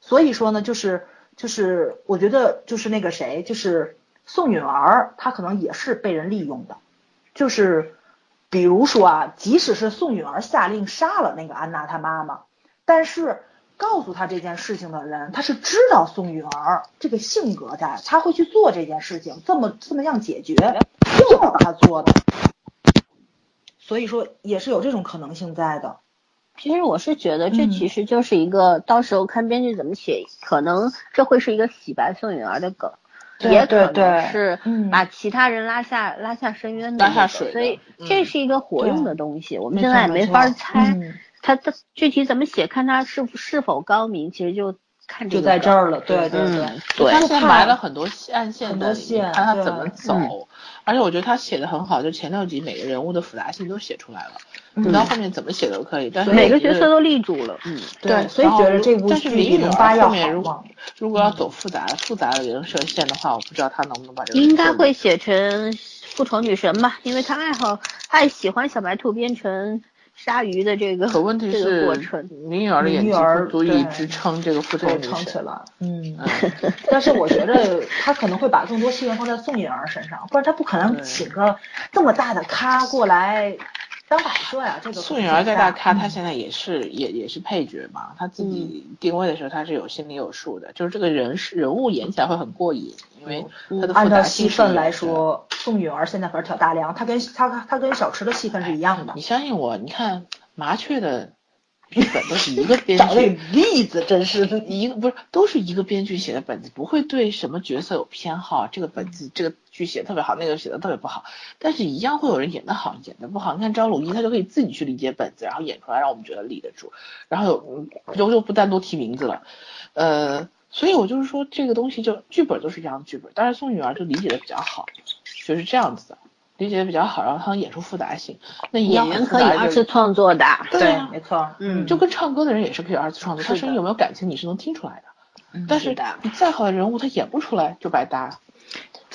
[SPEAKER 2] 所以说呢，就是就是，我觉得就是那个谁，就是宋允儿，她可能也是被人利用的，就是比如说啊，即使是宋允儿下令杀了那个安娜她妈妈，但是告诉她这件事情的人，他是知道宋允儿这个性格在，他会去做这件事情，这么这么样解决，诱导他做的。所以说也是有这种可能性在的，
[SPEAKER 1] 其实我是觉得这
[SPEAKER 2] 嗯
[SPEAKER 1] 其实就是一个，到时候看编剧怎么写，可能这会是一个洗白宋允儿的梗，
[SPEAKER 2] 对
[SPEAKER 1] 也
[SPEAKER 2] 对
[SPEAKER 1] 可能
[SPEAKER 2] 对
[SPEAKER 1] 是
[SPEAKER 2] 嗯
[SPEAKER 1] 把其他人拉下拉下深渊的
[SPEAKER 3] 拉下
[SPEAKER 1] 那个
[SPEAKER 3] 水的
[SPEAKER 1] 所以
[SPEAKER 3] 嗯
[SPEAKER 1] 这是一个活用的东西，我们现在也
[SPEAKER 2] 没
[SPEAKER 1] 没
[SPEAKER 2] 错
[SPEAKER 1] 法
[SPEAKER 2] 没错
[SPEAKER 1] 猜
[SPEAKER 2] 嗯
[SPEAKER 1] 它它具体怎么写，看它是是否高明，其实就看这
[SPEAKER 2] 就
[SPEAKER 1] 个
[SPEAKER 2] 在这
[SPEAKER 1] 梗。
[SPEAKER 2] 儿了。对对对，
[SPEAKER 1] 嗯，对
[SPEAKER 3] 他，现在埋了很多暗线
[SPEAKER 2] 很
[SPEAKER 3] 在
[SPEAKER 2] 多
[SPEAKER 3] 里面，
[SPEAKER 2] 线
[SPEAKER 3] 看他
[SPEAKER 2] 对
[SPEAKER 3] 怎么走。而且我觉得他写的很好，就前六集每个人物的复杂性都写出来了，
[SPEAKER 2] 嗯
[SPEAKER 3] 你到后面怎么写都可以。但是
[SPEAKER 1] 每个
[SPEAKER 3] 我觉
[SPEAKER 1] 角
[SPEAKER 3] 得
[SPEAKER 1] 色都立住了，嗯，
[SPEAKER 2] 对，
[SPEAKER 3] 对
[SPEAKER 2] 所以
[SPEAKER 3] 然后
[SPEAKER 2] 觉得
[SPEAKER 3] 如
[SPEAKER 2] 这部
[SPEAKER 3] 但是
[SPEAKER 2] 剧
[SPEAKER 3] 林
[SPEAKER 2] 比
[SPEAKER 3] 允
[SPEAKER 2] 零
[SPEAKER 3] 儿
[SPEAKER 2] 八要
[SPEAKER 3] 后面如
[SPEAKER 2] 好嘛。
[SPEAKER 3] 如果要走复杂复杂的人设线的话，我不知道他能不能把这个
[SPEAKER 1] 应该
[SPEAKER 3] 做
[SPEAKER 1] 会
[SPEAKER 3] 理
[SPEAKER 1] 写成复仇女神吧，因为她爱好爱喜欢小白兔变成鲨鱼的这个
[SPEAKER 3] 可问题
[SPEAKER 1] 这个
[SPEAKER 3] 是
[SPEAKER 1] 过程，，
[SPEAKER 3] 林允儿的演技
[SPEAKER 2] 林允儿
[SPEAKER 3] 不足以
[SPEAKER 2] 对
[SPEAKER 3] 支撑这个复仇
[SPEAKER 2] 对，
[SPEAKER 3] 女
[SPEAKER 2] 撑起
[SPEAKER 3] 神。
[SPEAKER 2] 来，嗯，
[SPEAKER 3] 嗯，
[SPEAKER 2] 但是我觉 得他可能会把更多戏份放在宋颖儿身上，不然他不可能
[SPEAKER 3] 对
[SPEAKER 2] 请个这么大的咖过来张柏说啊呀，这个
[SPEAKER 3] 宋元儿在大咖，他
[SPEAKER 2] 嗯
[SPEAKER 3] 现在也是也也是配角嘛，他自己定位的时候他是有心里有数的，就是这个人是人物演起来会很过瘾，因为他的
[SPEAKER 2] 嗯按
[SPEAKER 3] 复
[SPEAKER 2] 照
[SPEAKER 3] 杂
[SPEAKER 2] 戏
[SPEAKER 3] 性是
[SPEAKER 2] 份
[SPEAKER 3] 有
[SPEAKER 2] 来
[SPEAKER 3] 的。
[SPEAKER 2] 说，宋允儿现在玩挑大梁，她跟她她跟小池的戏份是一样的
[SPEAKER 3] 你。相信我，你看麻雀的剧本都是一个 编
[SPEAKER 2] 找这
[SPEAKER 3] 剧，
[SPEAKER 2] 例子
[SPEAKER 3] 嗯
[SPEAKER 2] 真是的，
[SPEAKER 3] 一个不是 都是一个编剧写的本子，不会对什么角色有偏好。这个本子这个剧写得特别好，那个写的特别不好，但是一样会有人演得好，演得不好。你看张鲁一，他就可以自己去理解本子，然后演出来，让我们觉得立得住。然后有嗯就就不单独提名字了，呃，所以我就是说这个东西就剧本都是一样的剧本，但是宋允儿就理解的比较好，就是这样子的。理解的比较好，然后他能演出复杂性。那一样
[SPEAKER 1] 演
[SPEAKER 3] 很
[SPEAKER 1] 员
[SPEAKER 3] 复
[SPEAKER 1] 可以
[SPEAKER 3] 杂
[SPEAKER 1] 二
[SPEAKER 3] 就
[SPEAKER 1] 次创作的，
[SPEAKER 3] 对啊
[SPEAKER 2] 没错，
[SPEAKER 1] 嗯
[SPEAKER 3] 就跟唱歌的人也是可以二次创作，
[SPEAKER 2] 是
[SPEAKER 3] 他声音
[SPEAKER 2] 的
[SPEAKER 3] 有没有感情你是能听出来的。但是
[SPEAKER 1] 是的
[SPEAKER 3] 你再好的人物，他演不出来就白搭。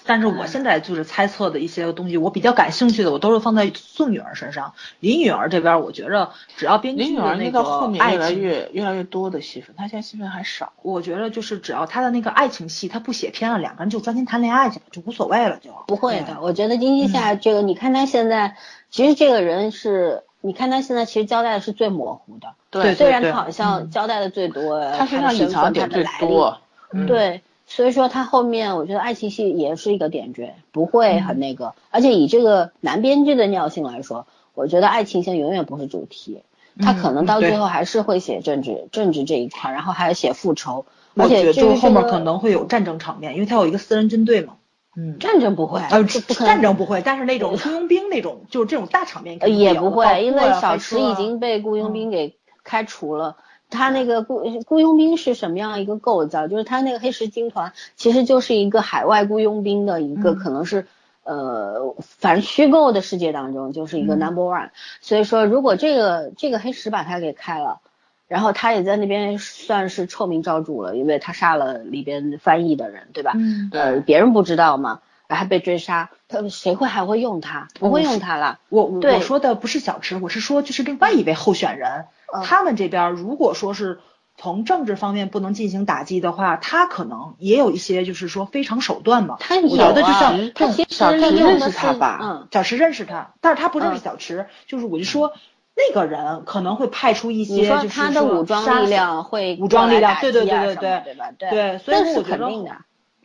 [SPEAKER 2] 但是我
[SPEAKER 3] 嗯
[SPEAKER 2] 现在就是猜测的一些东西，我比较感兴趣的，我都是放在宋允儿身上。林允儿这边，我觉着只要编
[SPEAKER 3] 林
[SPEAKER 2] 剧
[SPEAKER 3] 允儿
[SPEAKER 2] 嗯的
[SPEAKER 3] 那
[SPEAKER 2] 个
[SPEAKER 3] 到后面
[SPEAKER 2] 爱
[SPEAKER 3] 越来
[SPEAKER 2] 情，
[SPEAKER 3] 越越来越多的戏份，她现在戏份还少。
[SPEAKER 2] 我觉着就是只要他的那个爱情戏，他不写偏了，两个人就专心谈恋爱去吧，就无所谓了就。
[SPEAKER 1] 不会的，我觉得金
[SPEAKER 3] 嗯
[SPEAKER 1] 基夏这个，你看他现在，其实这个人是，你看他现在其实交代的是最模糊的，
[SPEAKER 2] 对
[SPEAKER 1] 虽然
[SPEAKER 2] 对
[SPEAKER 1] 他好像交代的最多，
[SPEAKER 3] 嗯她身上
[SPEAKER 1] 的身
[SPEAKER 3] 隐藏的
[SPEAKER 1] 份
[SPEAKER 3] 点
[SPEAKER 1] 他的
[SPEAKER 3] 最
[SPEAKER 1] 来历，
[SPEAKER 3] 多。
[SPEAKER 2] 嗯
[SPEAKER 1] 对，所以说他后面我觉得爱情戏也是一个点缀，不会
[SPEAKER 2] 嗯
[SPEAKER 1] 很那个，而且以这个男编剧的尿性来说，我觉得爱情线永远不是主题。他可能到
[SPEAKER 2] 嗯对
[SPEAKER 1] 最后还是会写政治，政治这一块，然后还写复仇，而
[SPEAKER 2] 我觉
[SPEAKER 1] 且
[SPEAKER 2] 得
[SPEAKER 1] 这个
[SPEAKER 2] 后面
[SPEAKER 1] 这个
[SPEAKER 2] 可能会有战争场面，因为他有一个私人军队嘛。嗯，
[SPEAKER 1] 战哎争不会，
[SPEAKER 2] 呃，
[SPEAKER 1] 这不可能
[SPEAKER 2] 战争不会，但是那种雇佣兵那种，就是这种大场面
[SPEAKER 1] 呃
[SPEAKER 2] 肯定
[SPEAKER 1] 也
[SPEAKER 2] 有
[SPEAKER 1] 不
[SPEAKER 2] 爆
[SPEAKER 1] 会，
[SPEAKER 2] 破
[SPEAKER 1] 因为
[SPEAKER 2] 啊
[SPEAKER 1] 小
[SPEAKER 2] 开
[SPEAKER 1] 池
[SPEAKER 2] 车
[SPEAKER 1] 已
[SPEAKER 2] 啊
[SPEAKER 1] 经被雇佣兵给开除了。他那个雇雇佣兵是什么样一个构造？就是他那个黑石军团其实就是一个海外雇佣兵的一个，
[SPEAKER 2] 嗯
[SPEAKER 1] 可能是呃，反正虚构的世界当中就是一个
[SPEAKER 2] 嗯
[SPEAKER 1] number one。所以说，如果这个这个黑石把他给开了，然后他也在那边算是臭名昭著了，因为他杀了里边翻译的人，对吧？
[SPEAKER 2] 嗯，
[SPEAKER 1] 呃，
[SPEAKER 3] 对，
[SPEAKER 1] 别人不知道嘛，然后还被追杀，他谁会还会用他？不会用他了。
[SPEAKER 2] 我我
[SPEAKER 1] 对
[SPEAKER 2] 我说的不是小池，我是说就是另外一位候选人，
[SPEAKER 1] 嗯
[SPEAKER 2] 他们这边儿如果说是从政治方面不能进行打击的话，他可能也有一些就是说非常手段嘛。
[SPEAKER 1] 他有、啊、
[SPEAKER 2] 我觉得就像
[SPEAKER 3] 这
[SPEAKER 1] 他
[SPEAKER 3] 种
[SPEAKER 1] 其实
[SPEAKER 3] 小
[SPEAKER 1] 利
[SPEAKER 3] 池
[SPEAKER 1] 用
[SPEAKER 3] 认
[SPEAKER 1] 的
[SPEAKER 3] 识
[SPEAKER 1] 是
[SPEAKER 3] 他吧
[SPEAKER 1] 嗯，
[SPEAKER 2] 小池认识他，但是他不认识
[SPEAKER 1] 嗯
[SPEAKER 2] 小池，就是我就说
[SPEAKER 3] 嗯
[SPEAKER 2] 那个人可能会派出一
[SPEAKER 1] 你
[SPEAKER 2] 些
[SPEAKER 1] 说
[SPEAKER 2] 就是
[SPEAKER 1] 他的武装
[SPEAKER 2] 杀手
[SPEAKER 1] 力量会
[SPEAKER 2] 武装力量
[SPEAKER 1] 过来打击啊
[SPEAKER 2] 对对对
[SPEAKER 1] 什么
[SPEAKER 2] 对
[SPEAKER 1] 的对
[SPEAKER 2] 对
[SPEAKER 1] 吧？对
[SPEAKER 2] 对所以
[SPEAKER 1] 那
[SPEAKER 2] 我
[SPEAKER 1] 是
[SPEAKER 2] 觉得
[SPEAKER 1] 肯定的。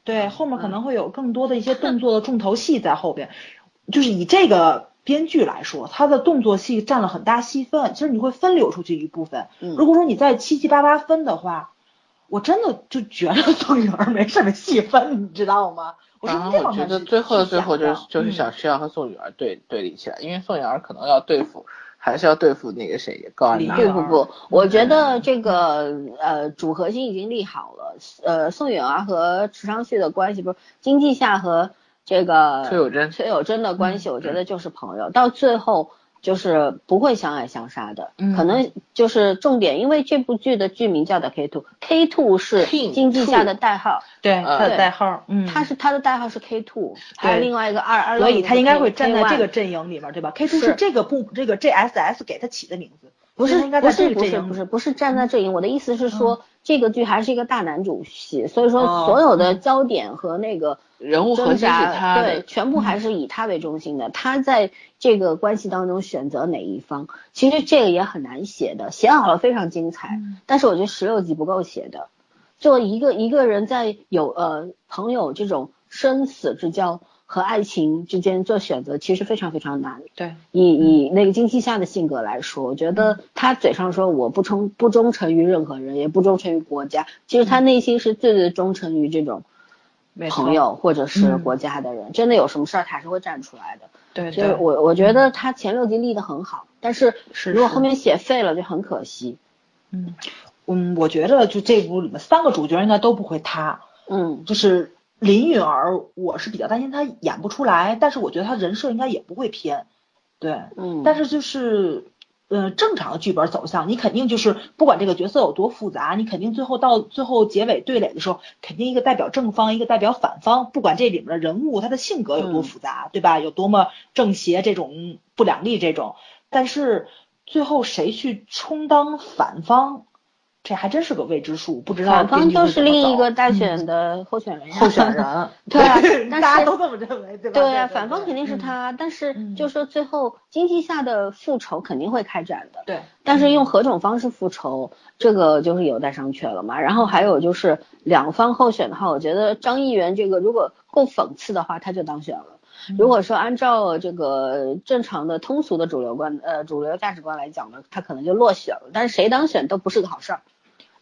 [SPEAKER 2] 对，后
[SPEAKER 3] 嗯
[SPEAKER 2] 面可能会有更多的一些动作的重头戏在后边。 就是以这个编剧来说，他的动作戏占了很大戏份，其实你会分流出去一部分。
[SPEAKER 1] 嗯
[SPEAKER 2] 如果说你再七七八八分的话，我真的就觉得宋雨儿没什么戏份，你知道吗？我是
[SPEAKER 3] 然后
[SPEAKER 2] 这
[SPEAKER 3] 我
[SPEAKER 2] 方
[SPEAKER 3] 觉
[SPEAKER 2] 面
[SPEAKER 3] 得
[SPEAKER 2] 去
[SPEAKER 3] 最后的嗯最后就是
[SPEAKER 2] 去
[SPEAKER 3] 就
[SPEAKER 2] 想的嗯
[SPEAKER 3] 是小池要和宋雨儿对对立起来，因为宋雨儿可能要对付，还是要对付那个谁高安
[SPEAKER 2] 李
[SPEAKER 3] 娜
[SPEAKER 2] 玉
[SPEAKER 1] 对
[SPEAKER 2] 儿
[SPEAKER 1] 不不，我觉得这个呃主核心已经立好了，呃宋允儿和池昌旭的关系不是金济夏和这个
[SPEAKER 3] 崔有贞
[SPEAKER 1] 崔有贞的关系，我觉得就是朋友，到最后就是不会相爱相杀的，
[SPEAKER 2] 嗯
[SPEAKER 1] 可能就是重点，因为这部剧的剧名叫的 K two K two 是
[SPEAKER 3] King
[SPEAKER 1] 金济夏的代号，
[SPEAKER 2] 对他的
[SPEAKER 1] 对
[SPEAKER 2] 代号，嗯，
[SPEAKER 1] 他是他的代号是 K two，还有另外一个二二六，
[SPEAKER 2] 所以他应该会站在这个
[SPEAKER 1] K1。
[SPEAKER 2] 阵营里面，对吧？K 2
[SPEAKER 1] 是
[SPEAKER 2] 是这个部这个 JSS 给他起的名字，
[SPEAKER 1] 不
[SPEAKER 2] 所以
[SPEAKER 1] 是
[SPEAKER 2] 他应该
[SPEAKER 1] 不
[SPEAKER 2] 在这
[SPEAKER 1] 是
[SPEAKER 2] 个
[SPEAKER 1] 不
[SPEAKER 2] 阵
[SPEAKER 1] 是
[SPEAKER 2] 营嗯
[SPEAKER 1] 不是不是站在阵营，我的意思是说、这个剧还是一个大男主戏，所以说
[SPEAKER 2] 哦
[SPEAKER 1] 所有的焦点和那个
[SPEAKER 3] 人物
[SPEAKER 1] 挣
[SPEAKER 3] 核心是
[SPEAKER 1] 扎，
[SPEAKER 3] 他
[SPEAKER 1] 啊对
[SPEAKER 3] 的，，嗯
[SPEAKER 1] 全部还是以他为中心的。他在这个关系当中选择哪一方，其实这个也很难写的，写好了非常精彩，
[SPEAKER 3] 嗯
[SPEAKER 1] 但是我觉得十六集不够写的。做一个一个人在有呃朋友这种生死之交和爱情之间做选择，其实非常非常难。
[SPEAKER 2] 对，
[SPEAKER 1] 以以那个金希夏的性格来说，我觉
[SPEAKER 2] 嗯
[SPEAKER 1] 得他嘴上说我不忠不忠诚于任何人，也不忠诚于国家，其实他内心是最最忠诚于这种
[SPEAKER 2] 嗯没错
[SPEAKER 1] 朋，友或者是
[SPEAKER 2] 嗯
[SPEAKER 1] 国家的人。真的有什么事儿，他还是会站出来的。
[SPEAKER 2] 对
[SPEAKER 1] 所以
[SPEAKER 2] 对，
[SPEAKER 1] 我我觉得他前六集立得很好，但是
[SPEAKER 2] 嗯是
[SPEAKER 1] 如果
[SPEAKER 2] 是
[SPEAKER 1] 后面写废了就很可惜。
[SPEAKER 2] 嗯嗯，我觉得就这部里面三个主角应该都不会塌，
[SPEAKER 1] 嗯，
[SPEAKER 2] 就是林允儿，我是比较担心她演不出来，但是我觉得她人设应该也不会偏，对，
[SPEAKER 1] 嗯
[SPEAKER 2] 但是就是。呃，正常的剧本走向，你肯定就是不管这个角色有多复杂，你肯定最后到最后结尾对垒的时候，肯定一个代表正方，一个代表反方，不管这里面的人物他的性格有多
[SPEAKER 1] 嗯
[SPEAKER 2] 复杂，对吧？有多么正邪这种不两立这种，但是最后谁去充当反方，这还真是个未知数，不知道
[SPEAKER 1] 反方
[SPEAKER 2] 编剧
[SPEAKER 1] 就
[SPEAKER 2] 会
[SPEAKER 1] 是
[SPEAKER 2] 怎么
[SPEAKER 1] 另一
[SPEAKER 2] 走嗯
[SPEAKER 1] 个大选的候选人呀、
[SPEAKER 2] 候选人，
[SPEAKER 1] 对啊但
[SPEAKER 2] 大家
[SPEAKER 1] 是
[SPEAKER 2] 都这么认为，对吧？
[SPEAKER 1] 对啊，反方肯定是他，但是
[SPEAKER 2] 嗯
[SPEAKER 1] 就说最后经济下的复仇肯定会开展的，
[SPEAKER 2] 对，
[SPEAKER 1] 但是
[SPEAKER 2] 嗯
[SPEAKER 1] 用何种方式复仇，这个就是有待商榷了嘛。然后还有就是两方候选的话，我觉得张议员这个如果够讽刺的话，他就当选了。如果说按照这个正常的通俗的主流观呃主流价值观来讲呢，他可能就落选了。但是谁当选都不是个好事儿，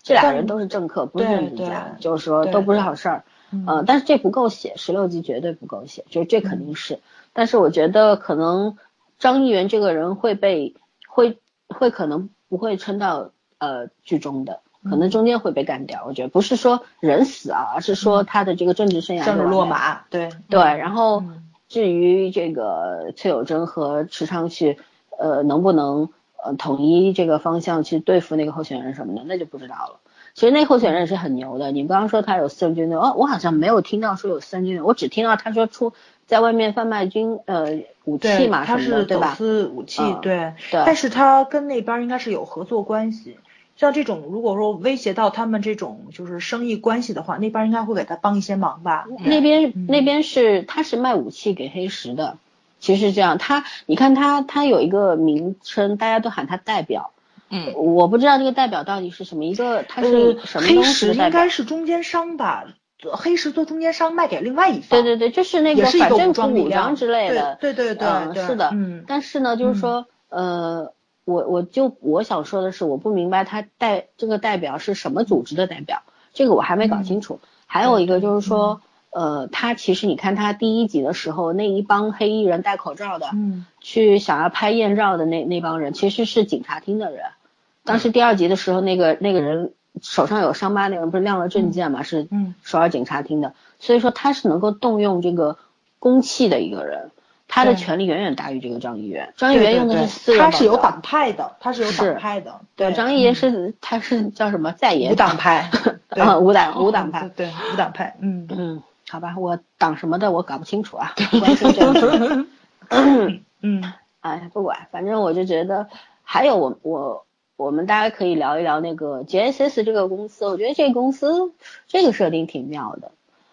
[SPEAKER 1] 这俩
[SPEAKER 2] 但
[SPEAKER 1] 人都是政客，不是
[SPEAKER 2] 对
[SPEAKER 1] 政治家，
[SPEAKER 2] 对
[SPEAKER 1] 就是说
[SPEAKER 2] 对
[SPEAKER 1] 都不是好事儿。
[SPEAKER 2] 嗯
[SPEAKER 1] 呃，但是这不够写，十六集绝对不够写，就这肯定是。但是我觉得可能张议员这个人会被会会可能不会撑到呃剧中的，可
[SPEAKER 2] 嗯
[SPEAKER 1] 能中间会被干掉。我觉得不是说人死啊，而是说他的这个政治生涯
[SPEAKER 2] 嗯政治
[SPEAKER 1] 就
[SPEAKER 2] 落
[SPEAKER 1] 完蛋。
[SPEAKER 2] 马，对
[SPEAKER 1] 对，然后
[SPEAKER 2] 嗯
[SPEAKER 1] 至于这个崔友贞和池昌旭，呃，能不能呃统一这个方向去对付那个候选人什么的，那就不知道了。其实那候选人是很牛的，你刚刚说他有私人军队，哦，我好像没有听到说有私人军队，我只听到他说出在外面贩卖军呃武器
[SPEAKER 2] 对，
[SPEAKER 1] 嘛什
[SPEAKER 2] 他
[SPEAKER 1] 么的，
[SPEAKER 2] 是
[SPEAKER 1] 对
[SPEAKER 2] 走
[SPEAKER 1] 吧？
[SPEAKER 2] 私武器
[SPEAKER 1] 嗯，
[SPEAKER 2] 对，
[SPEAKER 1] 对
[SPEAKER 2] 但是他跟那边儿应该是有合作关系。像这种如果说威胁到他们这种就是生意关系的话，那边儿应该会给他帮一些忙吧？
[SPEAKER 1] 那边、
[SPEAKER 2] 嗯
[SPEAKER 1] 那边是他是卖武器给黑石的，其实是这样，他你看他他有一个名称，大家都喊他代表，
[SPEAKER 3] 嗯，
[SPEAKER 1] 我不知道这个代表到底是什么，一个他
[SPEAKER 2] 呃
[SPEAKER 1] 是，什么
[SPEAKER 2] 黑
[SPEAKER 1] 东西
[SPEAKER 2] 石
[SPEAKER 1] 的代
[SPEAKER 2] 应
[SPEAKER 1] 表？
[SPEAKER 2] 该是中间商吧？做黑石做中间商卖给另外一
[SPEAKER 1] 对
[SPEAKER 2] 方，
[SPEAKER 1] 对对，就是那
[SPEAKER 2] 也是一
[SPEAKER 1] 反
[SPEAKER 2] 个
[SPEAKER 1] 正
[SPEAKER 2] 武
[SPEAKER 1] 府
[SPEAKER 2] 装力
[SPEAKER 1] 武
[SPEAKER 2] 量
[SPEAKER 1] 装之类的。
[SPEAKER 2] 对对对
[SPEAKER 1] 嗯
[SPEAKER 2] 对，
[SPEAKER 1] 是的
[SPEAKER 2] 嗯，
[SPEAKER 1] 但是呢，就是说，呃，我我就我想说的是，我不明白他代这个代表是什么组织的代表，这个我还没
[SPEAKER 2] 嗯
[SPEAKER 1] 搞清楚。还有一个就是说，呃，他其实你看他第一集的时候，那一帮黑衣人戴口罩的，
[SPEAKER 2] 嗯，
[SPEAKER 1] 去想要拍艳照的那那帮人，其实是警察厅的人。当时第二集的时候，那个那个人手上有伤疤，那个人不是亮了证件嘛，是
[SPEAKER 2] 嗯
[SPEAKER 1] 首尔警察厅的，所以说他是能够动用这个公器的一个人，他的
[SPEAKER 2] 对
[SPEAKER 1] 权力远远大于这个张议员。张
[SPEAKER 2] 对
[SPEAKER 1] 议
[SPEAKER 2] 对
[SPEAKER 1] 员用的
[SPEAKER 2] 对
[SPEAKER 1] 是私人
[SPEAKER 2] 他
[SPEAKER 1] 保镖，
[SPEAKER 2] 是有党派的，他是有
[SPEAKER 1] 是
[SPEAKER 2] 党派的，
[SPEAKER 1] 对
[SPEAKER 2] 对，
[SPEAKER 1] 张议员是、他是叫什么在野，
[SPEAKER 2] 无党派 对哦
[SPEAKER 1] 啊，无党无党派，
[SPEAKER 2] 对对无党派，嗯。
[SPEAKER 1] 嗯，好吧，我党什么的我搞不清楚 啊，不关心政治。
[SPEAKER 2] 嗯，
[SPEAKER 1] 哎，不管，反正我就觉得，还有我我我们大家可以聊一聊那个 JSS 这个公司，我觉得这个公司这个设定挺妙的。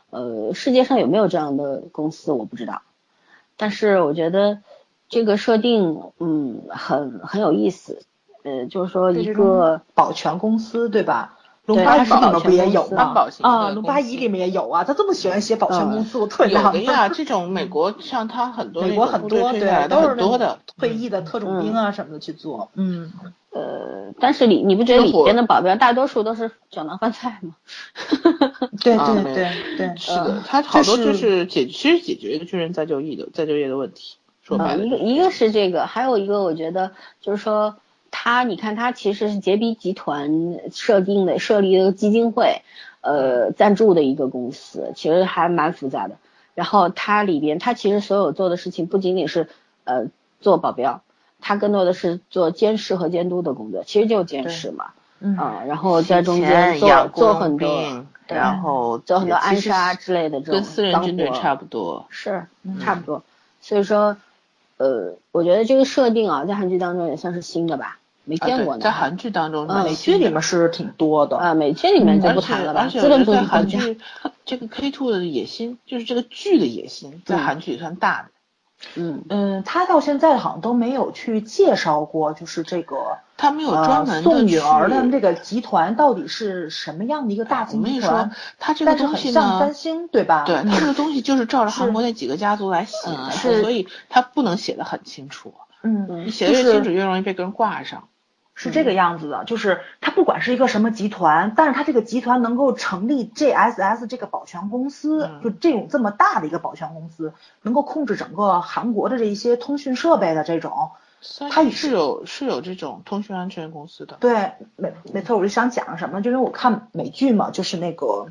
[SPEAKER 1] 呃，世界上有没有这样的公司我不知道，但是我觉得这个设定，嗯，很很有意思。呃，就是说
[SPEAKER 2] 对
[SPEAKER 1] 一
[SPEAKER 2] 这种
[SPEAKER 1] 个
[SPEAKER 2] 保全公司对吧？龙
[SPEAKER 1] 对
[SPEAKER 2] 八
[SPEAKER 1] 它
[SPEAKER 2] 一
[SPEAKER 1] 是
[SPEAKER 2] 里
[SPEAKER 1] 保
[SPEAKER 2] 面不
[SPEAKER 1] 全
[SPEAKER 2] 也
[SPEAKER 1] 公
[SPEAKER 2] 有
[SPEAKER 1] 司
[SPEAKER 2] 吗
[SPEAKER 3] 它？保全
[SPEAKER 2] 啊，
[SPEAKER 3] 的公
[SPEAKER 2] 龙八
[SPEAKER 3] 司
[SPEAKER 2] 一里面也有啊，他这么喜欢写保全公司，我特
[SPEAKER 3] 有
[SPEAKER 2] 纳
[SPEAKER 3] 的
[SPEAKER 2] 闷。
[SPEAKER 3] 呀，这种美国像他很多
[SPEAKER 2] 美
[SPEAKER 3] 那
[SPEAKER 2] 国
[SPEAKER 3] 种
[SPEAKER 2] 很
[SPEAKER 3] 部队
[SPEAKER 2] 多
[SPEAKER 3] 推下来
[SPEAKER 2] 对，
[SPEAKER 3] 的
[SPEAKER 2] 都是
[SPEAKER 3] 很多
[SPEAKER 2] 那
[SPEAKER 3] 的
[SPEAKER 2] 种，退役的特种兵啊什么的去做，嗯，
[SPEAKER 1] 呃，但是里你不觉得
[SPEAKER 3] 这
[SPEAKER 1] 里
[SPEAKER 3] 会儿
[SPEAKER 1] 边的保镖大多数都是酒囊饭菜吗？
[SPEAKER 2] 对
[SPEAKER 3] 啊
[SPEAKER 2] 对
[SPEAKER 3] 没有
[SPEAKER 2] 对对，
[SPEAKER 3] 是
[SPEAKER 1] 嗯
[SPEAKER 3] 的，他好多
[SPEAKER 2] 这
[SPEAKER 3] 就是是解，其实解决军人再就业的再就业的问题。说白
[SPEAKER 1] 嗯，
[SPEAKER 3] 了
[SPEAKER 1] 一，个一个是这个，还有一个我觉得就是说，他你看他其实是杰比集团设定的设立的一个基金会，呃，赞助的一个公司，其实还蛮复杂的。然后它里边，它其实所有做的事情不仅仅是呃做保镖，它更多的是做监视和监督的工作，其实就是监视嘛，
[SPEAKER 2] 嗯
[SPEAKER 1] 啊、然后在中间
[SPEAKER 3] 钱
[SPEAKER 1] 做
[SPEAKER 3] 养
[SPEAKER 1] 做
[SPEAKER 3] 工
[SPEAKER 1] 很多，
[SPEAKER 3] 兵
[SPEAKER 1] 对
[SPEAKER 3] 然后
[SPEAKER 1] 做很多
[SPEAKER 3] 也其
[SPEAKER 1] 暗
[SPEAKER 3] 实
[SPEAKER 1] 杀之类的这种
[SPEAKER 3] 跟私人
[SPEAKER 1] 脏
[SPEAKER 3] 军队
[SPEAKER 1] 活
[SPEAKER 3] 差不多。
[SPEAKER 1] 是，嗯
[SPEAKER 3] 嗯
[SPEAKER 1] 差不多。所以说，呃，我觉得这个设定啊，在韩剧当中也算是新的吧，没
[SPEAKER 3] 啊
[SPEAKER 1] 见
[SPEAKER 3] 对
[SPEAKER 1] 过呢。
[SPEAKER 3] 在韩剧当中，
[SPEAKER 1] 嗯
[SPEAKER 2] 美剧里面是挺多的，
[SPEAKER 3] 嗯
[SPEAKER 1] 啊，美剧里面就
[SPEAKER 3] 而
[SPEAKER 1] 不
[SPEAKER 3] 且
[SPEAKER 1] 谈了吧，
[SPEAKER 3] 而且
[SPEAKER 1] 资
[SPEAKER 3] 我觉
[SPEAKER 1] 本
[SPEAKER 3] 得
[SPEAKER 1] 主义
[SPEAKER 3] 在
[SPEAKER 1] 国
[SPEAKER 3] 韩
[SPEAKER 1] 家。
[SPEAKER 3] 剧，这个 K two 的野心，就是这个剧的野心，在
[SPEAKER 1] 嗯
[SPEAKER 3] 韩剧也算大的。
[SPEAKER 1] 嗯，
[SPEAKER 2] 嗯，他到现在好像都没有去介绍过，就是这个
[SPEAKER 3] 他没有专门的
[SPEAKER 2] 呃送女儿的
[SPEAKER 3] 去
[SPEAKER 2] 这个集团到底是什么样的一个大
[SPEAKER 3] 我
[SPEAKER 2] 型
[SPEAKER 3] 跟
[SPEAKER 2] 集
[SPEAKER 3] 你说
[SPEAKER 2] 团，，
[SPEAKER 3] 他这个
[SPEAKER 2] 但是
[SPEAKER 3] 东
[SPEAKER 2] 很
[SPEAKER 3] 西
[SPEAKER 2] 像
[SPEAKER 3] 呢
[SPEAKER 2] 三，星对吧？
[SPEAKER 3] 对
[SPEAKER 2] 嗯
[SPEAKER 3] 他这个东西就是照着韩
[SPEAKER 2] 是
[SPEAKER 3] 国那几个家族来写的，
[SPEAKER 1] 嗯是
[SPEAKER 3] 所以他不能写的很清楚，
[SPEAKER 2] 嗯，
[SPEAKER 3] 你写的越
[SPEAKER 2] 就是
[SPEAKER 3] 清楚越容易被跟人挂上。
[SPEAKER 2] 是
[SPEAKER 3] 嗯
[SPEAKER 2] 这个样子的，就是它不管是一个什么集团，但是它这个集团能够成立 JSS 这个保全公司，
[SPEAKER 3] 嗯
[SPEAKER 2] 就这种这么大的一个保全公司，能够控制整个韩国的这一些通讯设备的这种，
[SPEAKER 3] 虽
[SPEAKER 2] 它
[SPEAKER 3] 然
[SPEAKER 2] 也
[SPEAKER 3] 是有是有这种通讯安全公司的，
[SPEAKER 2] 对，没没错，我就想讲什么，就因为我看美剧嘛，就是那个，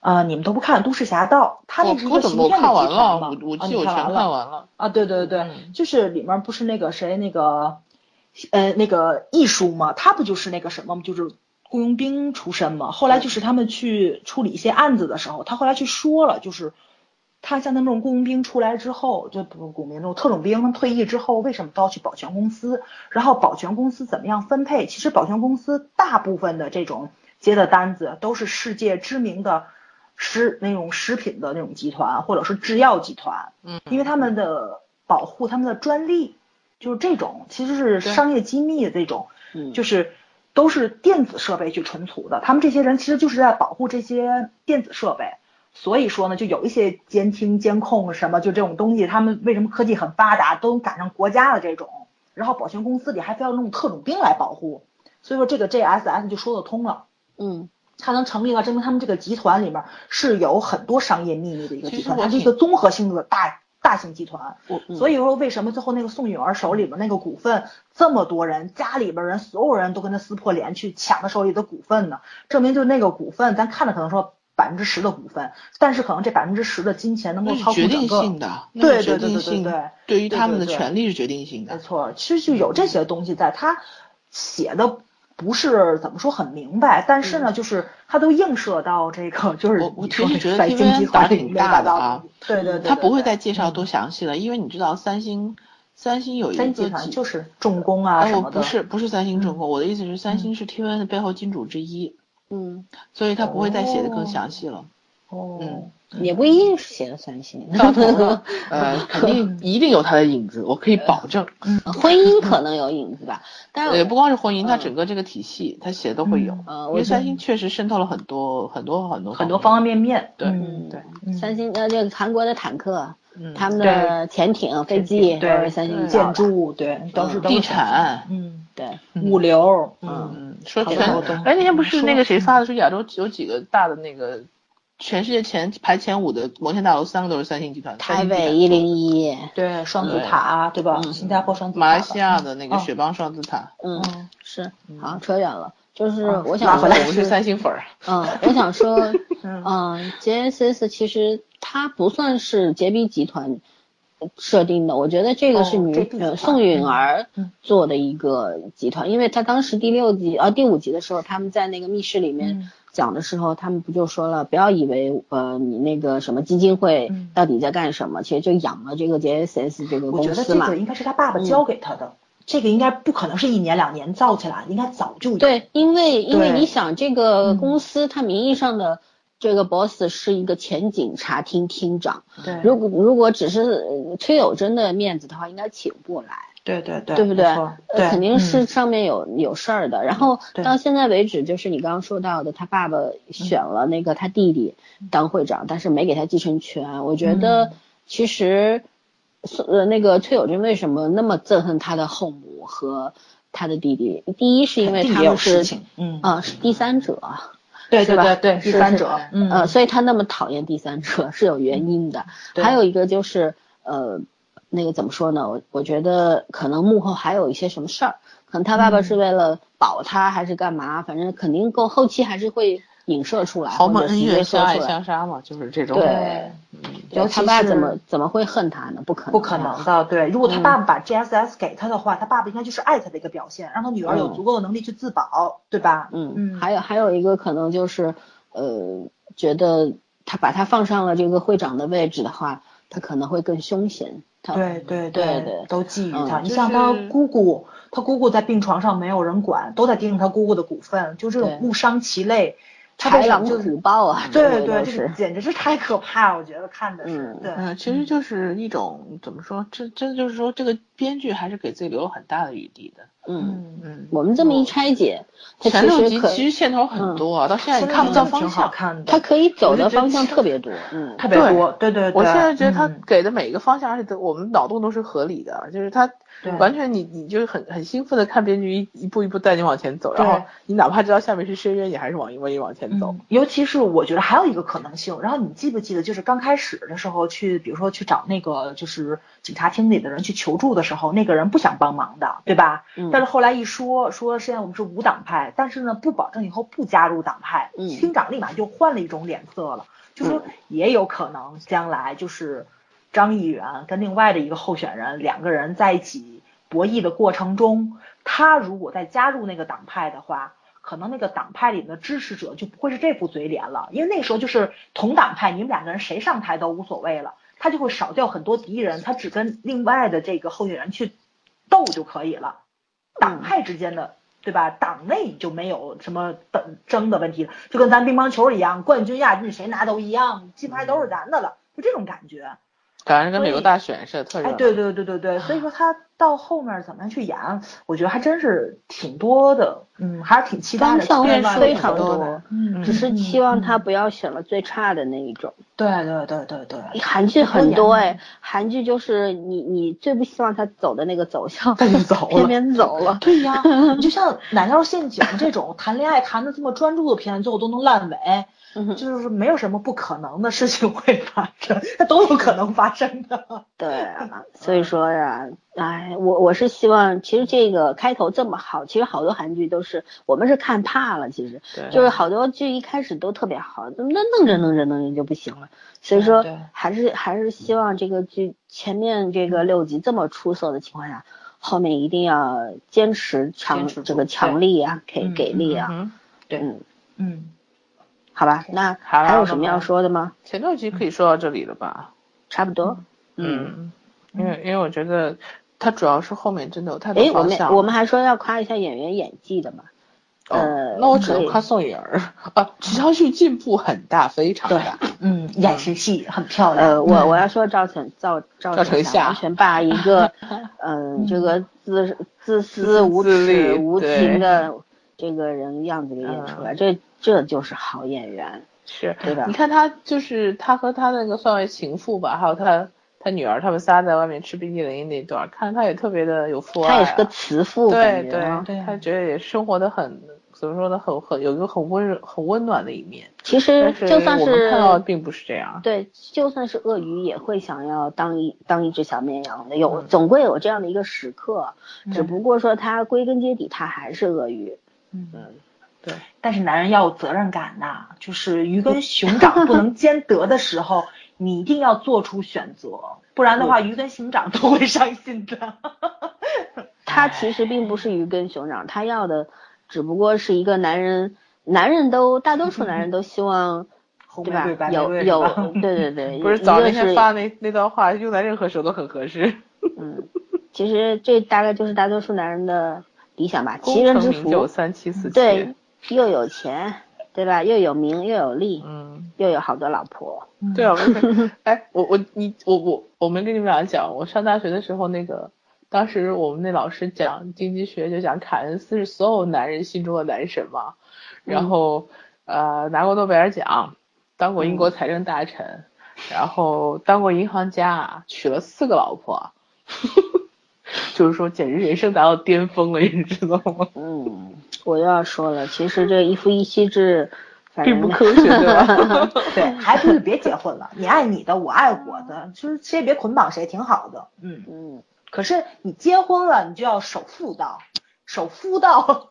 [SPEAKER 2] 呃，你们都不看《都市侠盗》，它
[SPEAKER 3] 我
[SPEAKER 2] 那是一
[SPEAKER 3] 哦我
[SPEAKER 2] 个
[SPEAKER 3] 怎
[SPEAKER 2] 芯
[SPEAKER 3] 么我
[SPEAKER 2] 片的
[SPEAKER 3] 看
[SPEAKER 2] 集
[SPEAKER 3] 完了，
[SPEAKER 2] 团嘛
[SPEAKER 3] 我，我记
[SPEAKER 2] 啊你
[SPEAKER 3] 得我全
[SPEAKER 2] 完
[SPEAKER 3] 看
[SPEAKER 2] 了。
[SPEAKER 3] 完了。
[SPEAKER 2] 啊，对对对，
[SPEAKER 3] 嗯
[SPEAKER 2] 就是里面不是那个谁那个，呃，那个艺术嘛，他不就是那个什么吗？就是雇佣兵出身嘛。后来就是他们去处理一些案子的时候，他后来去说了，就是他像他们这种雇佣兵出来之后，就不雇佣兵这种特种兵，他们退役之后为什么都要去保全公司？然后保全公司怎么样分配？其实保全公司大部分的这种接的单子都是世界知名的食那种食品的那种集团，或者是制药集团，
[SPEAKER 3] 嗯，
[SPEAKER 2] 因为他们的保护他们的专利，就是这种其实是商业机密的这种，
[SPEAKER 1] 嗯
[SPEAKER 2] 就是都是电子设备去存储的。他们这些人其实就是在保护这些电子设备，所以说呢，就有一些监听、监控什么，就这种东西，他们为什么科技很发达，都赶上国家的这种，然后保全公司里还非要弄特种兵来保护，所以说这个 JSS 就说得通了。
[SPEAKER 1] 嗯，
[SPEAKER 2] 它能成立了，证明他们这个集团里面是有很多商业秘密的一个
[SPEAKER 3] 其
[SPEAKER 2] 集团，
[SPEAKER 3] 实我
[SPEAKER 2] 它是一个综合性的大大型集团。
[SPEAKER 1] 我嗯
[SPEAKER 2] 所以说，为什么最后那个宋允儿手里边那个股份，这么多人，家里边人所有人都跟他撕破脸去抢他手里的股份呢？证明就那个股份，咱看着可能说百分之十的股份，但是可能这百分之十的金钱能
[SPEAKER 3] 那
[SPEAKER 2] 够
[SPEAKER 3] 是
[SPEAKER 2] 操
[SPEAKER 3] 决
[SPEAKER 2] 控
[SPEAKER 3] 定
[SPEAKER 2] 整个。嗯
[SPEAKER 3] 性的，那
[SPEAKER 2] 对
[SPEAKER 3] 是决
[SPEAKER 2] 对对
[SPEAKER 3] 定
[SPEAKER 2] 对对
[SPEAKER 3] 性
[SPEAKER 2] 对
[SPEAKER 3] 对于
[SPEAKER 2] 对
[SPEAKER 3] 他
[SPEAKER 2] 对
[SPEAKER 3] 们的
[SPEAKER 2] 对
[SPEAKER 3] 权利是决定性
[SPEAKER 2] 没
[SPEAKER 3] 的。
[SPEAKER 2] 错，其实就有这
[SPEAKER 3] 嗯
[SPEAKER 2] 些东西在，他写的不是怎么说很明白，但是呢，就是他都映射到这个，就
[SPEAKER 3] 嗯
[SPEAKER 2] 是
[SPEAKER 3] 我我
[SPEAKER 2] 你说
[SPEAKER 3] 其实觉得
[SPEAKER 2] 在经济
[SPEAKER 3] TVN 打
[SPEAKER 2] 环境
[SPEAKER 3] 挺
[SPEAKER 2] 里面
[SPEAKER 3] 大的
[SPEAKER 2] 到
[SPEAKER 3] 啊
[SPEAKER 2] 对对对对，
[SPEAKER 3] 他不会
[SPEAKER 2] 在
[SPEAKER 3] 再介绍多详细了，因为你知道三星，三星有一
[SPEAKER 2] 三
[SPEAKER 3] 个
[SPEAKER 2] 集团
[SPEAKER 3] 集
[SPEAKER 2] 就是重工啊
[SPEAKER 3] 哎，
[SPEAKER 2] 什
[SPEAKER 3] 我
[SPEAKER 2] 么的，嗯
[SPEAKER 3] 不是不是三星重工，我的意思是三星是 TVN 的背后金主之一，
[SPEAKER 1] 嗯
[SPEAKER 3] 所以他不会再写的更
[SPEAKER 2] 哦
[SPEAKER 3] 详细了。
[SPEAKER 2] 哦
[SPEAKER 3] 嗯，
[SPEAKER 1] 也不一定是写的三星，
[SPEAKER 3] 到头了， 呃，肯定一定有他的影子，我可以保证。
[SPEAKER 1] 婚姻可能有影子吧，但
[SPEAKER 3] 也
[SPEAKER 1] 是
[SPEAKER 3] 不光是婚姻，他
[SPEAKER 1] 嗯
[SPEAKER 3] 整个这个体系，他写的都会有。
[SPEAKER 2] 嗯
[SPEAKER 1] 呃
[SPEAKER 3] 因
[SPEAKER 1] 我
[SPEAKER 3] 为
[SPEAKER 1] 觉
[SPEAKER 3] 三星确实渗透了很多很多很多
[SPEAKER 2] 很多方方面面，
[SPEAKER 3] 对
[SPEAKER 2] 嗯
[SPEAKER 1] 嗯
[SPEAKER 3] 对
[SPEAKER 2] 嗯
[SPEAKER 1] 三星呃这个韩国的坦克，
[SPEAKER 3] 面
[SPEAKER 1] 他们的潜艇、飞机都
[SPEAKER 2] 对
[SPEAKER 1] 是三星
[SPEAKER 3] 对啊
[SPEAKER 1] 造
[SPEAKER 2] 建
[SPEAKER 1] 的
[SPEAKER 2] 筑对都是
[SPEAKER 3] 嗯地，产，
[SPEAKER 2] 嗯，
[SPEAKER 1] 对，
[SPEAKER 2] 物流，
[SPEAKER 1] 嗯
[SPEAKER 3] 嗯，说
[SPEAKER 2] 好
[SPEAKER 3] 全
[SPEAKER 2] 多好多，
[SPEAKER 3] 哎，那天不是
[SPEAKER 2] 说
[SPEAKER 3] 那个谁发的说亚洲有几个大的那个全世界前排前五的摩天大楼，三个都是三星集团，
[SPEAKER 1] 台
[SPEAKER 3] 三星集团
[SPEAKER 1] 北一零一，
[SPEAKER 2] 对双
[SPEAKER 3] 啊
[SPEAKER 2] 子
[SPEAKER 3] 对
[SPEAKER 2] 塔对吧？
[SPEAKER 1] 嗯
[SPEAKER 2] 新加坡双子塔吧，
[SPEAKER 3] 马来西亚的那个
[SPEAKER 2] 嗯
[SPEAKER 3] 雪邦双子塔，
[SPEAKER 1] 嗯，
[SPEAKER 2] 嗯，
[SPEAKER 1] 是，好，扯远了，就是
[SPEAKER 3] 哦
[SPEAKER 2] 嗯
[SPEAKER 1] 我
[SPEAKER 2] 拉
[SPEAKER 1] 想
[SPEAKER 2] 回
[SPEAKER 1] 说
[SPEAKER 2] 来
[SPEAKER 3] 我们是三星粉儿，
[SPEAKER 1] 嗯，我想说，
[SPEAKER 2] 嗯
[SPEAKER 3] 哦
[SPEAKER 1] 嗯，JSS 其实它不算是杰比集团设定的，我觉得这个是
[SPEAKER 2] 哦
[SPEAKER 1] 女、
[SPEAKER 2] 这地
[SPEAKER 1] 呃
[SPEAKER 2] 方
[SPEAKER 1] 宋允儿
[SPEAKER 2] 嗯
[SPEAKER 1] 做的一个集团，因为她当时第六集啊第五集的时候，他们在那个密室里
[SPEAKER 2] 嗯
[SPEAKER 1] 面讲的时候，他们不就说了，不要以为呃你那个什么基金会
[SPEAKER 2] 嗯
[SPEAKER 1] 到底在干什么，其实就养了这个 JSS 这个
[SPEAKER 2] 我
[SPEAKER 1] 公
[SPEAKER 2] 觉得
[SPEAKER 1] 司
[SPEAKER 2] 这
[SPEAKER 1] 嘛。嗯
[SPEAKER 2] 个应该是他爸爸教给他的，这个应该不可能是一年两年造起来，应该早就有。
[SPEAKER 1] 对，因为因为
[SPEAKER 2] 对
[SPEAKER 1] 你想，这个
[SPEAKER 2] 嗯
[SPEAKER 1] 公司它名义上的这个 boss 是一个前警察厅厅长，
[SPEAKER 2] 对
[SPEAKER 1] 如果如果只是呃崔友贞的面子的话，应该请不来，
[SPEAKER 2] 对对对，
[SPEAKER 1] 对不对？
[SPEAKER 2] 没错
[SPEAKER 1] 呃
[SPEAKER 2] 对，
[SPEAKER 1] 肯定
[SPEAKER 2] 嗯
[SPEAKER 1] 是上面有、有事儿的。然后
[SPEAKER 2] 对
[SPEAKER 1] 到现在为止，就是你刚刚说到的，他爸爸选了那个他弟弟
[SPEAKER 2] 嗯
[SPEAKER 1] 当会长，但是没给他继承权。我觉得其实，是呃，那个崔友贞为什么那么憎恨他的后母和他的弟弟？第一是因为
[SPEAKER 2] 肯定
[SPEAKER 1] 他
[SPEAKER 2] 也有
[SPEAKER 1] 们是
[SPEAKER 2] 事情，嗯，
[SPEAKER 1] 啊、是第三者，
[SPEAKER 2] 对
[SPEAKER 1] 是
[SPEAKER 2] 对
[SPEAKER 1] 吧
[SPEAKER 2] 对对，第
[SPEAKER 1] 是
[SPEAKER 2] 三
[SPEAKER 1] 是
[SPEAKER 2] 者，嗯
[SPEAKER 1] 呃，所以他那么讨厌第三者是有原因的。
[SPEAKER 2] 对
[SPEAKER 1] 还有一个就是呃，那个怎么说呢？我我觉得可能幕后还有一些什么事儿，可能他爸
[SPEAKER 2] 嗯
[SPEAKER 1] 爸是为了保他还是干嘛，反正肯定够后期还是会影射出来，
[SPEAKER 3] 豪
[SPEAKER 1] 或
[SPEAKER 3] 门
[SPEAKER 1] 者直
[SPEAKER 3] 恩
[SPEAKER 1] 接
[SPEAKER 2] 啊
[SPEAKER 1] 说
[SPEAKER 3] 怨相爱
[SPEAKER 1] 出来。
[SPEAKER 3] 相杀嘛，就是这种。嗯
[SPEAKER 1] 对，
[SPEAKER 2] 尤
[SPEAKER 1] 对
[SPEAKER 2] 其
[SPEAKER 1] 他爸
[SPEAKER 2] 是
[SPEAKER 1] 怎么怎么会恨他呢？不可能，啊
[SPEAKER 2] 不可能。的，对。如果
[SPEAKER 1] 嗯
[SPEAKER 2] 他爸爸把 GSS 给他的话，他爸爸应该就是爱他的一个表现，让他女儿有
[SPEAKER 1] 嗯
[SPEAKER 2] 足够的能力去自保，对吧？
[SPEAKER 1] 嗯，
[SPEAKER 2] 嗯，
[SPEAKER 1] 还有还有一个可能就是呃，觉得他把他放上了这个会长的位置的话，他可能会更凶险。他
[SPEAKER 2] 对对
[SPEAKER 1] 对对
[SPEAKER 2] 都觊觎他。
[SPEAKER 1] 嗯
[SPEAKER 2] 你
[SPEAKER 3] 就
[SPEAKER 2] 像他
[SPEAKER 3] 是
[SPEAKER 2] 姑姑，他姑姑在病床上没有人管，都在盯着他姑姑的股份，就这种
[SPEAKER 1] 对
[SPEAKER 2] 误伤其类，他为
[SPEAKER 1] 豺
[SPEAKER 2] 什
[SPEAKER 1] 狼
[SPEAKER 2] 么就是嗯
[SPEAKER 1] 虎豹
[SPEAKER 3] 嗯
[SPEAKER 1] 啊，
[SPEAKER 2] 对
[SPEAKER 1] 对，就
[SPEAKER 2] 对，这个
[SPEAKER 1] 是
[SPEAKER 2] 简直是太可怕了，我觉得看的是
[SPEAKER 1] 嗯，
[SPEAKER 2] 对，
[SPEAKER 3] 嗯，其实就是一种怎么说，这真的就是说，这个编剧还是给自己留了很大的余地的。
[SPEAKER 1] 嗯。
[SPEAKER 2] 嗯，
[SPEAKER 3] 嗯，
[SPEAKER 1] 我们这么一拆解，它
[SPEAKER 3] 前六
[SPEAKER 1] 其
[SPEAKER 3] 集
[SPEAKER 1] 实可
[SPEAKER 3] 其实线头很多啊，到现在
[SPEAKER 2] 嗯现
[SPEAKER 3] 你
[SPEAKER 2] 在
[SPEAKER 3] 看不到
[SPEAKER 2] 真的
[SPEAKER 3] 方
[SPEAKER 2] 挺好
[SPEAKER 3] 向。
[SPEAKER 2] 看的，
[SPEAKER 1] 它可以走的方向
[SPEAKER 2] 对
[SPEAKER 1] 特别多，嗯，
[SPEAKER 2] 特别
[SPEAKER 3] 对
[SPEAKER 2] 多，对对对，
[SPEAKER 3] 我现在觉得他
[SPEAKER 2] 嗯
[SPEAKER 3] 给的每一个方向，而且都我们脑洞都是合理的，就是他
[SPEAKER 2] 对
[SPEAKER 3] 完全你你就很很兴奋的看编剧一一步一步带你往前走，
[SPEAKER 2] 对
[SPEAKER 3] 然后你哪怕知道下面是深渊，你还是往一往一往前走。
[SPEAKER 2] 嗯。尤其是我觉得还有一个可能性，然后你记不记得，就是刚开始的时候去，比如说去找那个就是警察厅里的人去求助的时候，那个人不想帮忙的，对吧？
[SPEAKER 1] 嗯
[SPEAKER 2] 但是后来一说说现在我们是无党派，但是呢不保证以后不加入党派，
[SPEAKER 1] 嗯
[SPEAKER 2] 厅长立马就换了一种脸色了，就说也有可能将来就是张议员跟另外的一个候选人两个人在一起博弈的过程中，他如果再加入那个党派的话，可能那个党派里的支持者就不会是这副嘴脸了，因为那个时候就是同党派，你们两个人谁上台都无所谓了，他就会少掉很多敌人，他只跟另外的这个候选人去斗就可以了。党派之间的，对吧？党内就没有什么本争的问题了，就跟咱乒乓球一样，冠军、亚军谁拿都一样，金牌都是咱的了，就这种感觉。
[SPEAKER 3] 赶上跟美
[SPEAKER 2] 所
[SPEAKER 3] 国
[SPEAKER 2] 以
[SPEAKER 3] 大选似的，特热
[SPEAKER 2] 哎，
[SPEAKER 3] 闹。
[SPEAKER 2] 对对对对对，所以说他到后面怎么样去演，我觉得还真是挺多的，嗯，还是挺期待
[SPEAKER 1] 方
[SPEAKER 2] 的，
[SPEAKER 1] 向
[SPEAKER 2] 期
[SPEAKER 1] 会
[SPEAKER 2] 待
[SPEAKER 1] 非
[SPEAKER 2] 挺
[SPEAKER 1] 常
[SPEAKER 2] 多
[SPEAKER 1] 多
[SPEAKER 2] 的，嗯，
[SPEAKER 1] 只是期望他
[SPEAKER 2] 嗯，
[SPEAKER 1] 不要选了最差的那一种。
[SPEAKER 2] 对对对对 对，
[SPEAKER 1] 韩剧很多
[SPEAKER 2] 嗯多
[SPEAKER 1] 哎、
[SPEAKER 2] 年
[SPEAKER 1] 韩剧就是你你最不希望他走的那个走向，
[SPEAKER 2] 他就走
[SPEAKER 1] 偏
[SPEAKER 2] 了。
[SPEAKER 1] 偏走 了。
[SPEAKER 2] 对呀，你就像《奶酪陷阱》这种谈恋爱谈的这么专注的片，最后都能烂尾，
[SPEAKER 1] 嗯哼，
[SPEAKER 2] 就是没有什么不可能的事情会发生，它都有可能发生的。
[SPEAKER 1] 对啊，所以说呀、哎，我我是希望，其实这个开头这么好，其实好多韩剧都是我们是看怕了，其实
[SPEAKER 3] 对
[SPEAKER 1] 就是好多剧一开始都特别好，那弄着弄着弄着就不行了。所以说
[SPEAKER 3] 对对
[SPEAKER 1] 还是还是希望这个剧前面这
[SPEAKER 3] 嗯
[SPEAKER 1] 个六集这么出色的情况下，后面一定要坚持强
[SPEAKER 2] 坚持住
[SPEAKER 1] 这个强力啊，给
[SPEAKER 2] 嗯
[SPEAKER 1] 给力啊，
[SPEAKER 3] 嗯哼
[SPEAKER 2] 对
[SPEAKER 1] 嗯，
[SPEAKER 2] 嗯，
[SPEAKER 1] 好吧，那
[SPEAKER 3] 好了
[SPEAKER 1] 还有什么
[SPEAKER 3] 那
[SPEAKER 1] 要
[SPEAKER 3] 么
[SPEAKER 1] 说的吗？
[SPEAKER 3] 前六集可以说到这里了吧？
[SPEAKER 1] 差不多，嗯。
[SPEAKER 3] 嗯，因为因为我觉得它主要是后面真的有太多
[SPEAKER 1] 诶，我
[SPEAKER 3] 方
[SPEAKER 1] 们
[SPEAKER 3] 向了。
[SPEAKER 1] 我们还说要夸一下演员演技的嘛。
[SPEAKER 3] 哦
[SPEAKER 1] 呃，
[SPEAKER 3] 那我只
[SPEAKER 1] 可
[SPEAKER 3] 能
[SPEAKER 1] 以
[SPEAKER 3] 夸宋雨儿啊，池昌旭进步很大，非常
[SPEAKER 2] 对
[SPEAKER 3] 大。，
[SPEAKER 2] 嗯，眼神戏很漂亮。
[SPEAKER 1] 呃，我我要说赵成赵赵
[SPEAKER 3] 嗯赵成
[SPEAKER 1] 夏
[SPEAKER 3] 夏
[SPEAKER 1] 完全把一 个嗯这个自自私无
[SPEAKER 3] 自
[SPEAKER 1] 耻
[SPEAKER 3] 利
[SPEAKER 1] 无
[SPEAKER 3] 对
[SPEAKER 1] 情的这个人样子给演出来，这这就是好演员，
[SPEAKER 3] 是，
[SPEAKER 1] 对吧
[SPEAKER 3] 嗯啊你？看他就是他和他那个算为情妇吧，还有他他女儿，他们仨在外面吃冰激凌那段，看他也特别的有父爱、啊。
[SPEAKER 1] 他也是个慈父，
[SPEAKER 3] 对
[SPEAKER 1] 感觉
[SPEAKER 3] 对
[SPEAKER 1] 啊。
[SPEAKER 2] 对
[SPEAKER 3] 他觉得也生活的很怎么说呢，很很有一个很温很温暖的一面。
[SPEAKER 1] 其实
[SPEAKER 3] 但
[SPEAKER 1] 嗯就算
[SPEAKER 3] 我们
[SPEAKER 1] 是
[SPEAKER 3] 看到的并不是这样。
[SPEAKER 1] 对，就算是鳄鱼也会想要当一当一只小绵羊的，
[SPEAKER 3] 嗯
[SPEAKER 1] 有总归有这样的一个时刻，只不过说它归根结底它还是鳄鱼。
[SPEAKER 2] 嗯，
[SPEAKER 3] 对，
[SPEAKER 2] 但是男人要有责任感呐，就是鱼跟熊掌不能兼得的时 候，你一定要做出选择，不然的话，鱼跟熊掌都会伤心的。
[SPEAKER 1] 他其实并不是鱼跟熊掌，他要的只不过是一个男人，男人都大多数男人都希 望，
[SPEAKER 2] 红
[SPEAKER 1] 对
[SPEAKER 2] 玫
[SPEAKER 1] 吧
[SPEAKER 2] 瑰白？玫
[SPEAKER 1] 有
[SPEAKER 2] 瑰
[SPEAKER 1] 有
[SPEAKER 2] 是 吧，
[SPEAKER 1] 对对对，
[SPEAKER 3] 不是
[SPEAKER 1] 一
[SPEAKER 3] 早
[SPEAKER 1] 个
[SPEAKER 3] 那天
[SPEAKER 1] 是
[SPEAKER 3] 发那那段话，用在任何时候都很合适。
[SPEAKER 1] 嗯，其实这大概就是大多数男人的理想吧，
[SPEAKER 3] 功
[SPEAKER 1] 其人
[SPEAKER 3] 成
[SPEAKER 1] 之
[SPEAKER 3] 名就
[SPEAKER 1] 福，
[SPEAKER 3] 三妻四妾。
[SPEAKER 1] 对，，又有钱，对吧？又有名，又有利，
[SPEAKER 3] 嗯。
[SPEAKER 1] 又有好多老婆，
[SPEAKER 2] 嗯
[SPEAKER 3] 对啊，我就看哎，我我你我我我没跟你们俩讲，我上大学的时候那个，当时我们那老师讲经济学，就讲凯恩斯是所有男人心中的男神嘛，然后、呃拿过诺贝尔奖，当过英国财政大臣，然后当过银行家，娶了四个老婆，就是说简直人生达到巅峰了，你知道吗？
[SPEAKER 1] 嗯，我又要说了，其实这一夫一妻制，反正
[SPEAKER 3] 并不科学，对吧？
[SPEAKER 2] 对，还不是别结婚了，你爱你的，我爱我的，就是谁也别捆绑谁，挺好的。嗯，
[SPEAKER 1] 嗯，
[SPEAKER 2] 可是你结婚了，你就要守妇道，守夫道。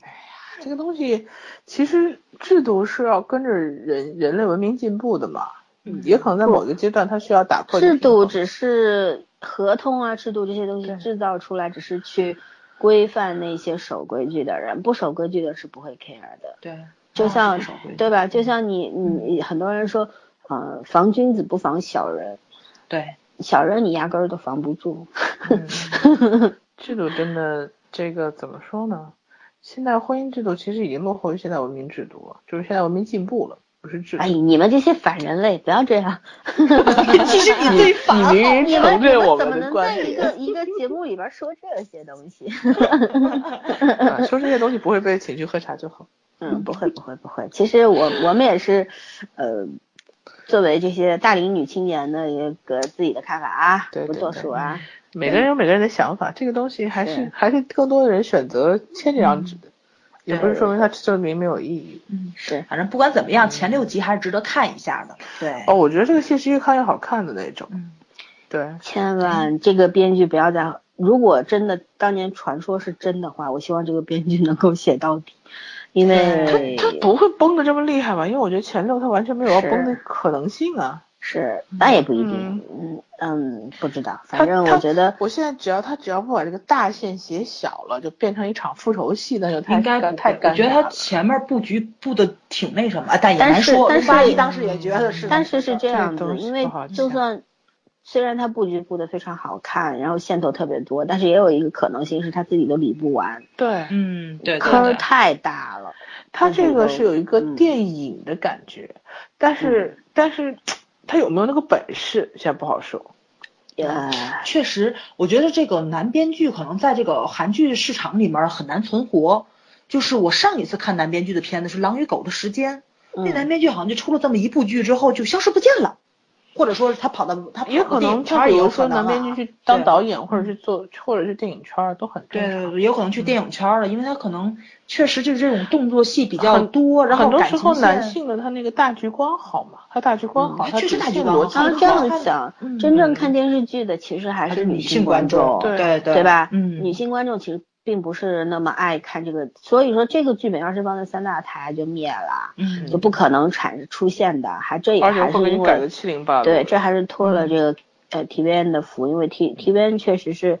[SPEAKER 3] 这个东西其实制度是要跟着人人类文明进步的嘛，
[SPEAKER 2] 嗯
[SPEAKER 3] 也可能在某一个阶段它需要打破这个
[SPEAKER 1] 制度
[SPEAKER 3] 平衡
[SPEAKER 1] 只是合同啊、制度这些东西
[SPEAKER 3] 对
[SPEAKER 1] 制造出来，只是去规范那些守规矩的人，不守规矩的是不会 care 的。
[SPEAKER 2] 对，
[SPEAKER 1] 就像、
[SPEAKER 3] 是守规矩
[SPEAKER 1] 对吧？就像你你很多人说，呃，防君子不防小人，
[SPEAKER 2] 对，
[SPEAKER 1] 小人你压根儿都防不住。
[SPEAKER 3] 制度真的这个怎么说呢？现在婚姻制度其实已经落后于现代文明制度了，就是现在文明进步了，不是制度。
[SPEAKER 1] 哎，你们这些反人类，不要这样！
[SPEAKER 2] 其实你最烦
[SPEAKER 3] 你明明
[SPEAKER 1] 你们
[SPEAKER 3] 承
[SPEAKER 1] 你
[SPEAKER 3] 认我
[SPEAKER 1] 们怎么
[SPEAKER 3] 们的
[SPEAKER 1] 能
[SPEAKER 3] 观
[SPEAKER 1] 在一
[SPEAKER 3] 点，
[SPEAKER 1] 个一个节目里边说这些东西？
[SPEAKER 3] 啊说这些东西不会被请去喝茶就好。
[SPEAKER 1] 嗯，不会不会不会。其实我我们也是，呃，作为这些大龄女青年的一个自己的看法啊，
[SPEAKER 3] 对对
[SPEAKER 1] 不作数啊。
[SPEAKER 3] 每个人有每个人的想法，这个东西还
[SPEAKER 1] 对
[SPEAKER 3] 是还是更多的人选择签这张纸的，也不是
[SPEAKER 1] 嗯对
[SPEAKER 3] 说明它证明没有意义。
[SPEAKER 1] 是，
[SPEAKER 2] 反正不管怎么样，前六集还是值得看一下的。对，
[SPEAKER 3] 哦，我觉得这个戏是越看越好看的那种。
[SPEAKER 2] 哎嗯
[SPEAKER 3] 对，
[SPEAKER 1] 千万这个编剧不要再，如果真的当年传说是真的话，我希望这个编剧能够写到底，因为
[SPEAKER 3] 他他不会崩的这么厉害吧？因为我觉得前六他完全没有要崩的可能性啊。
[SPEAKER 1] 是，那也不一定
[SPEAKER 3] 嗯，
[SPEAKER 1] 嗯嗯，不知道，
[SPEAKER 3] 他
[SPEAKER 1] 反正我
[SPEAKER 3] 他
[SPEAKER 1] 觉得
[SPEAKER 3] 我现在只要他只要不把这个大线写小了，就变成一场复仇戏，那就太
[SPEAKER 2] 应该不
[SPEAKER 3] 尴太
[SPEAKER 2] 会
[SPEAKER 3] 尴
[SPEAKER 2] 我觉得
[SPEAKER 3] 尬
[SPEAKER 2] 他
[SPEAKER 3] 了
[SPEAKER 2] 前面布局布的挺那什么，但也
[SPEAKER 1] 但
[SPEAKER 2] 难
[SPEAKER 1] 是
[SPEAKER 2] 说。
[SPEAKER 1] 但
[SPEAKER 2] 卢
[SPEAKER 1] 是
[SPEAKER 2] 八一当时也觉得是，
[SPEAKER 1] 但是是这
[SPEAKER 3] 这
[SPEAKER 1] 样
[SPEAKER 3] 东
[SPEAKER 1] 子，
[SPEAKER 3] 西
[SPEAKER 1] 因为
[SPEAKER 3] 不好
[SPEAKER 1] 就
[SPEAKER 3] 讲
[SPEAKER 1] 算虽然他布局布的非常好看，然后线头特别多，但是也有一个可能性是他自己都理不完，
[SPEAKER 3] 对，
[SPEAKER 2] 嗯，对对
[SPEAKER 1] 坑儿
[SPEAKER 2] 对，
[SPEAKER 1] 太大了。
[SPEAKER 3] 他
[SPEAKER 1] 但是
[SPEAKER 3] 这
[SPEAKER 1] 我
[SPEAKER 3] 个是有一个
[SPEAKER 1] 嗯
[SPEAKER 3] 电影的感觉，但是
[SPEAKER 2] 嗯
[SPEAKER 3] 但是他有没有那个本事，现在不好说。
[SPEAKER 1] 呃，
[SPEAKER 2] 确实，我觉得这个男编剧可能在这个韩剧市场里面很难存活。就是我上一次看男编剧的片子是《狼与狗的时间》，
[SPEAKER 1] 嗯
[SPEAKER 2] 那
[SPEAKER 3] 嗯
[SPEAKER 2] 男编剧好像就出了这么一部剧之后就消失不见了，或者说是他跑到他跑
[SPEAKER 3] 也
[SPEAKER 2] 到
[SPEAKER 3] 可
[SPEAKER 2] 电
[SPEAKER 3] 能
[SPEAKER 2] 影圈
[SPEAKER 3] 他
[SPEAKER 2] 儿
[SPEAKER 3] 比
[SPEAKER 2] 也有
[SPEAKER 3] 如
[SPEAKER 2] 可
[SPEAKER 3] 说
[SPEAKER 2] 能
[SPEAKER 3] 男
[SPEAKER 2] 啊
[SPEAKER 3] 编剧去当
[SPEAKER 2] 对嗯
[SPEAKER 3] 导演，或者是做或者是电影圈儿都很正
[SPEAKER 2] 对，
[SPEAKER 3] 常。
[SPEAKER 2] 有可能去电影圈儿了，因为他可能确实就是这种动作戏比较
[SPEAKER 3] 很
[SPEAKER 2] 多，然后
[SPEAKER 3] 很多
[SPEAKER 2] 感
[SPEAKER 3] 时
[SPEAKER 2] 情
[SPEAKER 3] 候男
[SPEAKER 2] 线
[SPEAKER 3] 性的他那个大局观好嘛，他大局观好，
[SPEAKER 2] 嗯
[SPEAKER 3] 他
[SPEAKER 2] 确实
[SPEAKER 3] 理
[SPEAKER 2] 大局
[SPEAKER 3] 性
[SPEAKER 2] 观
[SPEAKER 3] 逻
[SPEAKER 2] 好
[SPEAKER 3] 辑
[SPEAKER 1] 他
[SPEAKER 2] 嗯
[SPEAKER 1] 这样
[SPEAKER 2] 看
[SPEAKER 1] 想
[SPEAKER 2] 嗯，
[SPEAKER 1] 真正
[SPEAKER 2] 嗯
[SPEAKER 1] 看电视剧的其实还
[SPEAKER 2] 还
[SPEAKER 1] 是
[SPEAKER 2] 是
[SPEAKER 1] 女
[SPEAKER 2] 女性
[SPEAKER 1] 观
[SPEAKER 2] 观众，
[SPEAKER 3] 对
[SPEAKER 2] 对
[SPEAKER 1] 对吧？
[SPEAKER 2] 嗯，
[SPEAKER 1] 女性观众其实并不是那么爱看这个，所以说这个剧本要是放在三大台就灭了，
[SPEAKER 2] 嗯
[SPEAKER 1] 就不可能产出现的，还这也
[SPEAKER 3] 而且
[SPEAKER 1] 还
[SPEAKER 3] 会
[SPEAKER 1] 是
[SPEAKER 3] 给
[SPEAKER 1] 因
[SPEAKER 3] 你改的嗯
[SPEAKER 1] 为
[SPEAKER 3] 七零八落。
[SPEAKER 1] 对，这还是托了这个呃 TVN 的福，因为 T TVN 确实是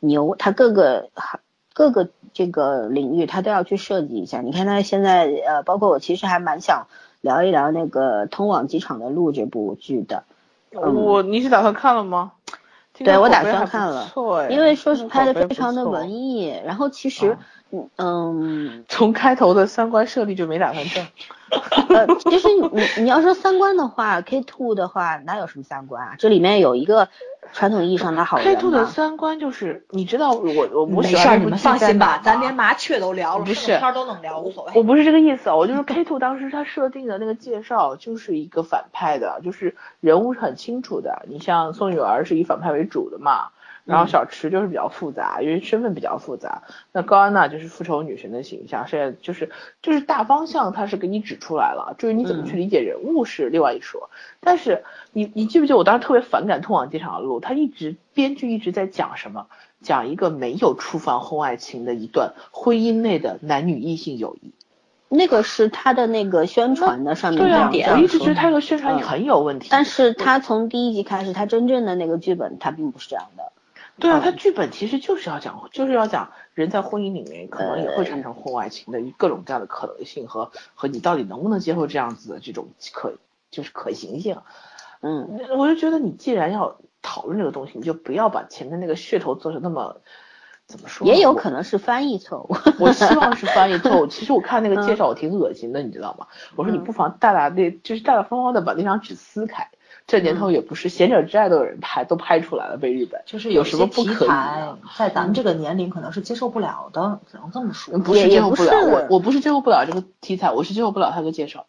[SPEAKER 1] 牛，它各个各个这个领域它都要去设计一下。你看它现在呃，包括我其实还蛮想聊一聊那个《通往机场的路》这部剧的，嗯
[SPEAKER 3] 我你是打算看了吗？今
[SPEAKER 1] 对
[SPEAKER 3] 天
[SPEAKER 1] 我
[SPEAKER 3] 口
[SPEAKER 1] 打
[SPEAKER 3] 碑
[SPEAKER 1] 算
[SPEAKER 3] 还不
[SPEAKER 1] 看了
[SPEAKER 3] 错哎
[SPEAKER 1] 因为说是拍的
[SPEAKER 3] 口碑
[SPEAKER 1] 非常的
[SPEAKER 3] 不错啊
[SPEAKER 1] 文艺，然后其实，嗯嗯，
[SPEAKER 3] 从开头的三观设立就没打算正。
[SPEAKER 1] 呃，其实你你要说三观的话，K two 的话哪有什么三观啊？这里面有一个传统意义上的好人
[SPEAKER 3] K two 的
[SPEAKER 1] 嘛
[SPEAKER 3] 三观就是，你知道我我不
[SPEAKER 2] 没
[SPEAKER 3] 喜
[SPEAKER 2] 事儿，
[SPEAKER 3] 欢
[SPEAKER 2] 你
[SPEAKER 3] 这部
[SPEAKER 2] 们
[SPEAKER 3] 剧在哪吗，啊
[SPEAKER 2] 放心吧，咱连麻雀都聊了，
[SPEAKER 3] 不
[SPEAKER 2] 什么
[SPEAKER 3] 是
[SPEAKER 2] 片儿都能聊，无所谓。
[SPEAKER 3] 我不是这个意思啊，我就是 K two 当时他设定的那个介绍就是一个反派的，就是人物是很清楚的。你像宋雨儿是以反派为主的嘛，然
[SPEAKER 2] 嗯
[SPEAKER 3] 后小池就是比较复杂，因为身份比较复杂。那高安娜就是复仇女神的形象，现在就是就是大方向它是给你指出来了，至于你怎
[SPEAKER 2] 嗯
[SPEAKER 3] 么去理解人物是另外一说。但是你你记不记得我当时特别反感《通往机场的路》，他一直编剧一直在讲什么？讲一个没有触犯婚外情的一段婚姻内的男女异性友谊。
[SPEAKER 1] 那个是他的那个宣传的上面
[SPEAKER 3] 对
[SPEAKER 1] 这
[SPEAKER 3] 啊，
[SPEAKER 1] 样这
[SPEAKER 3] 我
[SPEAKER 1] 样
[SPEAKER 3] 一直
[SPEAKER 1] 说
[SPEAKER 3] 觉得他这个宣传
[SPEAKER 1] 嗯
[SPEAKER 3] 很有问题。
[SPEAKER 1] 但是他从第一集开始，他真正的那个剧本他并不是这样的，
[SPEAKER 3] 对啊
[SPEAKER 1] 嗯，
[SPEAKER 3] 他剧本其实就是要讲，就是要讲人在婚姻里面可能也
[SPEAKER 1] 嗯
[SPEAKER 3] 会产生婚外情的各种各样的可能性和和你到底能不能接受这样子的这种可就是可行性。
[SPEAKER 1] 嗯，
[SPEAKER 3] 我就觉得你既然要讨论这个东西，你就不要把前面那个噱头做成那么怎么说呢？
[SPEAKER 1] 也有
[SPEAKER 3] 我
[SPEAKER 1] 可能是翻译错误，
[SPEAKER 3] 我希望是翻译错误。其实我看那个介绍，我挺恶心的，你知道吗？我说你不妨大大的，就是大大方方的把那张纸撕开。这年头也不是贤者之爱都有人拍，都拍出来了，被日本
[SPEAKER 2] 就是
[SPEAKER 3] 有
[SPEAKER 2] 些
[SPEAKER 3] 什么不
[SPEAKER 2] 题
[SPEAKER 3] 可以
[SPEAKER 2] 材
[SPEAKER 3] 的？
[SPEAKER 2] 在咱们这个年龄可能是接受不了的，只能这么说。
[SPEAKER 3] 嗯不是
[SPEAKER 1] 也
[SPEAKER 3] 接
[SPEAKER 1] 也
[SPEAKER 3] 受
[SPEAKER 1] 不
[SPEAKER 3] 不了，
[SPEAKER 1] 是
[SPEAKER 3] 我我不是接受不了这个题材，我是接受不了他的介绍。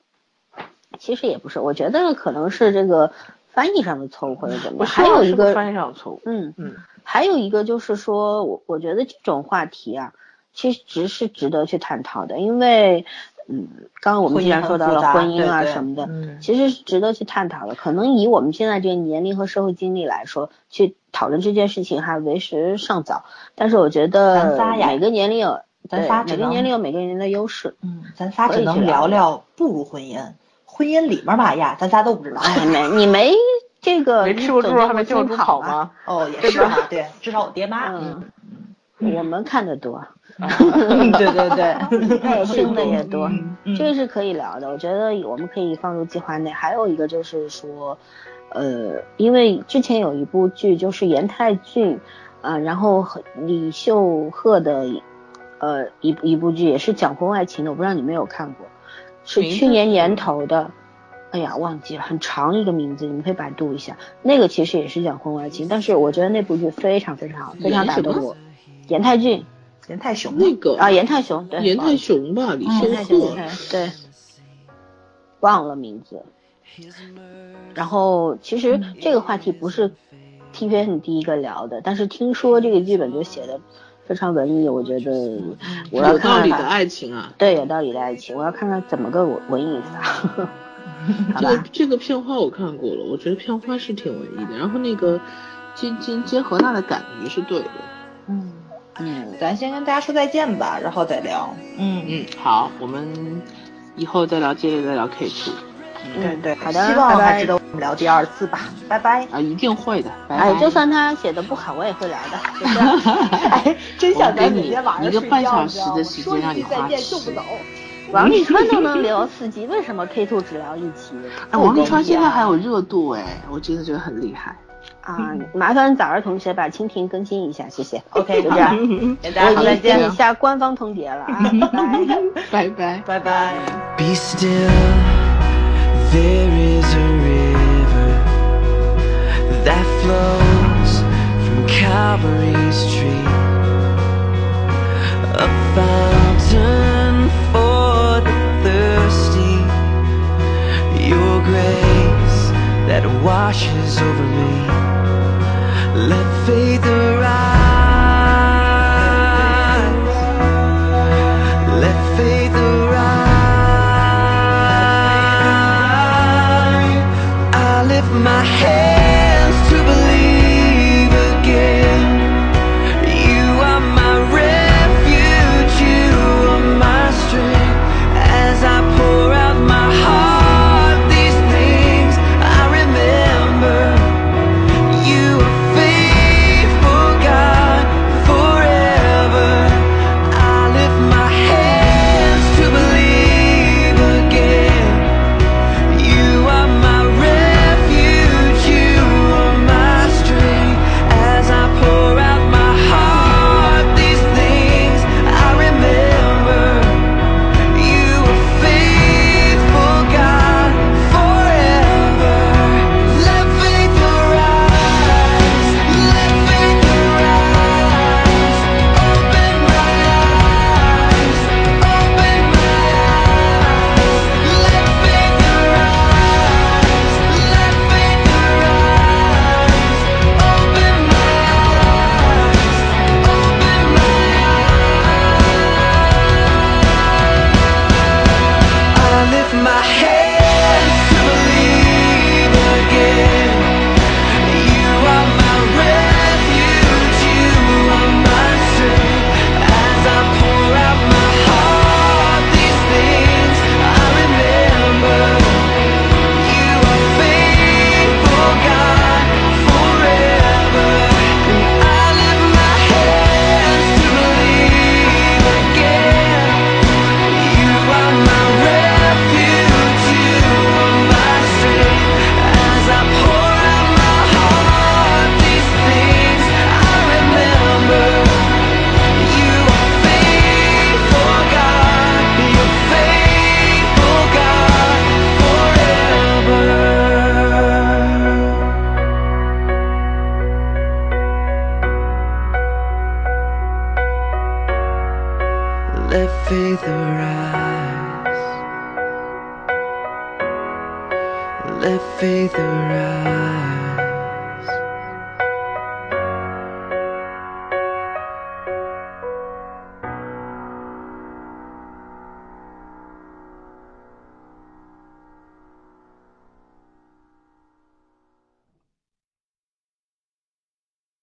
[SPEAKER 1] 其实也不是，我觉得可能是这个翻译上的错误或者怎么
[SPEAKER 3] 我
[SPEAKER 1] 样，
[SPEAKER 3] 希
[SPEAKER 1] 还有
[SPEAKER 3] 望
[SPEAKER 1] 一
[SPEAKER 3] 是不是
[SPEAKER 1] 个，
[SPEAKER 3] 翻译上的错误。
[SPEAKER 1] 嗯，
[SPEAKER 3] 嗯，
[SPEAKER 1] 还有一个就是说，我我觉得这种话题啊，其实是值得去探讨的，因为，嗯，刚刚我们既然说到了婚
[SPEAKER 2] 婚
[SPEAKER 1] 姻
[SPEAKER 2] 姻很复杂
[SPEAKER 1] 啊
[SPEAKER 2] 对对
[SPEAKER 1] 什么的，
[SPEAKER 3] 嗯
[SPEAKER 1] 其实是值得去探讨的。可能以我们现在这个年龄和社会经历来说，去讨论这件事情还为时尚早。但是我觉
[SPEAKER 2] 咱
[SPEAKER 1] 得
[SPEAKER 2] 仨呀
[SPEAKER 1] 每个年龄有，
[SPEAKER 2] 咱
[SPEAKER 1] 对
[SPEAKER 2] 仨，只
[SPEAKER 1] 每个
[SPEAKER 2] 能
[SPEAKER 1] 年龄有每个人的优势。
[SPEAKER 2] 嗯，咱仨
[SPEAKER 1] 可
[SPEAKER 2] 只
[SPEAKER 1] 以去
[SPEAKER 2] 能
[SPEAKER 1] 聊
[SPEAKER 2] 聊聊步入婚姻，婚姻里面嘛呀，咱仨都不知道。
[SPEAKER 1] 哎，没你没这个，
[SPEAKER 3] 没
[SPEAKER 1] 你
[SPEAKER 3] 吃过
[SPEAKER 1] 总
[SPEAKER 3] 猪肉
[SPEAKER 1] 见
[SPEAKER 3] 还没见过猪跑
[SPEAKER 1] 吗？
[SPEAKER 3] 吗？
[SPEAKER 2] 哦，也是 哈，对，至少我爹妈，
[SPEAKER 1] 嗯，我们看得多，啊
[SPEAKER 2] 嗯，对对 对，
[SPEAKER 1] 那也听的也多。
[SPEAKER 2] 嗯嗯
[SPEAKER 1] 这个是可以聊的，我觉得我们可以放入计划内。还有一个就是说，呃，因为之前有一部剧就是严泰俊，啊、然后和李秀赫的一，呃，一一部剧也是讲婚外情的，我不知道你们有看过，是
[SPEAKER 3] 名字
[SPEAKER 1] 去年
[SPEAKER 3] 是
[SPEAKER 1] 年头的。哎呀，忘记了，很长一个名字，你们可以百度一下。那个其实也是讲婚外情，但是我觉得那部剧非常非常好，非常打
[SPEAKER 3] 演什么
[SPEAKER 1] 动我。严泰俊
[SPEAKER 2] 人太熊了
[SPEAKER 3] 那，个
[SPEAKER 1] 啊，严泰雄，对，
[SPEAKER 3] 严
[SPEAKER 1] 不好
[SPEAKER 3] 泰
[SPEAKER 1] 意思
[SPEAKER 3] 雄吧，李
[SPEAKER 1] 现在
[SPEAKER 3] 修
[SPEAKER 1] 就是
[SPEAKER 3] 赫，
[SPEAKER 1] 对，忘了名字。然后其实这个话题不是 T V N 第一个聊的，但是听说这个剧本就写的非常文艺，我觉得
[SPEAKER 3] 嗯
[SPEAKER 1] 我要
[SPEAKER 3] 有道
[SPEAKER 1] 看
[SPEAKER 3] 理的
[SPEAKER 1] 看。
[SPEAKER 3] 爱情啊。
[SPEAKER 1] 对，有道理的爱情，我要看看怎么个文文艺啊法。好
[SPEAKER 3] 这
[SPEAKER 1] 吧
[SPEAKER 3] 个，这个片花我看过了，我觉得片花是挺文艺的。然后那个金金金荷娜的感觉是对的。
[SPEAKER 2] 嗯，
[SPEAKER 1] 嗯，
[SPEAKER 2] 咱先跟大家说再见吧，然后再聊，嗯
[SPEAKER 3] 嗯，好，我们以后再聊，接着再聊 K two。
[SPEAKER 2] 对对，
[SPEAKER 5] 好的
[SPEAKER 2] 希望
[SPEAKER 5] 拜拜
[SPEAKER 2] 还值得我们聊第二次吧，拜拜。
[SPEAKER 3] 啊，一定会的。拜拜
[SPEAKER 5] 哎，就 算他写的不好，我也会来的。就这样
[SPEAKER 2] 哎，真想在每天晚上
[SPEAKER 3] 我给你一个
[SPEAKER 2] 睡
[SPEAKER 3] 半
[SPEAKER 2] 觉
[SPEAKER 3] 小
[SPEAKER 2] 你知
[SPEAKER 3] 时
[SPEAKER 2] 道吗
[SPEAKER 3] 的时
[SPEAKER 2] 说
[SPEAKER 3] 间让
[SPEAKER 2] 一
[SPEAKER 3] 你
[SPEAKER 2] 句再
[SPEAKER 3] 花
[SPEAKER 2] 见
[SPEAKER 3] 痴
[SPEAKER 2] 就不走。
[SPEAKER 5] 王沥川都能聊四集，为什么 K two 只聊一集？
[SPEAKER 3] 哎，王沥川现在还有热度哎，我真的觉得很厉 害。
[SPEAKER 5] 啊，麻烦早儿同学把蜻蜓更新一下，谢 谢。
[SPEAKER 2] OK，
[SPEAKER 5] 就这样，
[SPEAKER 2] 给大
[SPEAKER 5] 我
[SPEAKER 2] 家
[SPEAKER 5] 已经
[SPEAKER 2] 说再
[SPEAKER 5] 给你
[SPEAKER 2] 见，
[SPEAKER 5] 下官方通牒了啊，拜拜。
[SPEAKER 3] 拜拜。
[SPEAKER 2] 拜拜。
[SPEAKER 6] Be still, there is a river that flows from Calvary's tree. A fountain for the thirsty, your grace that washes over me. Let faith arise. Let faith arise. I lift my hands to believe again. You are my refuge. You are my strength. As I pour out my heart, these things I remember. You are faithful, God, forever. I lift my hands to believe again. You are my refuge, you are my strength. As I pour out my heart, these things I remember. You are faithful, God, forever. Let faith arise. Let faith arise. Open my eyes. Open my eyes. Let faith arise. Let faith arise. Open my eyes. Open my eyes. I lift my hands to believe again. You are my refuge, you are my strength. As I pour out my heart, these things I remember. You are faithful, God, forever. I lift my hands to believe again. You are my refuge, you are my strength. As I pour out my heart, these things I remember. You are faithful, God. You're faithful, God, forever. let faith arise. Let faith arise.